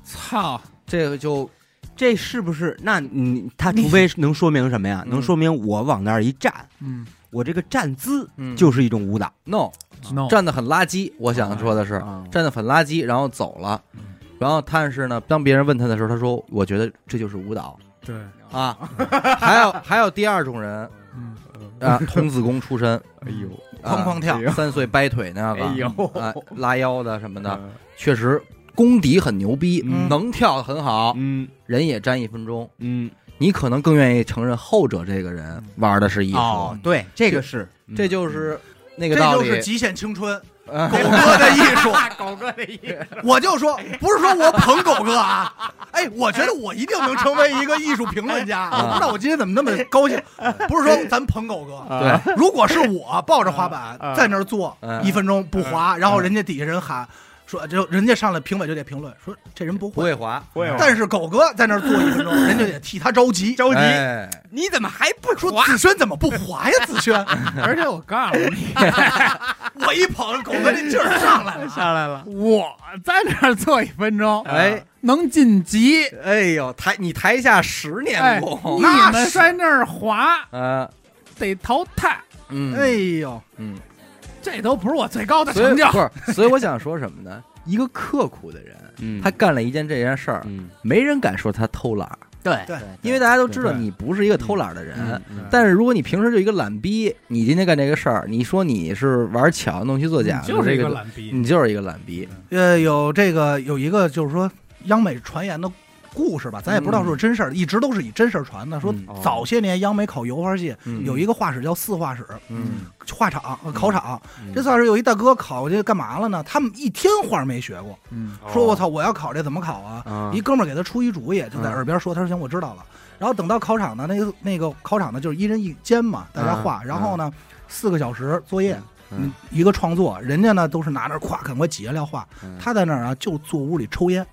Speaker 4: 操，
Speaker 1: 这个就
Speaker 3: 这是不是？那你他除非能说明什么呀？
Speaker 1: 嗯
Speaker 3: 能说明我往那儿一站，
Speaker 4: 嗯
Speaker 3: 我这个站姿
Speaker 1: 嗯
Speaker 3: 就是一种舞蹈。
Speaker 1: no
Speaker 4: ，no，
Speaker 1: 站的很垃圾。我想说的是，
Speaker 3: 啊
Speaker 1: 站的很垃圾，然后走了。然后但是呢，当别人问他的时候，他说：“我觉得这就是舞蹈
Speaker 4: 对，
Speaker 1: 啊。”还有还有第二种人
Speaker 4: 嗯，
Speaker 1: 啊，童子功出身，
Speaker 5: 哎呦，
Speaker 1: 啊
Speaker 2: 哐哐跳
Speaker 5: 哎呦
Speaker 1: 三岁掰腿那
Speaker 4: 嗯
Speaker 1: 个，
Speaker 5: 哎呦
Speaker 1: 啊拉腰的什么的，
Speaker 5: 嗯
Speaker 1: 确实功底很牛逼，
Speaker 2: 嗯
Speaker 1: 能跳得很好，
Speaker 3: 嗯
Speaker 1: 人也占一分钟。
Speaker 3: 嗯，
Speaker 1: 你可能更愿意承认后者这个人玩的是艺术，
Speaker 3: 哦，对，这个是
Speaker 1: 这就是那个
Speaker 2: 这
Speaker 1: 道
Speaker 2: 就
Speaker 1: 理。
Speaker 2: 是极限青 春，
Speaker 1: 嗯
Speaker 2: 狗哥的艺 术。
Speaker 5: 狗哥的意思，
Speaker 2: 我就说，不是说我捧狗哥啊，哎，我觉得我一定能成为一个艺术评论家。我不知道我今天怎么那么高兴，不是说咱捧狗哥。
Speaker 4: 啊
Speaker 1: 对，
Speaker 2: 如果是我抱着滑板
Speaker 5: 啊
Speaker 2: 在那儿坐
Speaker 1: 嗯
Speaker 2: 一分钟不滑，然后人家底下人喊说，就人家上来评委就得评论说这人不
Speaker 1: 不
Speaker 2: 会。
Speaker 1: 会滑，
Speaker 5: 我有
Speaker 2: 但是狗哥在那儿坐一 分钟，人家也替他哦着急，
Speaker 5: 着急，
Speaker 1: 哎
Speaker 3: 你怎么还不
Speaker 2: 说子轩怎么不滑 呀？子轩，
Speaker 4: 而且我告诉你，
Speaker 2: 我一捧狗哥这劲儿上来了，
Speaker 5: 上来了，
Speaker 4: 我在那儿坐一分钟，
Speaker 1: 哎
Speaker 4: 能晋级，
Speaker 1: 哎呦，台你台下十
Speaker 4: 哎，
Speaker 1: 年
Speaker 4: 你
Speaker 1: 功，
Speaker 4: 们在那儿滑
Speaker 1: 呃，
Speaker 4: 得淘汰，
Speaker 1: 嗯，
Speaker 2: 哎呦，
Speaker 1: 嗯，
Speaker 4: 这都不是我最高的
Speaker 1: 所以
Speaker 4: 成就，
Speaker 1: 不是，所以我想说什么呢？一个刻苦的人，
Speaker 3: 嗯
Speaker 1: 他干了一件这件事儿，
Speaker 3: 嗯，
Speaker 1: 没人敢说他偷懒儿，
Speaker 3: 对
Speaker 2: 对
Speaker 1: 因为大家都知道
Speaker 4: 对
Speaker 1: 你不是一个偷懒儿的人
Speaker 3: 嗯。
Speaker 1: 但是如果你平时就一个懒逼，你今天干这个事儿，你说你是玩巧弄虚作假，
Speaker 4: 就
Speaker 1: 这
Speaker 4: 是一个
Speaker 1: 个，嗯
Speaker 4: 懒逼。
Speaker 1: 你就是一个懒逼。
Speaker 2: 呃，有这个有一个就是说央美传言的故事吧，咱也不知道是不是真事儿，一直都是以真事儿传的。说
Speaker 1: 嗯
Speaker 3: 哦
Speaker 2: 早些年央美考油画系
Speaker 1: 嗯
Speaker 2: 有一个画室叫四画室，
Speaker 1: 嗯
Speaker 2: 画厂呃考场。
Speaker 3: 嗯
Speaker 2: 这算是有一大哥考这干嘛了呢？他们一天画没学过，
Speaker 4: 嗯，
Speaker 2: 说我操，我要考这怎么考啊？
Speaker 1: 嗯
Speaker 3: 啊
Speaker 2: 一哥们儿给他出一主意，就在耳边说，他说行，我知道了。然后等到考场呢，那个那个考场呢，就是一人一间嘛，大家画。
Speaker 3: 啊
Speaker 2: 然后呢，四个小时作业，
Speaker 3: 嗯嗯
Speaker 2: 一个创作，人家呢都是拿那儿咵赶快挤下来画
Speaker 3: 嗯，
Speaker 2: 他在那儿啊就坐屋里抽烟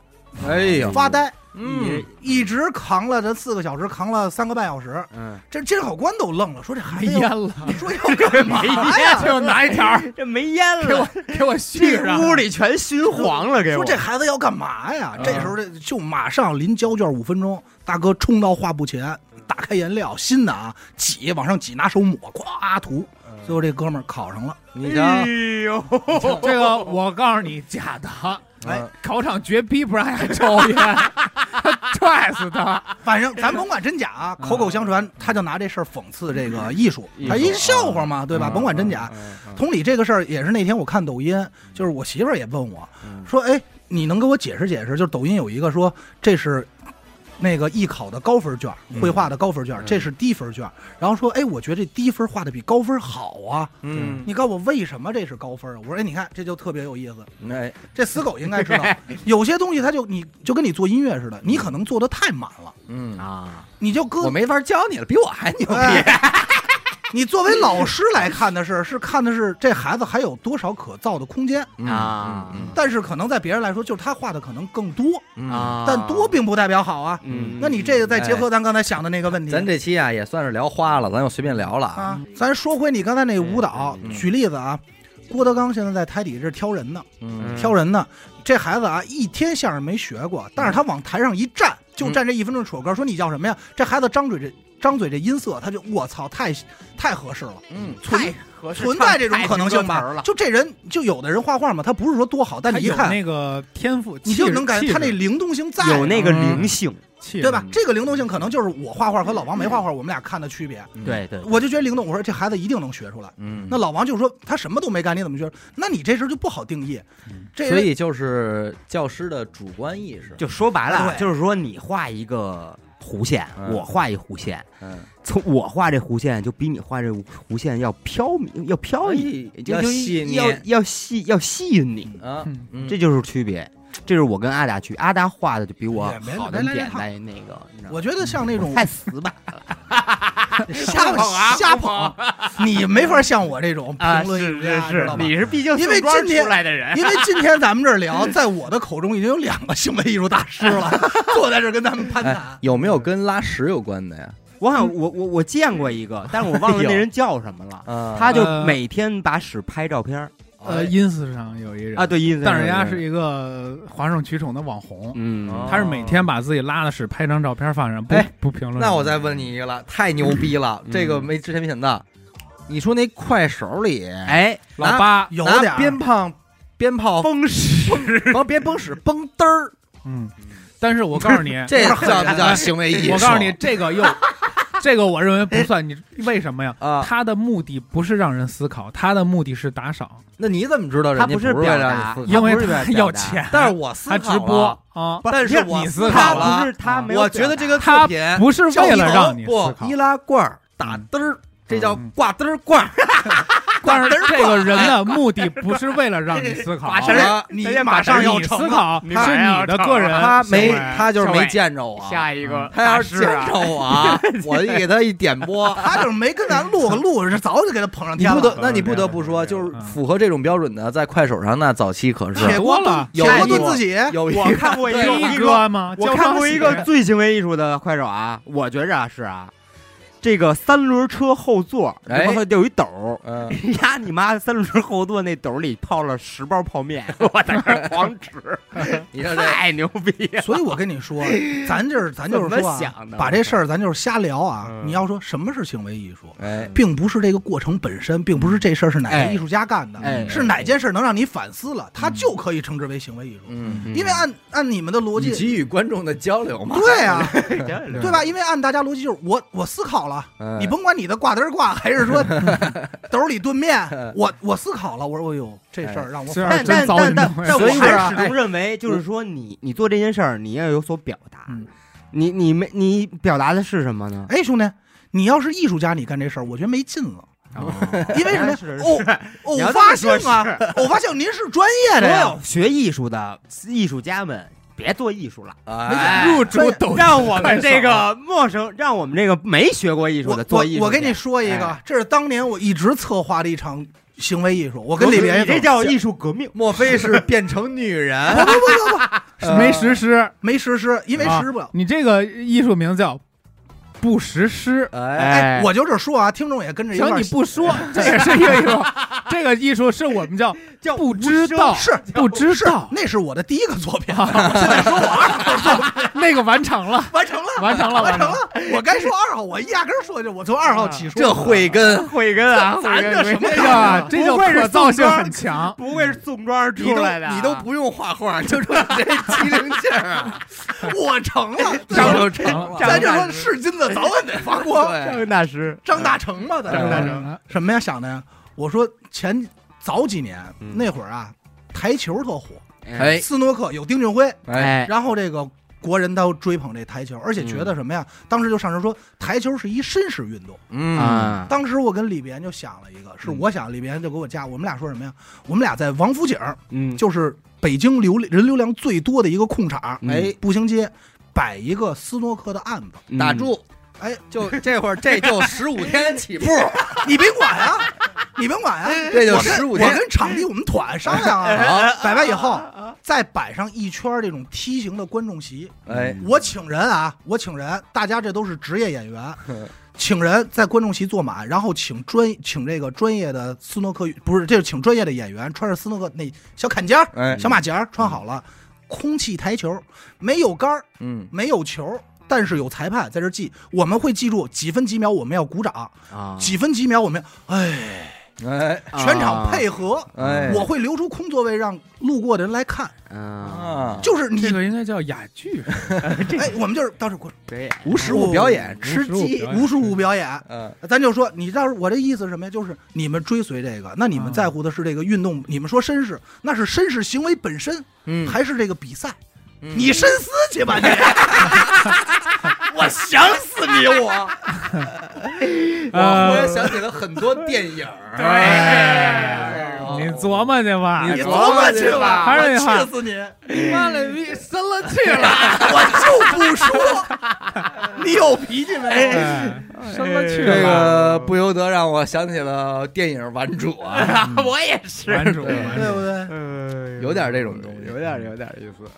Speaker 1: 哎呦，
Speaker 2: 发呆，
Speaker 5: 嗯
Speaker 2: 一直扛了这四个小时，扛了三个半小时。
Speaker 3: 嗯，
Speaker 2: 这监考官都愣了，说这孩
Speaker 4: 没
Speaker 2: 子
Speaker 3: 哎
Speaker 4: 烟
Speaker 2: 要
Speaker 4: 了，
Speaker 2: 说要干嘛呀？
Speaker 4: 就拿一条儿
Speaker 5: 这没烟
Speaker 4: 给我
Speaker 5: 了，
Speaker 4: 给我续
Speaker 5: 这
Speaker 4: 上。
Speaker 5: 屋里全熏黄了，给
Speaker 2: 说
Speaker 5: 我
Speaker 2: 这孩子要干嘛呀？
Speaker 4: 嗯
Speaker 2: 这时候这就马上临交卷五分钟，大哥冲到画布前，打开颜料，新的啊，挤往上挤，拿手抹，咵涂。
Speaker 5: 嗯
Speaker 2: 最后这哥们儿考上了，
Speaker 1: 你瞧
Speaker 5: 哎，呦，
Speaker 4: 这个我告诉你，假的。
Speaker 2: 哎，
Speaker 4: 考场绝逼不让他抽烟， 踹死他。
Speaker 2: 反正咱甭管真假啊，口口相传，他就拿这事儿讽刺这个艺术，
Speaker 3: 嗯艺术
Speaker 2: 他一笑话嘛，对吧？
Speaker 3: 嗯
Speaker 2: 甭管真假。同理，这个事儿也是那天我看抖音，就是我媳妇儿也问我
Speaker 3: 嗯
Speaker 2: 说：“哎，你能给我解释解释？”就是抖音有一个说这是。那个艺考的高分卷，绘画的高分
Speaker 3: 嗯
Speaker 2: 卷，这是低分卷。然后说，哎，我觉得这低分画的比高分好啊！
Speaker 1: 嗯，
Speaker 2: 你告诉我为什么这是高分啊？我说，哎，你看这就特别有意思。
Speaker 1: 哎，
Speaker 2: 这死狗应该 知道，有些东西它就你就跟你做音乐似的，你可能做的太满了，
Speaker 1: 嗯，
Speaker 3: 啊，
Speaker 2: 你就搁
Speaker 1: 我没法教你了，比我还 牛逼。
Speaker 2: 哎， 你作为老师来看的是，是看的是这孩子还有多少可造的空间。
Speaker 1: 嗯
Speaker 3: 啊
Speaker 1: 嗯
Speaker 2: 但是可能在别人来说，就是他画的可能更多，
Speaker 1: 嗯
Speaker 3: 啊，
Speaker 2: 但多并不代表好啊。
Speaker 3: 嗯，
Speaker 2: 那你这个再结合咱刚才想的那个问题，
Speaker 1: 哎咱这期啊也算是聊花了，咱就随便聊了啊。
Speaker 2: 啊，咱说回你刚才那舞蹈，
Speaker 1: 嗯
Speaker 2: 举例子啊，郭德纲现在在台底这挑人呢，
Speaker 1: 嗯
Speaker 2: 挑人呢。这孩子啊，一天相声没学过，但是他往台上一站，
Speaker 1: 嗯
Speaker 2: 就站这一分钟楚歌，说你叫什么呀？这孩子张嘴这张嘴这音色，他就我操，太太合适了。
Speaker 1: 嗯
Speaker 2: 存存在这种可能性吧？就这人，就有的人画画嘛，他不是说多好，但
Speaker 4: 他
Speaker 2: 你一
Speaker 4: 有
Speaker 2: 看，
Speaker 4: 那个天赋，
Speaker 2: 你
Speaker 4: 气
Speaker 2: 就
Speaker 4: 质
Speaker 2: 能感觉他那
Speaker 4: 气质
Speaker 2: 灵动性在，
Speaker 3: 有那个灵性，
Speaker 4: 气质
Speaker 2: 对吧？这个灵动性可能就是我画画和老王没画画，我们俩看的区别。
Speaker 3: 对对，
Speaker 2: 我就觉得灵动，我说这孩子一定能学出来。
Speaker 1: 嗯，
Speaker 2: 那老王就说他什么都没干，你怎么学？那你这事儿就不好定义。这
Speaker 1: 所以就是教师的主观意识，
Speaker 3: 就说白了，啊
Speaker 2: 对
Speaker 3: 就是说你画一个弧线，
Speaker 1: 嗯
Speaker 3: 我画一弧线，
Speaker 1: 嗯，
Speaker 3: 从我画这弧线就比你画这弧线要飘渺，要
Speaker 1: 哦
Speaker 3: 飘逸，就
Speaker 1: 哎要
Speaker 3: 就
Speaker 1: 细腻
Speaker 3: 要要吸要吸引你，
Speaker 1: 啊，
Speaker 4: 嗯
Speaker 1: 嗯
Speaker 3: 这就是区别。这是我跟阿达区，阿达画的就比我
Speaker 2: 也没
Speaker 3: 好的
Speaker 2: 没来
Speaker 3: 点
Speaker 2: 这套
Speaker 3: 在那个，你知道吗
Speaker 2: 我觉得像那种
Speaker 3: 太死板了
Speaker 2: 瞎
Speaker 5: 捧啊
Speaker 2: 瞎
Speaker 5: 不捧
Speaker 2: 捧，你没法像我这种
Speaker 4: 啊
Speaker 2: 评
Speaker 5: 啊
Speaker 2: 论
Speaker 5: 是
Speaker 2: 艺术
Speaker 5: 是
Speaker 2: 家，知
Speaker 5: 是
Speaker 2: 道，吧？
Speaker 5: 你是毕竟
Speaker 2: 因为
Speaker 5: 宋庄
Speaker 2: 今天
Speaker 5: 出来的人，
Speaker 2: 因为今天咱们这儿聊，在我的口中已经有两个行为艺术大师了，坐在这儿跟咱们攀
Speaker 1: 哎
Speaker 2: 谈，。
Speaker 1: 有没有跟拉屎有关的呀？
Speaker 3: 我好像我我我见过一个，但是我
Speaker 1: 哎
Speaker 3: 忘了那人叫什么了。
Speaker 1: 啊
Speaker 3: 他就
Speaker 4: 呃
Speaker 3: 每天把屎拍照片儿
Speaker 2: 哎
Speaker 4: 呃，ins 上有一人
Speaker 3: 啊，，对，意思
Speaker 4: 但是人家是一个哗众取宠的网红，
Speaker 3: 嗯，
Speaker 1: 哦
Speaker 4: 他是每天把自己拉的屎拍张照片发上，不
Speaker 1: 哎
Speaker 4: 不评论。
Speaker 1: 那我再问，你一个了，太牛逼了，
Speaker 3: 嗯
Speaker 1: 这个没之前没想到。你说那快手里
Speaker 3: 哎，
Speaker 4: 老八，
Speaker 2: 有点
Speaker 1: 拿
Speaker 2: 儿
Speaker 1: 鞭炮、鞭炮
Speaker 5: 风湿，
Speaker 1: 然后别崩屎崩嘚儿，
Speaker 4: 嗯，但是我告 诉你，
Speaker 1: 这叫不叫行为艺术？
Speaker 4: 我告诉你，这个又，这个我认为不算，你为什么呀？
Speaker 1: 啊，
Speaker 4: 他的目的不是让人思考，他的目的是打赏，
Speaker 1: 那你怎么知道人
Speaker 3: 他
Speaker 1: 家
Speaker 3: 不是
Speaker 1: 为
Speaker 3: 表
Speaker 1: 了
Speaker 3: 达
Speaker 1: 让你思考
Speaker 4: 因为
Speaker 3: 不是表
Speaker 4: 他
Speaker 3: 达
Speaker 4: 要钱，
Speaker 1: 但是我思考
Speaker 4: 他
Speaker 1: 了
Speaker 4: 直播，啊，
Speaker 1: 但是我
Speaker 4: 你思
Speaker 1: 思考
Speaker 3: 他
Speaker 4: 考
Speaker 3: 不
Speaker 1: 了
Speaker 3: 是，他没有
Speaker 1: 我觉得这个
Speaker 4: 他
Speaker 1: 作品
Speaker 4: 不是为了让你
Speaker 1: 不
Speaker 4: 思考
Speaker 1: 易。拉罐儿打嘚儿，这叫挂嘚儿罐儿。
Speaker 4: 但是这个人的目的不是为了让你思考，
Speaker 5: 马
Speaker 1: 神
Speaker 5: 上
Speaker 1: 了
Speaker 5: 你
Speaker 2: 大家
Speaker 5: 马上要
Speaker 4: 你思考是
Speaker 5: 你马上要
Speaker 4: 你的
Speaker 5: 成
Speaker 4: 个人，
Speaker 1: 啊他没
Speaker 4: 行为
Speaker 1: 他就是
Speaker 5: 小
Speaker 1: 没
Speaker 5: 伟
Speaker 1: 见着我，
Speaker 5: 下一
Speaker 3: 嗯
Speaker 5: 个
Speaker 1: 他要
Speaker 5: 大
Speaker 1: 是
Speaker 5: 师
Speaker 1: 见
Speaker 5: 啊，
Speaker 1: 着我啊，我就给他一点 拨。
Speaker 2: 他就是没跟咱录个录，是早就给他捧上
Speaker 1: 你
Speaker 2: 天
Speaker 1: 不
Speaker 2: 了。
Speaker 1: 得，那你不得不说，就是符合这种标准的，在快手上那早期可
Speaker 4: 铁
Speaker 1: 是
Speaker 4: 锅了，
Speaker 1: 有
Speaker 2: 铁锅
Speaker 1: 一个
Speaker 2: 炖自己，
Speaker 1: 有一
Speaker 5: 我看过一个
Speaker 4: 第一哥吗？
Speaker 3: 我
Speaker 4: 焦
Speaker 3: 看
Speaker 4: 昌
Speaker 3: 过
Speaker 4: 喜哎
Speaker 3: 一个最行为艺术的快手啊，我觉着啊是啊，这个三轮车后座，
Speaker 1: 哎
Speaker 3: 然后它有一斗儿，
Speaker 1: 嗯，
Speaker 3: 呀你妈！三轮车后座那斗儿里泡了十包泡面，我在那儿狂吃，
Speaker 1: 你看这
Speaker 3: 太牛逼啊了！
Speaker 2: 所以我跟你说，咱就是咱就是
Speaker 3: 怎
Speaker 2: 说、
Speaker 3: 么
Speaker 2: 啊
Speaker 3: 想的，
Speaker 2: 把这事儿咱就是瞎聊啊。
Speaker 3: 嗯
Speaker 2: 你要说什么是行为艺术，
Speaker 1: 哎，
Speaker 2: 并不是这个过程本身，并不是这事儿是哪
Speaker 3: 哎
Speaker 2: 个艺术家干的，
Speaker 3: 哎
Speaker 2: 是哪件事儿能让你反思了，它就可以称之为行为艺术。
Speaker 1: 嗯，
Speaker 2: 因为按按你们的逻
Speaker 1: 你
Speaker 2: 辑，
Speaker 1: 给予观众的交流嘛，
Speaker 2: 对啊，
Speaker 5: 对
Speaker 2: 对吧？因为按大家逻辑就是我我思考了，
Speaker 3: 哎
Speaker 1: 嗯
Speaker 2: 你甭管你的挂灯挂还是 说兜里炖面，
Speaker 3: 哎
Speaker 2: 我我思考了，我说哎呦这事儿让我
Speaker 4: 虽
Speaker 2: 反
Speaker 4: 然
Speaker 3: 但但
Speaker 4: 真糟践
Speaker 3: 但但
Speaker 4: 东西
Speaker 3: 但
Speaker 2: 所
Speaker 3: 我
Speaker 2: 以
Speaker 3: 还
Speaker 2: 啊
Speaker 3: 是始终认为，就是说你你做这件事儿，你要有所表达
Speaker 2: 嗯。
Speaker 3: 你你没你表达的是什么呢？
Speaker 2: 哎兄弟，你要是艺术家，你干这事儿，我觉得没劲了。 因为什么呀
Speaker 3: 哦 是？
Speaker 2: 偶偶
Speaker 3: 你要这
Speaker 2: 发
Speaker 3: 么
Speaker 2: 性
Speaker 3: 说啊
Speaker 2: 啊，偶发性，您是专业的
Speaker 3: 所
Speaker 2: 呀
Speaker 3: 有。学艺术的艺术家们，别做艺术了，
Speaker 1: 哎，
Speaker 4: 入驻抖音啊
Speaker 3: 让我们这个陌生，让我们这个没学过艺术
Speaker 2: 我
Speaker 3: 的做艺术去。
Speaker 2: 我我跟你说一个
Speaker 3: 哎，
Speaker 2: 这是当年我一直策划的一场行为艺术。我跟李连
Speaker 3: 你这叫艺术革命。
Speaker 1: 莫非是变成女人？
Speaker 2: 不不不不不
Speaker 4: 没实施，
Speaker 2: 没实施，因为
Speaker 3: 啊
Speaker 2: 实施不了。
Speaker 4: 呃啊你这个艺术名叫不实施。
Speaker 1: 哎，
Speaker 2: 哎
Speaker 3: 哎，，
Speaker 2: 我就这说啊，听众也跟着一块
Speaker 4: 行，
Speaker 2: 儿
Speaker 4: 你不说，这也是一个艺术，这个艺术是我们叫
Speaker 3: 叫
Speaker 4: 不知道，
Speaker 2: 是
Speaker 4: 不知
Speaker 2: 是
Speaker 4: 道，
Speaker 2: 那是我的第一个作品，
Speaker 4: 那个完成了，
Speaker 2: 完成了，
Speaker 4: 完成了，
Speaker 2: 完
Speaker 4: 完
Speaker 2: 成。了。我该说二号，我压根儿说就我从二号起说。
Speaker 1: 这慧根，
Speaker 3: 慧根啊，
Speaker 2: 咱这什么
Speaker 4: 这
Speaker 2: 呀
Speaker 4: 个？这叫
Speaker 3: 不愧是
Speaker 4: 可造性
Speaker 3: 宋庄
Speaker 4: 很强，
Speaker 3: 不愧是宋庄
Speaker 1: 你
Speaker 3: 出
Speaker 1: 都
Speaker 3: 来的啊，
Speaker 1: 你都不用画画，就说你这机灵劲儿啊，
Speaker 2: 我成了，
Speaker 1: 张
Speaker 2: 咱
Speaker 1: 成成 了，
Speaker 2: 咱就说是金子，早晚得发光。
Speaker 4: 哎
Speaker 1: 对，
Speaker 3: 张大师，
Speaker 2: 张大成嘛，咱
Speaker 4: 张大
Speaker 2: 说
Speaker 4: 成啊
Speaker 2: 什么呀？想的呀？我说前早几年
Speaker 3: 嗯
Speaker 2: 那会儿啊，台球特火，
Speaker 1: 哎
Speaker 2: 斯诺克有丁俊晖，
Speaker 1: 哎，
Speaker 3: 哎，
Speaker 2: 然后这个国人都追捧这台球，而且觉得什么呀？当时就上升说台球是一绅士运动。
Speaker 1: 嗯，
Speaker 3: 啊，
Speaker 2: 当时我跟李别就想了一个，是
Speaker 1: 嗯
Speaker 2: 我想，李别就给我加，我们俩说什么呀？我们俩在王府井，
Speaker 3: 嗯，
Speaker 2: 就是北京流人流量最多的一个空场，
Speaker 3: 嗯
Speaker 2: 哎，步行街摆一个斯诺克的案 子。
Speaker 1: 打，住，
Speaker 2: 哎，
Speaker 1: 就这会儿这就十五天起步，
Speaker 2: 你别管啊，你别管啊，
Speaker 1: 这就
Speaker 2: 我跟
Speaker 1: 15天
Speaker 2: 我跟场地我们团商量啊， 摆完以后再摆上一圈儿这种梯形的观众席。
Speaker 1: 哎，
Speaker 2: 我请人啊，我请人，大家这都是职业 演员，请人在观众席坐满，然后请专请这个专业的斯诺克不是，这是请专业的演员，穿着斯诺克那小坎肩儿、
Speaker 1: 哎，
Speaker 2: 小马甲儿穿好了，空气台球，没有杆儿，
Speaker 1: 嗯，
Speaker 2: 没有球。但是有裁判在这记，我们会记住几分几秒我们要鼓掌，
Speaker 3: 啊，
Speaker 2: 几分几秒我们要哎，
Speaker 1: 哎，
Speaker 2: 全场配合，
Speaker 1: 哎，
Speaker 2: 我会留出空座位让路过的人来看。
Speaker 3: 啊，
Speaker 1: 啊，
Speaker 2: 就是你
Speaker 4: 嗯这个应该叫哑剧，
Speaker 2: 哎，我们就是到时候
Speaker 3: 对，
Speaker 1: 无实物表演，吃
Speaker 4: 无实物
Speaker 1: 鸡，
Speaker 4: 表演
Speaker 2: 哦无实物表演，
Speaker 1: 嗯，
Speaker 2: 咱就说，你到时候我这意思是什么呀？就是你们追随这个，那你们
Speaker 4: 嗯
Speaker 2: 在乎的是这个运动，你们说绅士，那是绅士行为本身，
Speaker 1: 嗯
Speaker 2: 还是这个比赛？
Speaker 1: 嗯
Speaker 2: 你深思去吧，你。我想死你！我
Speaker 1: 我忽
Speaker 4: 呃
Speaker 1: 然，想起了很多电影儿，
Speaker 4: 哎你哎琢磨去吧，
Speaker 1: 你
Speaker 2: 你琢磨去吧，
Speaker 4: 还是那话
Speaker 2: 我气死你！
Speaker 4: 妈了逼，生了气了，
Speaker 2: 我就不说，你有脾气
Speaker 4: 哎
Speaker 2: 没？
Speaker 4: 生了气
Speaker 1: 这
Speaker 4: 了，
Speaker 1: 个不由得让我想起了电影《顽主》啊，
Speaker 3: 我也是，哎
Speaker 4: 男主
Speaker 1: 对
Speaker 4: 男
Speaker 2: 对
Speaker 4: 主
Speaker 2: 不对？
Speaker 1: 有点这种东西
Speaker 3: 有点有点意思。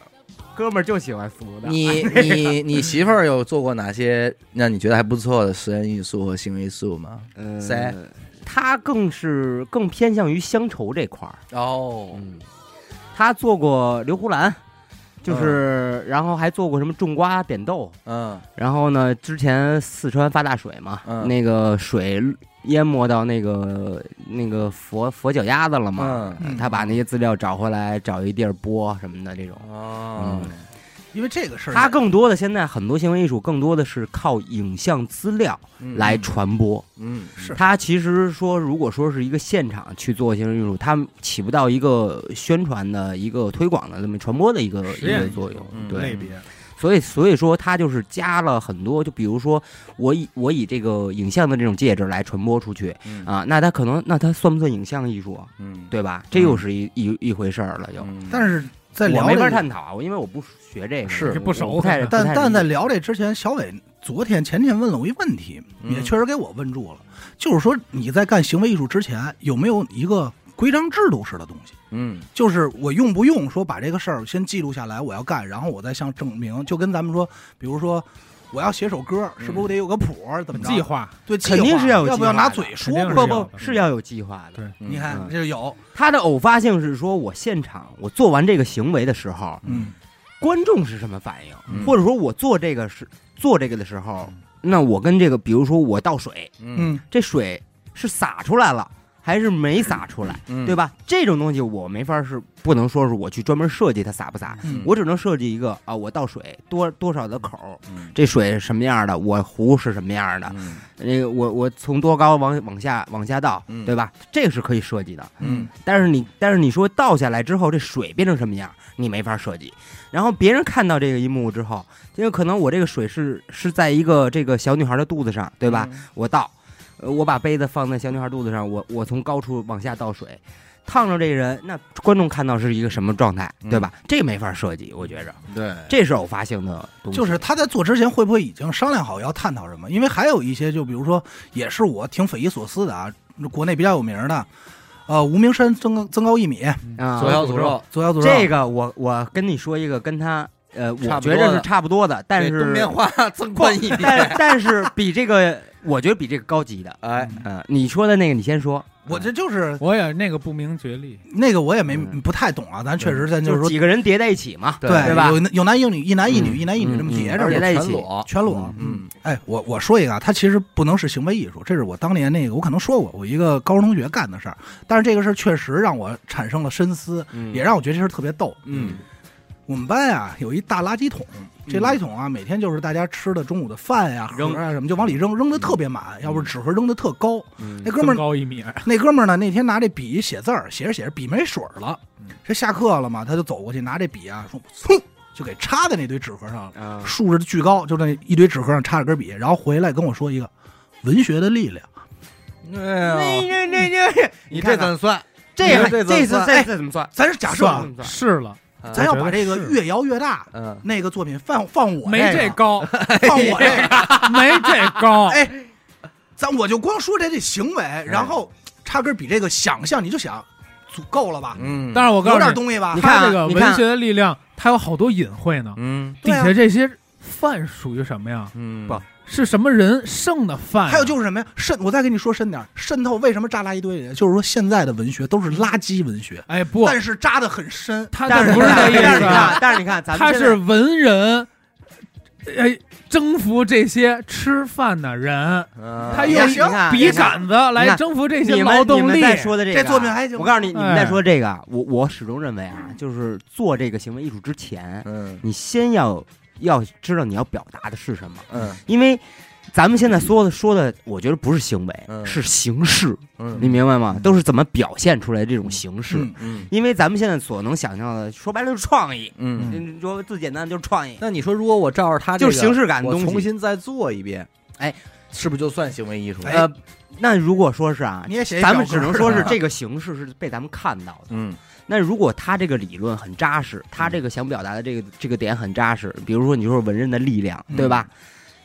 Speaker 3: 哥们儿就喜欢俗的，
Speaker 1: 你你你媳妇儿有做过哪些让你觉得还不错的实验艺术和行为艺术吗？
Speaker 3: 呃
Speaker 1: 谁？
Speaker 3: 他更是更偏向于乡愁这块儿。
Speaker 1: 哦，
Speaker 3: 嗯，他做过刘胡兰，就是然后还做过什么种瓜点豆，
Speaker 1: 嗯
Speaker 3: 然后呢，之前四川发大水嘛，
Speaker 1: 嗯
Speaker 3: 那个水淹没到那个那个佛佛脚丫子了嘛，
Speaker 2: 嗯
Speaker 3: 他把那些资料找回来，找一地儿播什么的这种。
Speaker 1: 哦，
Speaker 2: 因为这个事儿，
Speaker 3: 他更多的现在很多行为艺术更多的是靠影像资料
Speaker 1: 嗯
Speaker 3: 来传播。
Speaker 1: 嗯
Speaker 2: 是
Speaker 3: 他其实说，如果说是一个现场去做行为艺术，他起不到一个宣传的一个推广的这么传播的一个
Speaker 4: 实
Speaker 3: 一
Speaker 4: 验
Speaker 3: 个
Speaker 4: 艺术
Speaker 3: 作用。
Speaker 1: 嗯
Speaker 3: 对，
Speaker 2: 类别，
Speaker 3: 所以所以说他就是加了很多，就比如说我以我以这个影像的这种介质来传播出去
Speaker 1: 嗯
Speaker 3: 啊，那他可能那他算不算影像艺术啊？
Speaker 1: 嗯，
Speaker 3: 对吧？这又是一一一回事儿了，又。
Speaker 1: 嗯，
Speaker 2: 但是在
Speaker 3: 我
Speaker 2: 聊
Speaker 3: 没
Speaker 2: 这
Speaker 3: 法
Speaker 2: 个
Speaker 3: 探讨，啊因为我不学这个，
Speaker 1: 是
Speaker 3: 我
Speaker 4: 不熟
Speaker 3: 啊我不太
Speaker 4: 但
Speaker 3: 不太
Speaker 2: 但但
Speaker 3: 理
Speaker 2: 在
Speaker 3: 解
Speaker 2: 聊这之前，小伟昨天前天问了我一问题，
Speaker 1: 嗯
Speaker 2: 也确实给我问住了，就是说你在干行为艺术之前，有没有一个规章制度式的东西？
Speaker 1: 嗯
Speaker 2: 就是我用不用说把这个事儿先记录下来，我要干，然后我再向证明，就跟咱们说，比如说。我要写首歌，是不是我得有个谱儿？怎么着？
Speaker 4: 计划，
Speaker 2: 对，计划
Speaker 3: 嗯肯定是要有
Speaker 2: 要不要
Speaker 3: 计划
Speaker 2: 拿
Speaker 3: 的
Speaker 2: 嘴说
Speaker 4: 肯定
Speaker 2: 嘛？
Speaker 4: 是
Speaker 3: 不
Speaker 4: 要
Speaker 3: 不
Speaker 4: 的
Speaker 3: 是要有计划的。
Speaker 1: 嗯
Speaker 2: 你看
Speaker 3: 嗯
Speaker 2: 这有，
Speaker 3: 他的偶发性是说我现场我做完这个行为的时候，
Speaker 2: 嗯，
Speaker 3: 观众是什么反应，
Speaker 1: 嗯
Speaker 3: 或者说我做这个是做这个的时候，那我跟这个，比如说我倒水，
Speaker 1: 嗯
Speaker 2: 嗯，
Speaker 3: 这水是洒出来了还是没洒出来，
Speaker 1: 嗯
Speaker 3: 对吧？这种东西我没法是不能说是我去专门设计它洒不洒，
Speaker 2: 嗯
Speaker 3: 我只能设计一个啊，我倒水多多少的口，
Speaker 1: 嗯
Speaker 3: 这水是什么样的，我壶是什么样的，
Speaker 1: 嗯
Speaker 3: 那个我我从多高往往下往下倒
Speaker 1: 嗯，
Speaker 3: 对吧？这个是可以设计的。
Speaker 1: 嗯
Speaker 3: 但是你但是你说倒下来之后这水变成什么样，你没法设计。然后别人看到这个一幕之后，因为可能我这个水是是在一个这个小女孩的肚子上，对吧？
Speaker 1: 嗯
Speaker 3: 我倒，呃我把杯子放在小女孩肚子上，我我从高处往下倒水。烫着这人，那观众看到是一个什么状态，对
Speaker 1: 嗯
Speaker 3: 吧？这没法设计，我觉着
Speaker 1: 对，
Speaker 3: 这是偶发性的东西。
Speaker 2: 就是他在做之前会不会已经商量好要探讨什么？因为还有一些，就比如说，也是我挺匪夷所思的啊，国内比较有名的，呃，无名山增高增高一米，
Speaker 3: 啊，
Speaker 1: 嗯左小诅咒，
Speaker 2: 左小诅咒，
Speaker 3: 这个我我跟你说一个跟他呃，
Speaker 1: 差
Speaker 3: 我
Speaker 1: 不
Speaker 3: 觉
Speaker 1: 多
Speaker 3: 着
Speaker 1: 的
Speaker 3: 是差不多的，但
Speaker 1: 对
Speaker 3: 是
Speaker 1: 东边花 增宽一米，
Speaker 3: 但但是比这个，我觉得比这个高级的。
Speaker 1: 哎，
Speaker 3: 嗯，你说的那个你先说，
Speaker 2: 我这就是
Speaker 4: 我也那个不明觉厉，
Speaker 2: 那个我也没
Speaker 3: 嗯
Speaker 2: 不太懂啊，咱确实咱就
Speaker 3: 就是
Speaker 2: 说
Speaker 3: 几个人叠在一起嘛，
Speaker 1: 对
Speaker 3: 对吧
Speaker 2: 有有男有女，一男一女，
Speaker 3: 嗯
Speaker 2: 一男一女这么叠
Speaker 3: 嗯
Speaker 2: 着
Speaker 1: 而
Speaker 3: 而
Speaker 1: 且
Speaker 2: 嘛，
Speaker 3: 且在一
Speaker 1: 全
Speaker 3: 起
Speaker 1: 裸，
Speaker 2: 全裸。
Speaker 1: 嗯
Speaker 2: 哎，我我说一个啊，它其实不能是行为艺术，这是我当年那个我可能说过我一个高中同学干的事儿，但是这个事儿确实让我产生了深思，
Speaker 3: 嗯
Speaker 2: 也让我觉得这事儿特别逗。
Speaker 1: 嗯
Speaker 2: 我们班啊有一大垃圾桶，这
Speaker 3: 嗯
Speaker 2: 垃圾桶啊每天就是大家吃的中午的饭呀、
Speaker 3: 扔
Speaker 2: 盒啊什么就往里扔，扔的特别满，要不是纸盒扔的特高。
Speaker 3: 嗯
Speaker 2: 那哥们儿
Speaker 4: 增嗯高一米，
Speaker 2: 那哥们儿呢那天拿这笔写字儿，写着写着笔没水儿了
Speaker 4: 嗯，
Speaker 2: 这下课了嘛，他就走过去拿这笔啊，说噌就给插在那堆纸盒
Speaker 1: 嗯
Speaker 2: 上了，
Speaker 4: 嗯
Speaker 3: 啊
Speaker 2: 竖着巨高，就那一堆纸盒上插着根笔，然后回来跟我说一个文学的力量。
Speaker 1: 哎呦，
Speaker 3: 嗯那那那，
Speaker 1: 你
Speaker 3: 看
Speaker 1: 这
Speaker 3: 看
Speaker 1: 怎么算？
Speaker 3: 这
Speaker 1: 你
Speaker 3: 还
Speaker 1: 这
Speaker 3: 这
Speaker 1: 怎么
Speaker 3: 次
Speaker 1: 算
Speaker 3: 这次怎么算？
Speaker 2: 咱是假设啊，
Speaker 4: 算了是了，
Speaker 2: 咱要把
Speaker 4: 我觉得
Speaker 2: 这个
Speaker 4: 嗯是
Speaker 2: 越摇越大
Speaker 1: 嗯
Speaker 2: 那个作品放放我
Speaker 4: 没
Speaker 2: 这
Speaker 4: 这
Speaker 2: 个
Speaker 4: 高，
Speaker 2: 放我 这个。
Speaker 4: 没这高，
Speaker 2: 哎咱我就光说这这行为，然后插根比这个想象，你就想足够了吧？
Speaker 1: 嗯，
Speaker 4: 但是我告
Speaker 2: 有
Speaker 4: 诉
Speaker 2: 点
Speaker 4: 你，
Speaker 2: 东西吧
Speaker 3: 你？
Speaker 4: 啊他
Speaker 3: 看啊
Speaker 4: 这个
Speaker 3: 你
Speaker 4: 文
Speaker 3: 看
Speaker 4: 学的力量，它有好多隐晦呢。
Speaker 1: 嗯
Speaker 4: 底
Speaker 2: 对啊
Speaker 4: 下这些饭属于什么呀？
Speaker 1: 嗯
Speaker 3: 不
Speaker 4: 是什么人剩的饭啊？
Speaker 2: 还有就是什么呀？渗，我再跟你说深点儿，渗透为什么扎拉一堆人？就是说现在的文学都是垃圾文学，
Speaker 4: 哎不，
Speaker 2: 但是扎的很深。
Speaker 4: 他
Speaker 3: 但是
Speaker 4: 但不是这
Speaker 3: 但
Speaker 4: 意
Speaker 3: 是你
Speaker 4: 思啊，
Speaker 3: 看，但是你看，咱们
Speaker 4: 他
Speaker 3: 现在
Speaker 4: 是文人，哎，征服这些吃饭的人，
Speaker 1: 嗯
Speaker 4: 他
Speaker 3: 你
Speaker 4: 用
Speaker 3: 看
Speaker 4: 一
Speaker 3: 你看
Speaker 4: 笔
Speaker 3: 啊你看
Speaker 4: 杆子来
Speaker 3: 看
Speaker 4: 征服这些
Speaker 3: 你
Speaker 4: 劳
Speaker 3: 们你
Speaker 4: 动
Speaker 3: 们
Speaker 4: 力。
Speaker 3: 在 说的这个
Speaker 2: 这
Speaker 3: 啊，
Speaker 2: 作品还行
Speaker 3: 我告诉你，你们
Speaker 4: 哎
Speaker 3: 在说这个，啊我我始终认为啊，就是做这个行为艺术之前，
Speaker 1: 嗯
Speaker 3: 你先要要知道你要表达的是什么，
Speaker 1: 嗯
Speaker 3: 因为咱们现在说的说的，我觉得不是行为，
Speaker 1: 嗯
Speaker 3: 是形式，
Speaker 1: 嗯
Speaker 3: 你明白吗？都是怎么表现出来这种形式。
Speaker 2: 嗯
Speaker 1: 嗯
Speaker 3: 因为咱们现在所能想象的，说白了就是创意。
Speaker 1: 嗯。
Speaker 3: 你说最简单的就是创意，
Speaker 1: 那你说，如果我照着他这
Speaker 3: 就
Speaker 1: 个，
Speaker 3: 是形式感的
Speaker 1: 我
Speaker 3: 东
Speaker 1: 重
Speaker 3: 西。
Speaker 1: 新再做一遍，
Speaker 3: 哎，
Speaker 1: 是不是就算行为艺术？
Speaker 2: 哎
Speaker 3: 呃，那如果说是啊
Speaker 2: 你，也写一
Speaker 3: 咱们
Speaker 2: 表
Speaker 3: 只
Speaker 2: 格
Speaker 3: 能说是
Speaker 2: 吧
Speaker 3: 这个形式是被咱们看到的。
Speaker 1: 嗯
Speaker 3: 那如果他这个理论很扎实，
Speaker 2: 嗯
Speaker 3: 他这个想表达的这个这个点很扎实，比如说你说文人的力量，对吧？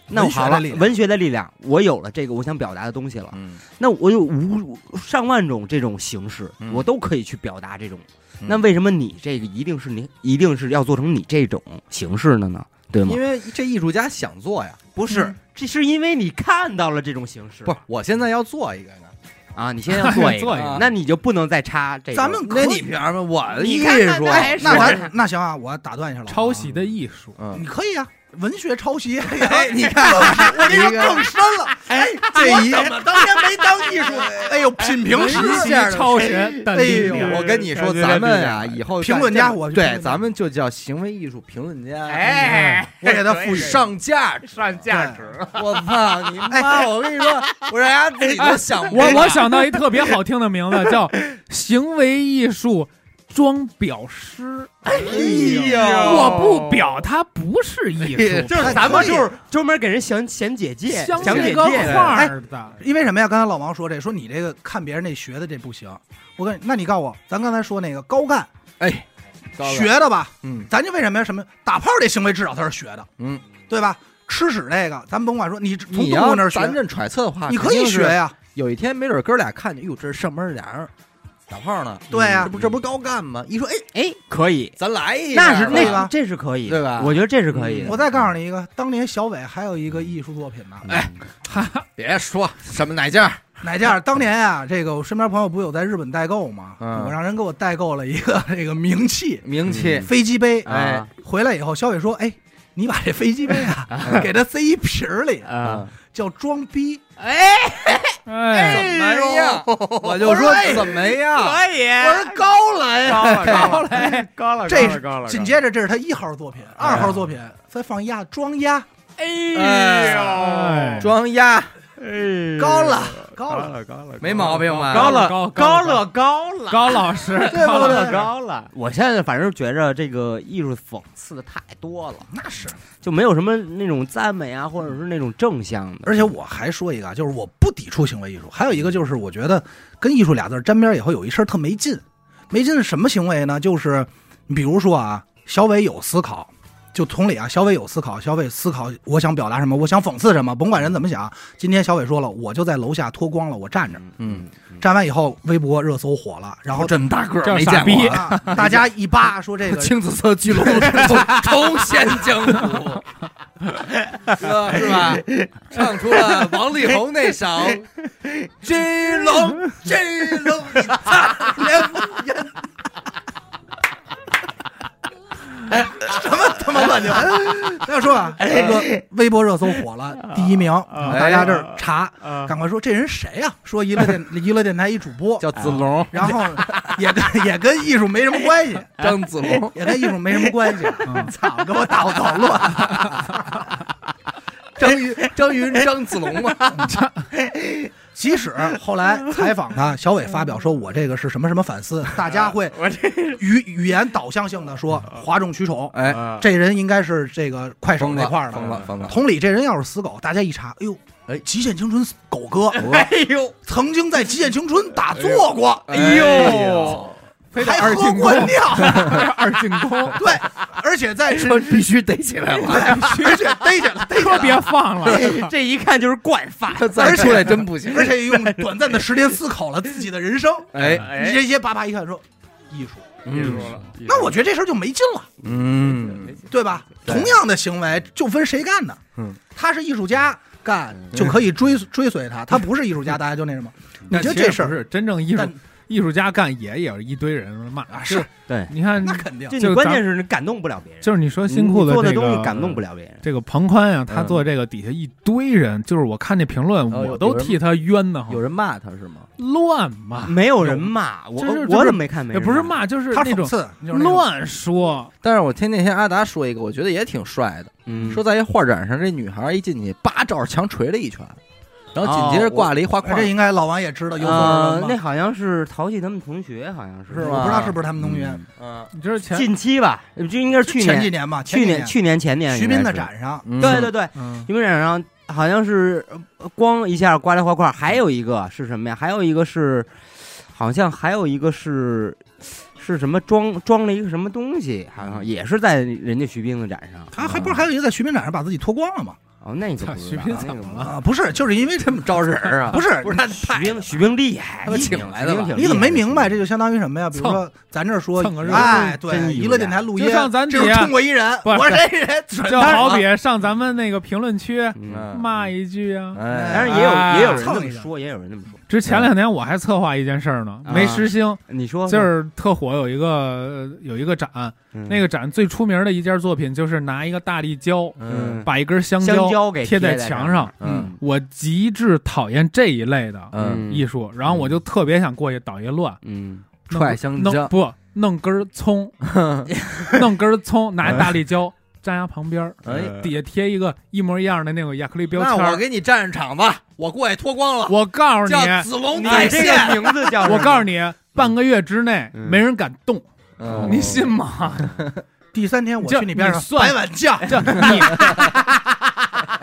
Speaker 3: 那我好了
Speaker 2: 嗯文学的力，量
Speaker 3: 文学的力量，我有了这个我想表达的东西了，
Speaker 1: 嗯
Speaker 3: 那我有无上万种这种形式
Speaker 1: 嗯，
Speaker 3: 我都可以去表达这种。
Speaker 1: 嗯
Speaker 3: 那为什么你这个一定是你一定是要做成你这种形式的呢？对吗
Speaker 1: 因？为这艺术家想做呀，
Speaker 3: 不
Speaker 2: 嗯
Speaker 3: 是，这是因为你看到了这种形式，
Speaker 1: 不是？我现在要做一个呢，
Speaker 3: 啊？你先要 做一
Speaker 4: 哎做
Speaker 1: 一个
Speaker 3: 个，那啊你就不能再插这个。
Speaker 2: 咱们
Speaker 1: 那
Speaker 2: 可
Speaker 1: 你
Speaker 2: 以
Speaker 1: 凭什么？我的
Speaker 3: 你
Speaker 1: 艺
Speaker 3: 看看
Speaker 1: 术
Speaker 3: 那，还是
Speaker 2: 那咱那行啊，我打断一下了。
Speaker 4: 抄袭，的艺术，
Speaker 1: 嗯
Speaker 2: 你，可以啊，文学抄袭。
Speaker 1: 哎，你看，
Speaker 2: 我跟你说
Speaker 1: 你看
Speaker 2: 更深了，哎，
Speaker 1: 这一
Speaker 2: 我怎么当年没当艺术？哎呦，品评师
Speaker 4: 文
Speaker 1: 是这
Speaker 4: 学
Speaker 1: 样的
Speaker 4: 超 神，但
Speaker 2: 哎
Speaker 4: 力
Speaker 2: 呦
Speaker 4: 量
Speaker 1: 我跟你说，咱们呀，以后
Speaker 2: 评论家我评论
Speaker 1: 对，
Speaker 2: 家
Speaker 1: 咱们就叫行为艺术评论家，，
Speaker 5: 哎，
Speaker 2: 我给他赋予
Speaker 1: 上价值，哎
Speaker 5: 上价值，
Speaker 1: 我操你妈！我跟你说，我让人家自己都哎想不
Speaker 4: 我
Speaker 1: 到
Speaker 4: 我想到一特别好听的名字，叫《行为艺术装裱师》。
Speaker 1: 哎呦
Speaker 4: 我不表，它不是艺术，
Speaker 3: 就是
Speaker 2: 哎
Speaker 3: 咱们
Speaker 2: 可以
Speaker 3: 就是专门给人想想解界，
Speaker 4: 像
Speaker 3: 想
Speaker 4: 这
Speaker 3: 解
Speaker 4: 个
Speaker 3: 界的。
Speaker 4: 画儿的。
Speaker 2: 因为什么呀？刚才老王说这，说你这个看别人那学的这不行。我跟你，那你告诉我，咱刚才说那个高干
Speaker 1: 哎，
Speaker 2: 学，的吧？
Speaker 1: 嗯
Speaker 2: 咱就为什么呀？什么打炮这行为至少他是学的，
Speaker 1: 嗯，
Speaker 2: 对吧？吃屎这个，咱甭管说你从
Speaker 1: 你
Speaker 2: 动
Speaker 1: 要
Speaker 2: 物那儿学
Speaker 1: 咱，这揣测的话，
Speaker 2: 你可以学。呀。
Speaker 1: 有一天没准哥俩看见，哟，这是上班俩人打炮呢。嗯
Speaker 2: 对呀
Speaker 1: 这不这不是高干吗？一说哎，
Speaker 3: 哎，可以，
Speaker 1: 咱来一个，啊
Speaker 3: 那是那
Speaker 2: 对吧嗯
Speaker 3: 个这是可以，
Speaker 1: 对吧
Speaker 3: 我觉得这是可以的。
Speaker 2: 我再告诉你一个，当年小伟还有一个艺术作品呢，
Speaker 1: 哎，
Speaker 4: 哈，
Speaker 1: 别说什么哪家，
Speaker 2: 哪件儿？当年啊，这个我身边朋友不是有在日本代购吗？
Speaker 1: 嗯
Speaker 2: 我让人给我代购了一个 这个名器
Speaker 1: 名气
Speaker 2: 飞机杯，
Speaker 1: 哎
Speaker 2: 回来以后，小伟说：“哎，你把这飞机杯啊，给它塞一瓶儿里，
Speaker 1: 啊，
Speaker 2: 叫装逼。
Speaker 4: 哎，
Speaker 1: 哎呀，我就说怎么样，
Speaker 5: 可以，
Speaker 1: 我说高来呀，
Speaker 5: 高了，高 了，高了，
Speaker 2: 这
Speaker 5: 高了高了，
Speaker 2: 紧接着这是他一号作品，二号作品再放鸭装鸭，
Speaker 5: 哎
Speaker 4: 哎
Speaker 5: 呦，
Speaker 1: 装鸭
Speaker 5: 哎
Speaker 2: 高了高
Speaker 5: 高
Speaker 2: 了，
Speaker 5: 了，高了，
Speaker 1: 没毛病吧？
Speaker 5: 高了，
Speaker 4: 高
Speaker 5: 高
Speaker 4: 了
Speaker 5: 了，高了，
Speaker 4: 高老师，
Speaker 2: 对
Speaker 4: 高
Speaker 2: 不
Speaker 4: 老师
Speaker 2: 对？
Speaker 5: 高了，
Speaker 3: 我现在反正觉着这个艺术讽刺的太多了，
Speaker 2: 那是。
Speaker 3: 就没有什么那种赞美啊，或者是那种正向的。
Speaker 2: 而且我还说一个啊，就是我不抵触行为艺术，还有一个就是我觉得跟艺术俩字儿沾边儿以后有一事儿特没劲，没劲是什么行为呢？就是你比如说啊，小伟有思考，就同理啊，小伟有思考，小伟思考我想表达什么，我想讽刺什么，甭管人怎么想。今天小伟说了，我就在楼下脱光了，我站着，
Speaker 1: 嗯，
Speaker 2: 站完以后微博热搜火了，然后
Speaker 1: 这么大个儿
Speaker 4: 这
Speaker 1: 没
Speaker 4: 傻
Speaker 1: 见
Speaker 4: 逼
Speaker 1: 过
Speaker 2: 啊，大家一扒说这
Speaker 1: 啊，
Speaker 2: 个
Speaker 1: 青紫色巨龙重现江湖，是吧是吧？唱出了王力宏那首《巨龙巨龙》，
Speaker 2: 他妈乱聊。再说啊，这个微博热搜火了，
Speaker 5: 啊
Speaker 2: 第一名，然后大家
Speaker 5: 哎
Speaker 2: 这儿查，赶快说这人谁呀、说娱乐电 娱乐电台一主 播，
Speaker 1: 叫子龙，
Speaker 2: 然后也跟也跟艺术没什么关 系，
Speaker 1: 张子龙。
Speaker 2: 也跟艺术没什么关 系。啊嗯操、给我打我捣乱！
Speaker 1: 张云，张云，张子龙嘛，
Speaker 2: 即使后来采访他，小伟发表说我这个是什么什么反思，大家会
Speaker 5: 我这
Speaker 2: 语语言导向性的说哗众取宠，
Speaker 1: 哎，
Speaker 5: 啊
Speaker 2: 这人应该是这个快手
Speaker 1: 疯
Speaker 2: 那
Speaker 1: 了，
Speaker 2: 块儿的
Speaker 1: 疯。了，疯了，
Speaker 2: 同理，这人要是死狗，大家一查，哎呦，哎，极限青春狗哥
Speaker 5: 哎呦，
Speaker 2: 曾经在极限青春打坐过，
Speaker 5: 哎呦，
Speaker 4: 非得
Speaker 2: 还
Speaker 4: 二
Speaker 2: 喝
Speaker 4: 进
Speaker 2: 过
Speaker 4: 宫，
Speaker 2: 尿，
Speaker 4: 二进宫，
Speaker 2: 对，而且在
Speaker 1: 这必须逮起来了，
Speaker 2: 而且逮起来，逮起
Speaker 4: 说
Speaker 2: 来
Speaker 4: 别
Speaker 2: 了，
Speaker 4: 放了，
Speaker 3: 这一看就是惯 犯，
Speaker 1: 再出来真不行。
Speaker 2: 而且用短暂的时间思考了自己的人生。
Speaker 1: 哎，
Speaker 5: 哎，
Speaker 2: 这些爸爸一看说，艺术，
Speaker 5: 艺术了，
Speaker 2: 那我觉得这事儿就没劲了，
Speaker 1: 嗯，
Speaker 2: 对吧？同样的行为就分谁干的，
Speaker 1: 嗯，
Speaker 2: 他是艺术家干就可以追追随他，他不是艺术家，大家就那什么。你觉得这事
Speaker 4: 不
Speaker 2: 儿
Speaker 4: 是真正艺术
Speaker 2: 但
Speaker 4: 艺术家干也也是一堆人骂
Speaker 2: 啊是，
Speaker 3: 对，
Speaker 4: 你看
Speaker 2: 那肯定
Speaker 3: 就
Speaker 4: 就
Speaker 3: 你
Speaker 4: 是
Speaker 3: 关
Speaker 4: 咱
Speaker 3: 键是你感动不了别人，
Speaker 4: 就是你说辛苦
Speaker 3: 你做
Speaker 4: 这
Speaker 3: 的
Speaker 4: 个
Speaker 3: 东西感动不了别人。
Speaker 4: 这个庞宽呀，他做这个底下一堆人，就是我看那评论，
Speaker 1: 哦有
Speaker 4: 我都替他冤得
Speaker 1: 有
Speaker 4: 慌，
Speaker 1: 人骂他是吗？
Speaker 4: 乱骂，
Speaker 3: 没有人骂我
Speaker 4: 就是，
Speaker 3: 我怎么没看没
Speaker 4: 也
Speaker 3: 人？
Speaker 4: 不是，骂，就是
Speaker 2: 他
Speaker 4: 那
Speaker 2: 讽
Speaker 4: 种
Speaker 2: 刺就是那种
Speaker 4: 乱说，
Speaker 1: 但是我听那天阿达说一个，我觉得也挺帅的，
Speaker 3: 嗯，
Speaker 1: 说在一画展上，这女孩一进去，叭照着墙捶了一拳，然后紧接着挂了一画
Speaker 2: 哎
Speaker 4: 啊
Speaker 1: 框
Speaker 2: 这，应该老王也知道，有所耳
Speaker 3: 呃
Speaker 2: 闻，吧
Speaker 3: 那好像是淘气他们同学，好像是啊
Speaker 1: 是
Speaker 2: 我
Speaker 1: 吗
Speaker 2: 不知道是不是他们同学。
Speaker 1: 嗯
Speaker 5: 嗯，
Speaker 4: 你知道前
Speaker 3: 近期吧，就应该是去
Speaker 2: 前几
Speaker 3: 年、
Speaker 2: 年吧，
Speaker 3: 去
Speaker 2: 几
Speaker 3: 年、去年前年
Speaker 2: 徐斌的
Speaker 3: 应该是，
Speaker 2: 展上，
Speaker 1: 嗯
Speaker 3: 对对，对，
Speaker 4: 嗯，
Speaker 3: 徐斌展上好像是呃光一下刮来刮块，还有一个是什么呀？还有一个是，好像还有一个是是什么装装了一个什么东西，好像也是在人家徐斌的展上。
Speaker 2: 他还不是还有一个在徐斌展上把自己脱光了吗？
Speaker 3: 哦，那个
Speaker 4: 操
Speaker 3: 不知
Speaker 4: 徐
Speaker 3: 道
Speaker 4: 斌
Speaker 3: 那
Speaker 4: 怎
Speaker 3: 个
Speaker 4: 么
Speaker 3: 不
Speaker 4: 了
Speaker 2: 啊，不是，就是 因为这
Speaker 1: 这么招人啊？
Speaker 2: 不是
Speaker 1: 不是他
Speaker 3: 徐斌徐斌厉害，
Speaker 1: 他们
Speaker 3: 厉害
Speaker 1: 请来的吧
Speaker 3: 徐斌挺厉害
Speaker 2: 你怎么没明白？这就相当于什么呀？比如说咱这儿说
Speaker 4: 蹭个，热度
Speaker 2: 哎，
Speaker 3: 真
Speaker 2: 对，
Speaker 3: 艺术
Speaker 2: 娱乐电台录音，
Speaker 4: 就像咱
Speaker 2: 这
Speaker 4: 底
Speaker 2: 是
Speaker 4: 下
Speaker 2: 通过一人，
Speaker 4: 不是
Speaker 2: 我是啊这人，
Speaker 4: 就好比上咱们那个评论区
Speaker 3: 嗯，
Speaker 4: 骂一句啊。
Speaker 1: 哎，
Speaker 3: 但是也有
Speaker 4: 哎
Speaker 3: 也有人
Speaker 2: 蹭
Speaker 3: 这
Speaker 2: 一
Speaker 3: 么
Speaker 2: 下
Speaker 3: 说，也有人这么说。
Speaker 4: 之前两天我还策划一件事儿呢，
Speaker 3: 啊
Speaker 4: 没实行，
Speaker 3: 你说
Speaker 4: 就是特火有一个呃有一个展，那
Speaker 3: 个
Speaker 4: 个展最出名的一件作品就是拿一个大力胶，
Speaker 1: 嗯
Speaker 4: 把一根香
Speaker 3: 香
Speaker 4: 蕉
Speaker 3: 蕉给
Speaker 4: 贴
Speaker 3: 在
Speaker 4: 墙上。
Speaker 1: 嗯
Speaker 4: 我极致讨厌这一类的
Speaker 1: 嗯，
Speaker 4: 艺术，然后我就特别想过去捣一乱，
Speaker 3: 嗯，
Speaker 4: 弄
Speaker 1: 踹香蕉
Speaker 4: 弄不弄根儿葱，弄根儿葱，拿一大力胶粘牙旁边儿，
Speaker 1: 哎，
Speaker 4: 底下贴一个一模一样的那种亚克力标
Speaker 1: 那
Speaker 4: 签
Speaker 1: 我
Speaker 4: 儿。
Speaker 1: 给你站上场吧，我过去脱光了，
Speaker 4: 我告诉你，
Speaker 1: 叫子龙
Speaker 3: 你
Speaker 4: 哎
Speaker 1: 在
Speaker 3: 这
Speaker 1: 线，
Speaker 3: 个名字叫什么
Speaker 4: 我告诉你，半个月之内
Speaker 3: 嗯
Speaker 4: 没人敢动，
Speaker 5: 哦
Speaker 1: 嗯
Speaker 4: 你信吗？
Speaker 2: 第三天我
Speaker 4: 这
Speaker 2: 去你边上
Speaker 4: 你算
Speaker 2: 摆碗酱，
Speaker 4: 就你，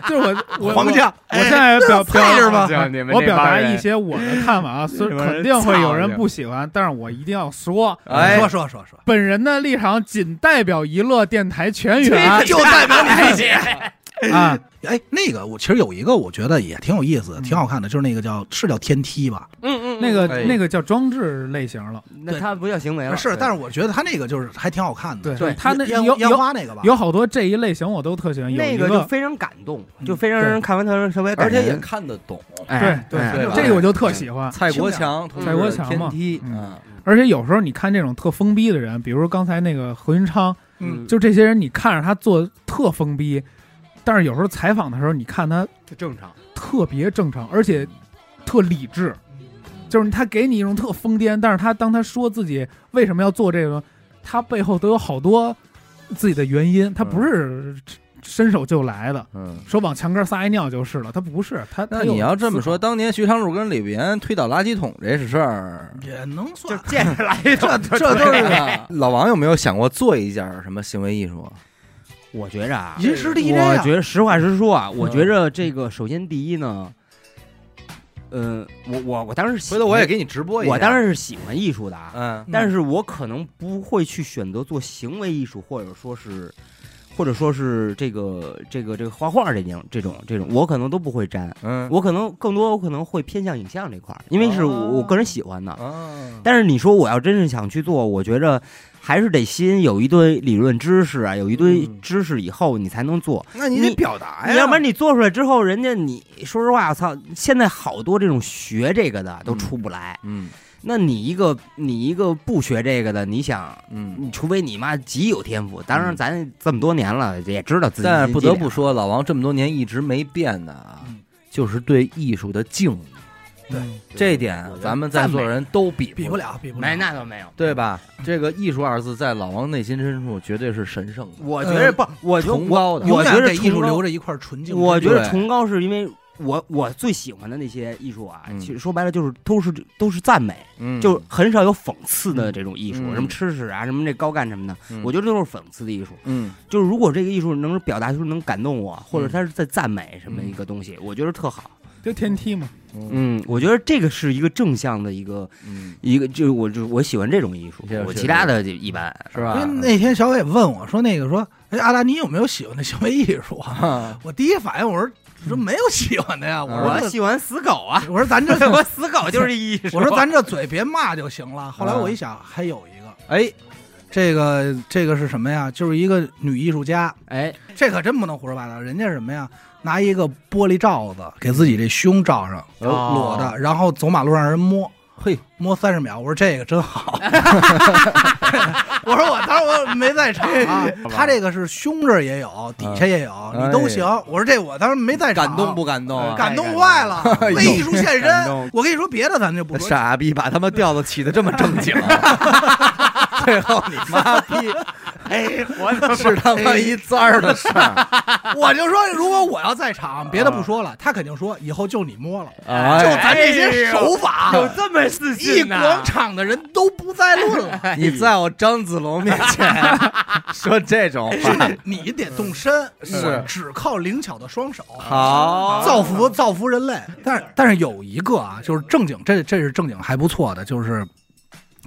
Speaker 4: 就是我我
Speaker 2: 黄酱，
Speaker 4: 我我现在表表
Speaker 2: 菜是吗
Speaker 5: 就你们
Speaker 4: 我
Speaker 5: 这
Speaker 4: 表
Speaker 5: 帮
Speaker 4: 达
Speaker 5: 人
Speaker 4: 一些我的看 法啊，虽
Speaker 5: 你
Speaker 4: 然
Speaker 5: 们
Speaker 4: 肯定会有
Speaker 5: 操
Speaker 4: 人
Speaker 5: 你
Speaker 4: 不喜欢，但是我一定要说，
Speaker 1: 哎
Speaker 2: 说说 说说，
Speaker 4: 本人的立场仅代表娱乐电台全员
Speaker 2: 这哎就代表 你自己。
Speaker 4: 啊。
Speaker 2: 哎，那个我其实有一个我觉得也挺有意思、挺好看的，就是那个叫是叫天梯吧？
Speaker 3: 嗯
Speaker 4: 那个啊
Speaker 1: 哎
Speaker 4: 那个叫装置类型了，
Speaker 3: 那他不叫行为了，
Speaker 2: 是，但是我觉得他那个就是还挺好看的，
Speaker 4: 对
Speaker 3: 对
Speaker 4: 他那
Speaker 2: 烟
Speaker 4: 有
Speaker 2: 烟
Speaker 4: 有
Speaker 2: 花那个吧，
Speaker 4: 有好多这一类型我都特喜欢，有
Speaker 3: 那
Speaker 4: 一
Speaker 3: 个就非常感动，就非常让人看完特别特别感
Speaker 1: 而且也
Speaker 3: 人，
Speaker 1: 看得懂。
Speaker 3: 哎
Speaker 4: 对嗯
Speaker 3: 哎
Speaker 1: 对吧
Speaker 4: 这个我就特喜欢。
Speaker 1: 蔡国强，
Speaker 3: 轻
Speaker 4: 点蔡国强
Speaker 1: 天
Speaker 4: 嘛
Speaker 1: 梯，
Speaker 4: 嗯
Speaker 1: 啊
Speaker 4: 而且有时候你看这种特封闭的人，比如说刚才那个何云昌，
Speaker 2: 嗯
Speaker 4: 就这些人，你看着他做特封闭，但是有时候采访的时候，你看他
Speaker 5: 这正常。
Speaker 4: 特别正常，而且特理智，就是他给你一种特疯癫，但是他当他说自己为什么要做这个，他背后都有好多自己的原因，他不是伸手就来的。
Speaker 1: 嗯。
Speaker 4: 说往墙根撒一尿就是了，他不是他。
Speaker 1: 那
Speaker 4: 他有
Speaker 1: 你要这么
Speaker 4: 思考
Speaker 1: 说，，当年徐长柱跟李别推倒垃圾桶这事儿，
Speaker 2: 也能
Speaker 5: 就
Speaker 2: 算，
Speaker 5: 见着 来一
Speaker 1: 这
Speaker 5: 种，
Speaker 1: 这都是
Speaker 3: 哎
Speaker 1: 啊 老王有没有想过做一件什么行为艺术？
Speaker 3: 我觉着啊，
Speaker 2: 吟诗 DJ
Speaker 3: 我
Speaker 2: 啊，
Speaker 3: 觉得实话实说啊，我觉着这个首先第一呢，呃，我我我当时喜
Speaker 1: 回头我也
Speaker 3: 欢
Speaker 1: 给你直播一下。
Speaker 3: 我当然是喜欢艺术的啊，
Speaker 1: 嗯，
Speaker 3: 但是我可能不会去选择做行为艺术，或者说是，或者说是这个这个这个画画这种这种这种，我可能都不会沾。
Speaker 1: 嗯
Speaker 3: 我可能更多，我可能会偏向影像这块儿，因为是我、
Speaker 1: 哦
Speaker 3: 我个人喜欢的。
Speaker 1: 啊，
Speaker 3: 但是你说我要真是想去做，我觉着还是得先有一堆理论知识啊，有一堆
Speaker 1: 嗯哎
Speaker 3: 知识以后你才能做。
Speaker 1: 那
Speaker 3: 你得
Speaker 1: 表达
Speaker 3: 要不然你做出来之后，人家你说实话，我操，现在好多这种学这个的都
Speaker 1: 嗯
Speaker 3: 出不来。
Speaker 1: 嗯
Speaker 3: 那你一个你一个不学这个的，你想
Speaker 1: 嗯，
Speaker 3: 你除非你妈极有天赋，当然
Speaker 1: 嗯
Speaker 3: 咱这么多年了也知道自己。
Speaker 1: 但是不得不，
Speaker 3: 啊
Speaker 1: 说，老王这么多年一直没变的啊
Speaker 2: 嗯，
Speaker 1: 就是对艺术的敬意。
Speaker 4: 对
Speaker 1: 这一点
Speaker 3: 我觉得
Speaker 1: 咱们在座人呃都比
Speaker 2: 比不，了，比不了，
Speaker 3: 嗯没那倒没有。
Speaker 1: 对吧？这个艺术二字在老王内心深处绝对是神圣的，
Speaker 3: 我觉得不，我觉得
Speaker 1: 崇高的。
Speaker 2: 永
Speaker 3: 我觉
Speaker 2: 远
Speaker 3: 得
Speaker 2: 给艺术
Speaker 3: 崇高
Speaker 2: 留着一块纯净之地。
Speaker 3: 我觉得
Speaker 1: 对
Speaker 3: 崇高是因为我我最喜欢的那些艺术啊
Speaker 1: 嗯，
Speaker 3: 其实说白了就是都是都是赞美，
Speaker 1: 嗯
Speaker 3: 就很少有讽刺的这种艺术
Speaker 1: 嗯，
Speaker 3: 什么吃屎啊，什么这高干什么的，
Speaker 1: 嗯
Speaker 3: 我觉得都是讽刺的艺术。
Speaker 1: 嗯
Speaker 3: 就是如果这个艺术能表达出能感动我，或者他是在赞美什么一个东西，我觉得特好。
Speaker 4: 就天梯嘛，
Speaker 1: 嗯
Speaker 3: 嗯，我觉得这个是一个正向的一个
Speaker 1: 嗯，
Speaker 3: 一个，就是我就我喜欢这种艺术
Speaker 1: 这个，
Speaker 3: 我
Speaker 1: 是
Speaker 3: 其他的就一般。
Speaker 1: 是吧
Speaker 2: 因为？那天小伟问我说：“那个说，哎，阿达，你有没有喜欢的行为艺术啊？”
Speaker 1: 啊
Speaker 2: 我第一反应我说：“说没有喜欢的呀。”我说
Speaker 3: 我
Speaker 2: 这
Speaker 3: 喜欢死狗啊！
Speaker 2: 我说咱这，
Speaker 3: 我死狗就是艺术。
Speaker 2: 我说咱这嘴别骂就行了。后来
Speaker 3: 嗯
Speaker 2: 我一想，还有一个，
Speaker 1: 哎，
Speaker 2: 这个这个是什么呀？就是一个女艺术家，
Speaker 3: 哎，
Speaker 2: 这可真不能胡说八道。人家是什么呀？拿一个玻璃罩子给自己这胸罩上，
Speaker 1: 哦
Speaker 2: 裸的，然后走马路让人摸，
Speaker 1: 嘿，
Speaker 2: 摸三十秒。我说这个 真好。我说我当时我没在场啊，他这个是胸这儿也有，底下也有，
Speaker 1: 哎
Speaker 2: 你都行。我说这我当时没在场，
Speaker 1: 感动？不感动啊？
Speaker 2: 感动坏了，
Speaker 1: 哎呦
Speaker 2: 为艺术献
Speaker 1: 感
Speaker 2: 身
Speaker 1: 动。
Speaker 2: 我跟你说别的，咱就不说。
Speaker 1: 傻逼，把他们调子起的这么正经，啊最后你妈逼
Speaker 5: 哎，我怎么
Speaker 1: 是他妈一灾儿的事儿，
Speaker 2: 我就说，如果我要在场，别的不说了，他肯定说以后就你摸了，就
Speaker 1: 哎，
Speaker 2: 咱这些手法。
Speaker 3: 啊
Speaker 5: 有这么自
Speaker 2: 一
Speaker 5: 信呢？
Speaker 2: 广场的人都不再论 了，
Speaker 1: 你在我张子龙面前说这种话，
Speaker 2: 你得动身，
Speaker 1: 是
Speaker 2: 我只靠灵巧的双手，
Speaker 1: 好，
Speaker 2: 造福造福人类。但是但是有一个啊，就是正经，这这是正经还不错的，就是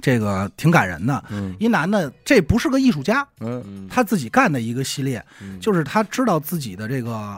Speaker 2: 这个挺感人的。
Speaker 1: 嗯
Speaker 2: 一男的，这不是个艺术家，
Speaker 1: 嗯，
Speaker 2: 他自己干的一个系列，
Speaker 1: 嗯
Speaker 2: 就是他知道自己的这个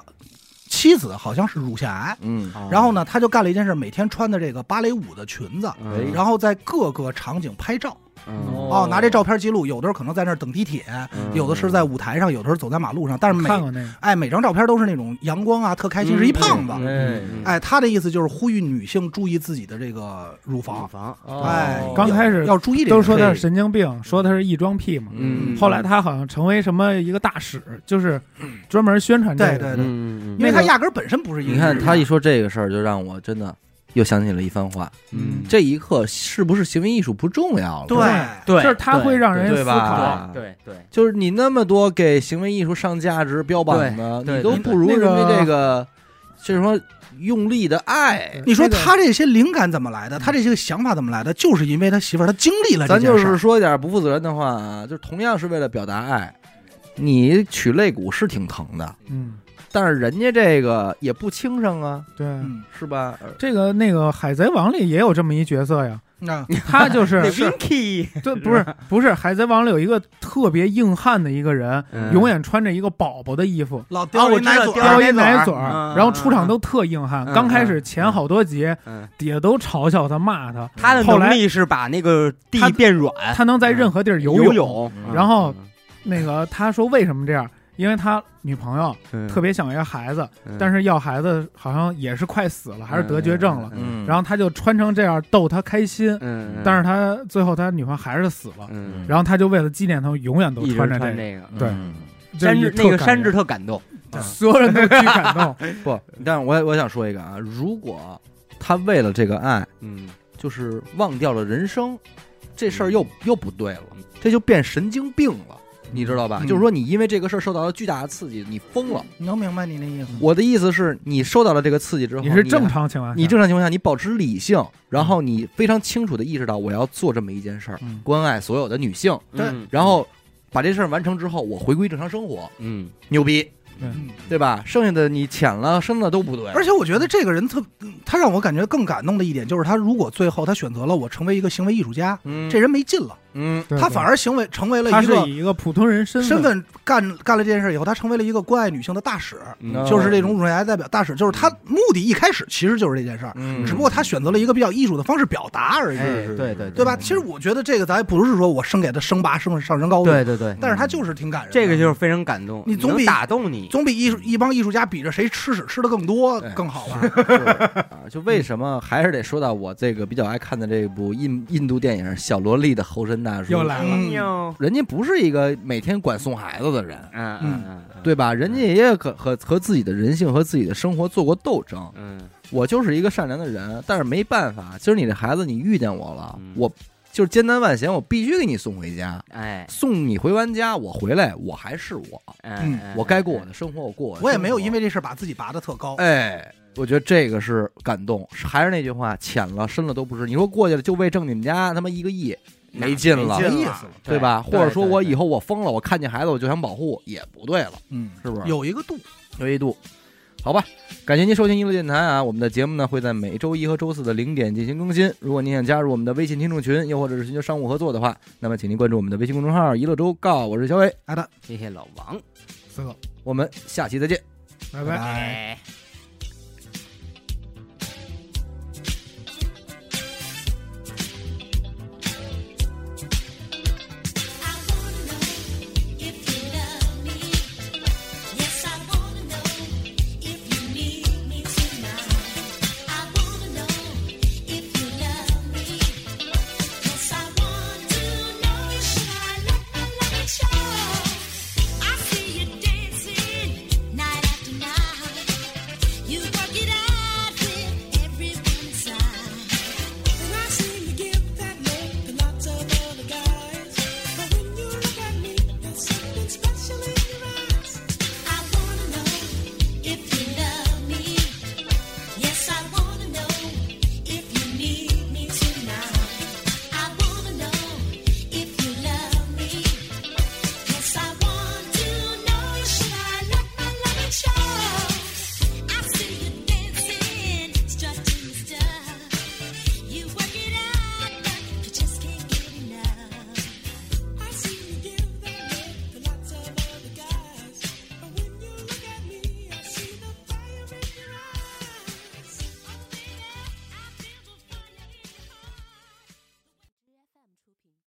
Speaker 2: 妻子好像是乳腺癌，
Speaker 1: 嗯
Speaker 2: 然后呢，他就干了一件事，每天穿的这个芭蕾舞的裙子，
Speaker 1: 哎
Speaker 2: 然后在各个场景拍照。
Speaker 3: 嗯
Speaker 2: 哦，拿这照片记录，有的时候可能在那儿等地铁，
Speaker 1: 嗯
Speaker 2: 有的是在舞台上，有的是走在马路上，但是每
Speaker 4: 看过那个，
Speaker 2: 哎每张照片都是那种阳光啊，特开心，是一胖子。
Speaker 1: 嗯嗯
Speaker 2: 哎，他的意思就是呼吁女性注意自己的这个乳
Speaker 3: 房
Speaker 2: 嗯房，
Speaker 3: 房，
Speaker 1: 哦
Speaker 2: 哎，
Speaker 4: 刚开始
Speaker 2: 要要注意这个。
Speaker 4: 都说他是神经病，说他是异装癖嘛。
Speaker 1: 嗯
Speaker 4: 后来他好像成为什么一个大使，就是
Speaker 1: 嗯
Speaker 4: 专门宣传这
Speaker 2: 对对
Speaker 4: 个。
Speaker 2: 对，
Speaker 3: 嗯
Speaker 2: 因为他压根儿本身不是一个。啊
Speaker 1: 你看他一，说这个事儿，就让我真的又想起了一番话：
Speaker 3: 嗯
Speaker 1: 这一刻是不是行为艺术不重要了，
Speaker 2: 对
Speaker 3: 对
Speaker 4: 就是他会让人
Speaker 1: 对
Speaker 4: 思考。
Speaker 1: 吧？。
Speaker 3: 对对
Speaker 1: 就是你那么多给行为艺术上价值标榜的，
Speaker 3: 对对
Speaker 1: 你都不如
Speaker 4: 对
Speaker 1: 人
Speaker 4: 对
Speaker 1: 家
Speaker 4: 那个
Speaker 1: 这个，就是说用力的爱。
Speaker 2: 你说
Speaker 4: 那个
Speaker 2: 他这些灵感怎么来的？他这些想法怎么来的？就是因为他媳妇儿他经历了
Speaker 1: 嗯
Speaker 2: 这
Speaker 1: 咱
Speaker 2: 件
Speaker 1: 就
Speaker 2: 事儿
Speaker 1: 是。说一点不负责任的话啊，就是同样是为了表达爱，你取肋骨是挺疼的，
Speaker 4: 嗯，
Speaker 1: 但是人家这个也不轻生啊，
Speaker 4: 对，
Speaker 2: 嗯
Speaker 1: 是吧？
Speaker 4: 这个那个《海贼王》里也有这么一角色呀，
Speaker 2: 那
Speaker 4: 他就是
Speaker 3: Vinky，
Speaker 4: 对，不是不是，《海贼王》里有一个特别硬汉的一个人，
Speaker 3: 嗯
Speaker 4: 永远穿着一个宝宝的衣服，
Speaker 2: 老
Speaker 5: 啊
Speaker 2: 叼
Speaker 5: 我
Speaker 2: 一
Speaker 5: 知
Speaker 2: 奶
Speaker 5: 道
Speaker 2: 嘴
Speaker 5: 叼
Speaker 2: 儿
Speaker 4: 叼
Speaker 5: 叼
Speaker 4: 一
Speaker 5: 一
Speaker 4: 奶
Speaker 5: 奶嘴
Speaker 4: 嘴儿，
Speaker 3: 嗯
Speaker 4: 然后出场都特硬汉。
Speaker 3: 嗯
Speaker 4: 刚开始前好多集
Speaker 3: 嗯，
Speaker 4: 也都嘲笑他、骂他，
Speaker 3: 他的
Speaker 4: 后来
Speaker 3: 能力是把那个地
Speaker 4: 他
Speaker 3: 变软，
Speaker 4: 他能在任何地儿
Speaker 3: 嗯
Speaker 4: 游
Speaker 3: 游
Speaker 4: 泳。
Speaker 3: 泳
Speaker 1: 嗯，
Speaker 4: 然后那个他说为什么这样？因为他女朋友特
Speaker 3: 特
Speaker 4: 别想要孩子，
Speaker 3: 嗯
Speaker 4: 但是要孩子好像也是快死了，还是得绝症了。
Speaker 1: 嗯，
Speaker 4: 然后他就穿成这样逗他开心，
Speaker 3: 嗯，
Speaker 4: 但是他最后他女朋友还是死了。
Speaker 3: 嗯，
Speaker 4: 然后他就为了纪念他，永远都
Speaker 3: 一直
Speaker 4: 穿着
Speaker 3: 穿
Speaker 4: 这
Speaker 3: 这个，
Speaker 4: 对
Speaker 1: 嗯
Speaker 4: 个，
Speaker 3: 山治那
Speaker 4: 就是
Speaker 3: 个
Speaker 4: 特感
Speaker 3: 山治
Speaker 4: 人
Speaker 3: 特感动，
Speaker 4: 所有人都巨感 动。
Speaker 1: 不，但我我想说一个啊，如果他为了这个爱，
Speaker 3: 嗯，
Speaker 1: 就是忘掉了人生，这事儿
Speaker 2: 嗯
Speaker 1: 又又不对了，这就变神经病了。你知道吧？
Speaker 4: 嗯
Speaker 1: 就是说，你因为这个事儿受到了巨大的刺激，你疯了。
Speaker 2: 能明白你那意思吗？
Speaker 1: 我的意思是，你受到了这个刺激之后，
Speaker 4: 你是正，常情况
Speaker 1: 啊
Speaker 4: 下，
Speaker 1: 你正常情况下，你保持理性，然后你非常清楚的意识到我要做这么一件事儿，
Speaker 4: 嗯
Speaker 1: 关爱所有的女性，
Speaker 3: 嗯
Speaker 1: 然后把这事儿完成之后，我回归正常生活，
Speaker 3: 嗯，
Speaker 1: 牛逼，
Speaker 2: 嗯
Speaker 1: 对吧？剩下的你浅了、深了都不对。
Speaker 3: 哎
Speaker 2: 而且我觉得这个人特，他让我感觉更感动的一点就是，他如果最后他选择了我成为一个行为艺术家，
Speaker 1: 嗯，
Speaker 2: 这人没劲了，
Speaker 1: 嗯，
Speaker 4: 对
Speaker 2: 他反而行为成为了
Speaker 4: 对他
Speaker 2: 一
Speaker 4: 是
Speaker 2: 个
Speaker 4: 以一个普通人身
Speaker 2: 身份干干了这件事以后，他成为了一个关爱女性的大使，
Speaker 1: 嗯
Speaker 2: 就是这种乳癌代表大使，就是他目的一开始其实就是这件事儿，
Speaker 1: 嗯，
Speaker 2: 只不过他选择了一个比较艺术的方式表达而已，
Speaker 3: 哎对对
Speaker 2: 对吧？其实我觉得这个咱也不是说我生给他升拔升上升高度，
Speaker 3: 对对对，
Speaker 2: 但是他就是挺感人的，
Speaker 3: 这个就是非常感动，
Speaker 2: 你总
Speaker 3: 能
Speaker 2: 比
Speaker 3: 打动你，
Speaker 2: 总比艺术一帮艺术家比着谁吃屎吃的更多
Speaker 1: 对
Speaker 2: 更好吧？
Speaker 1: 啊，就为什么还是得说到我这个比较爱看的这部印印度电影《小萝莉的猴神大叔》
Speaker 4: 又来了，
Speaker 2: 嗯
Speaker 3: 嗯
Speaker 1: 人家不是一个每天管送孩子的人，
Speaker 3: 嗯嗯，嗯，
Speaker 1: 对吧？人家也和和和自己的人性和自己的生活做过斗争。
Speaker 3: 嗯
Speaker 1: 我就是一个善良的人，但是没办法，今儿你这孩子你遇见我了
Speaker 3: 嗯，
Speaker 1: 我就是千难万险，我必须给你送回家。
Speaker 3: 哎
Speaker 1: 送你回完家，我回来我还是我，
Speaker 2: 嗯
Speaker 3: 哎，
Speaker 1: 我该过我的生活，我过我的生活。
Speaker 2: 我也没有因为这事儿把自己拔得特高，
Speaker 1: 哎，我觉得这个是感动。还是那句话，浅了深了都不是。你说过去了就为挣你们家他妈一个亿，没劲了，
Speaker 2: 没意思了，
Speaker 1: 对吧？或者说我以
Speaker 3: 后
Speaker 1: 后我疯了，我看见孩子我就想保护，也不对了，
Speaker 2: 嗯，
Speaker 1: 是不是？
Speaker 2: 有一个度。
Speaker 1: 有一度。好吧，感谢您收听一路电台啊！我们的节目呢会在每周一和周四的零点进行更新。如果您想加入我们的微信听众群，又或者是寻求商务合作的话，那么请您关注我们的微信公众号“一乐周告”，我是
Speaker 2: 哎
Speaker 1: 小伟，
Speaker 2: 好的，
Speaker 3: 谢谢老王，
Speaker 4: 四个，
Speaker 1: 我们下期再见。
Speaker 4: 拜拜。
Speaker 2: 拜。
Speaker 3: 哎。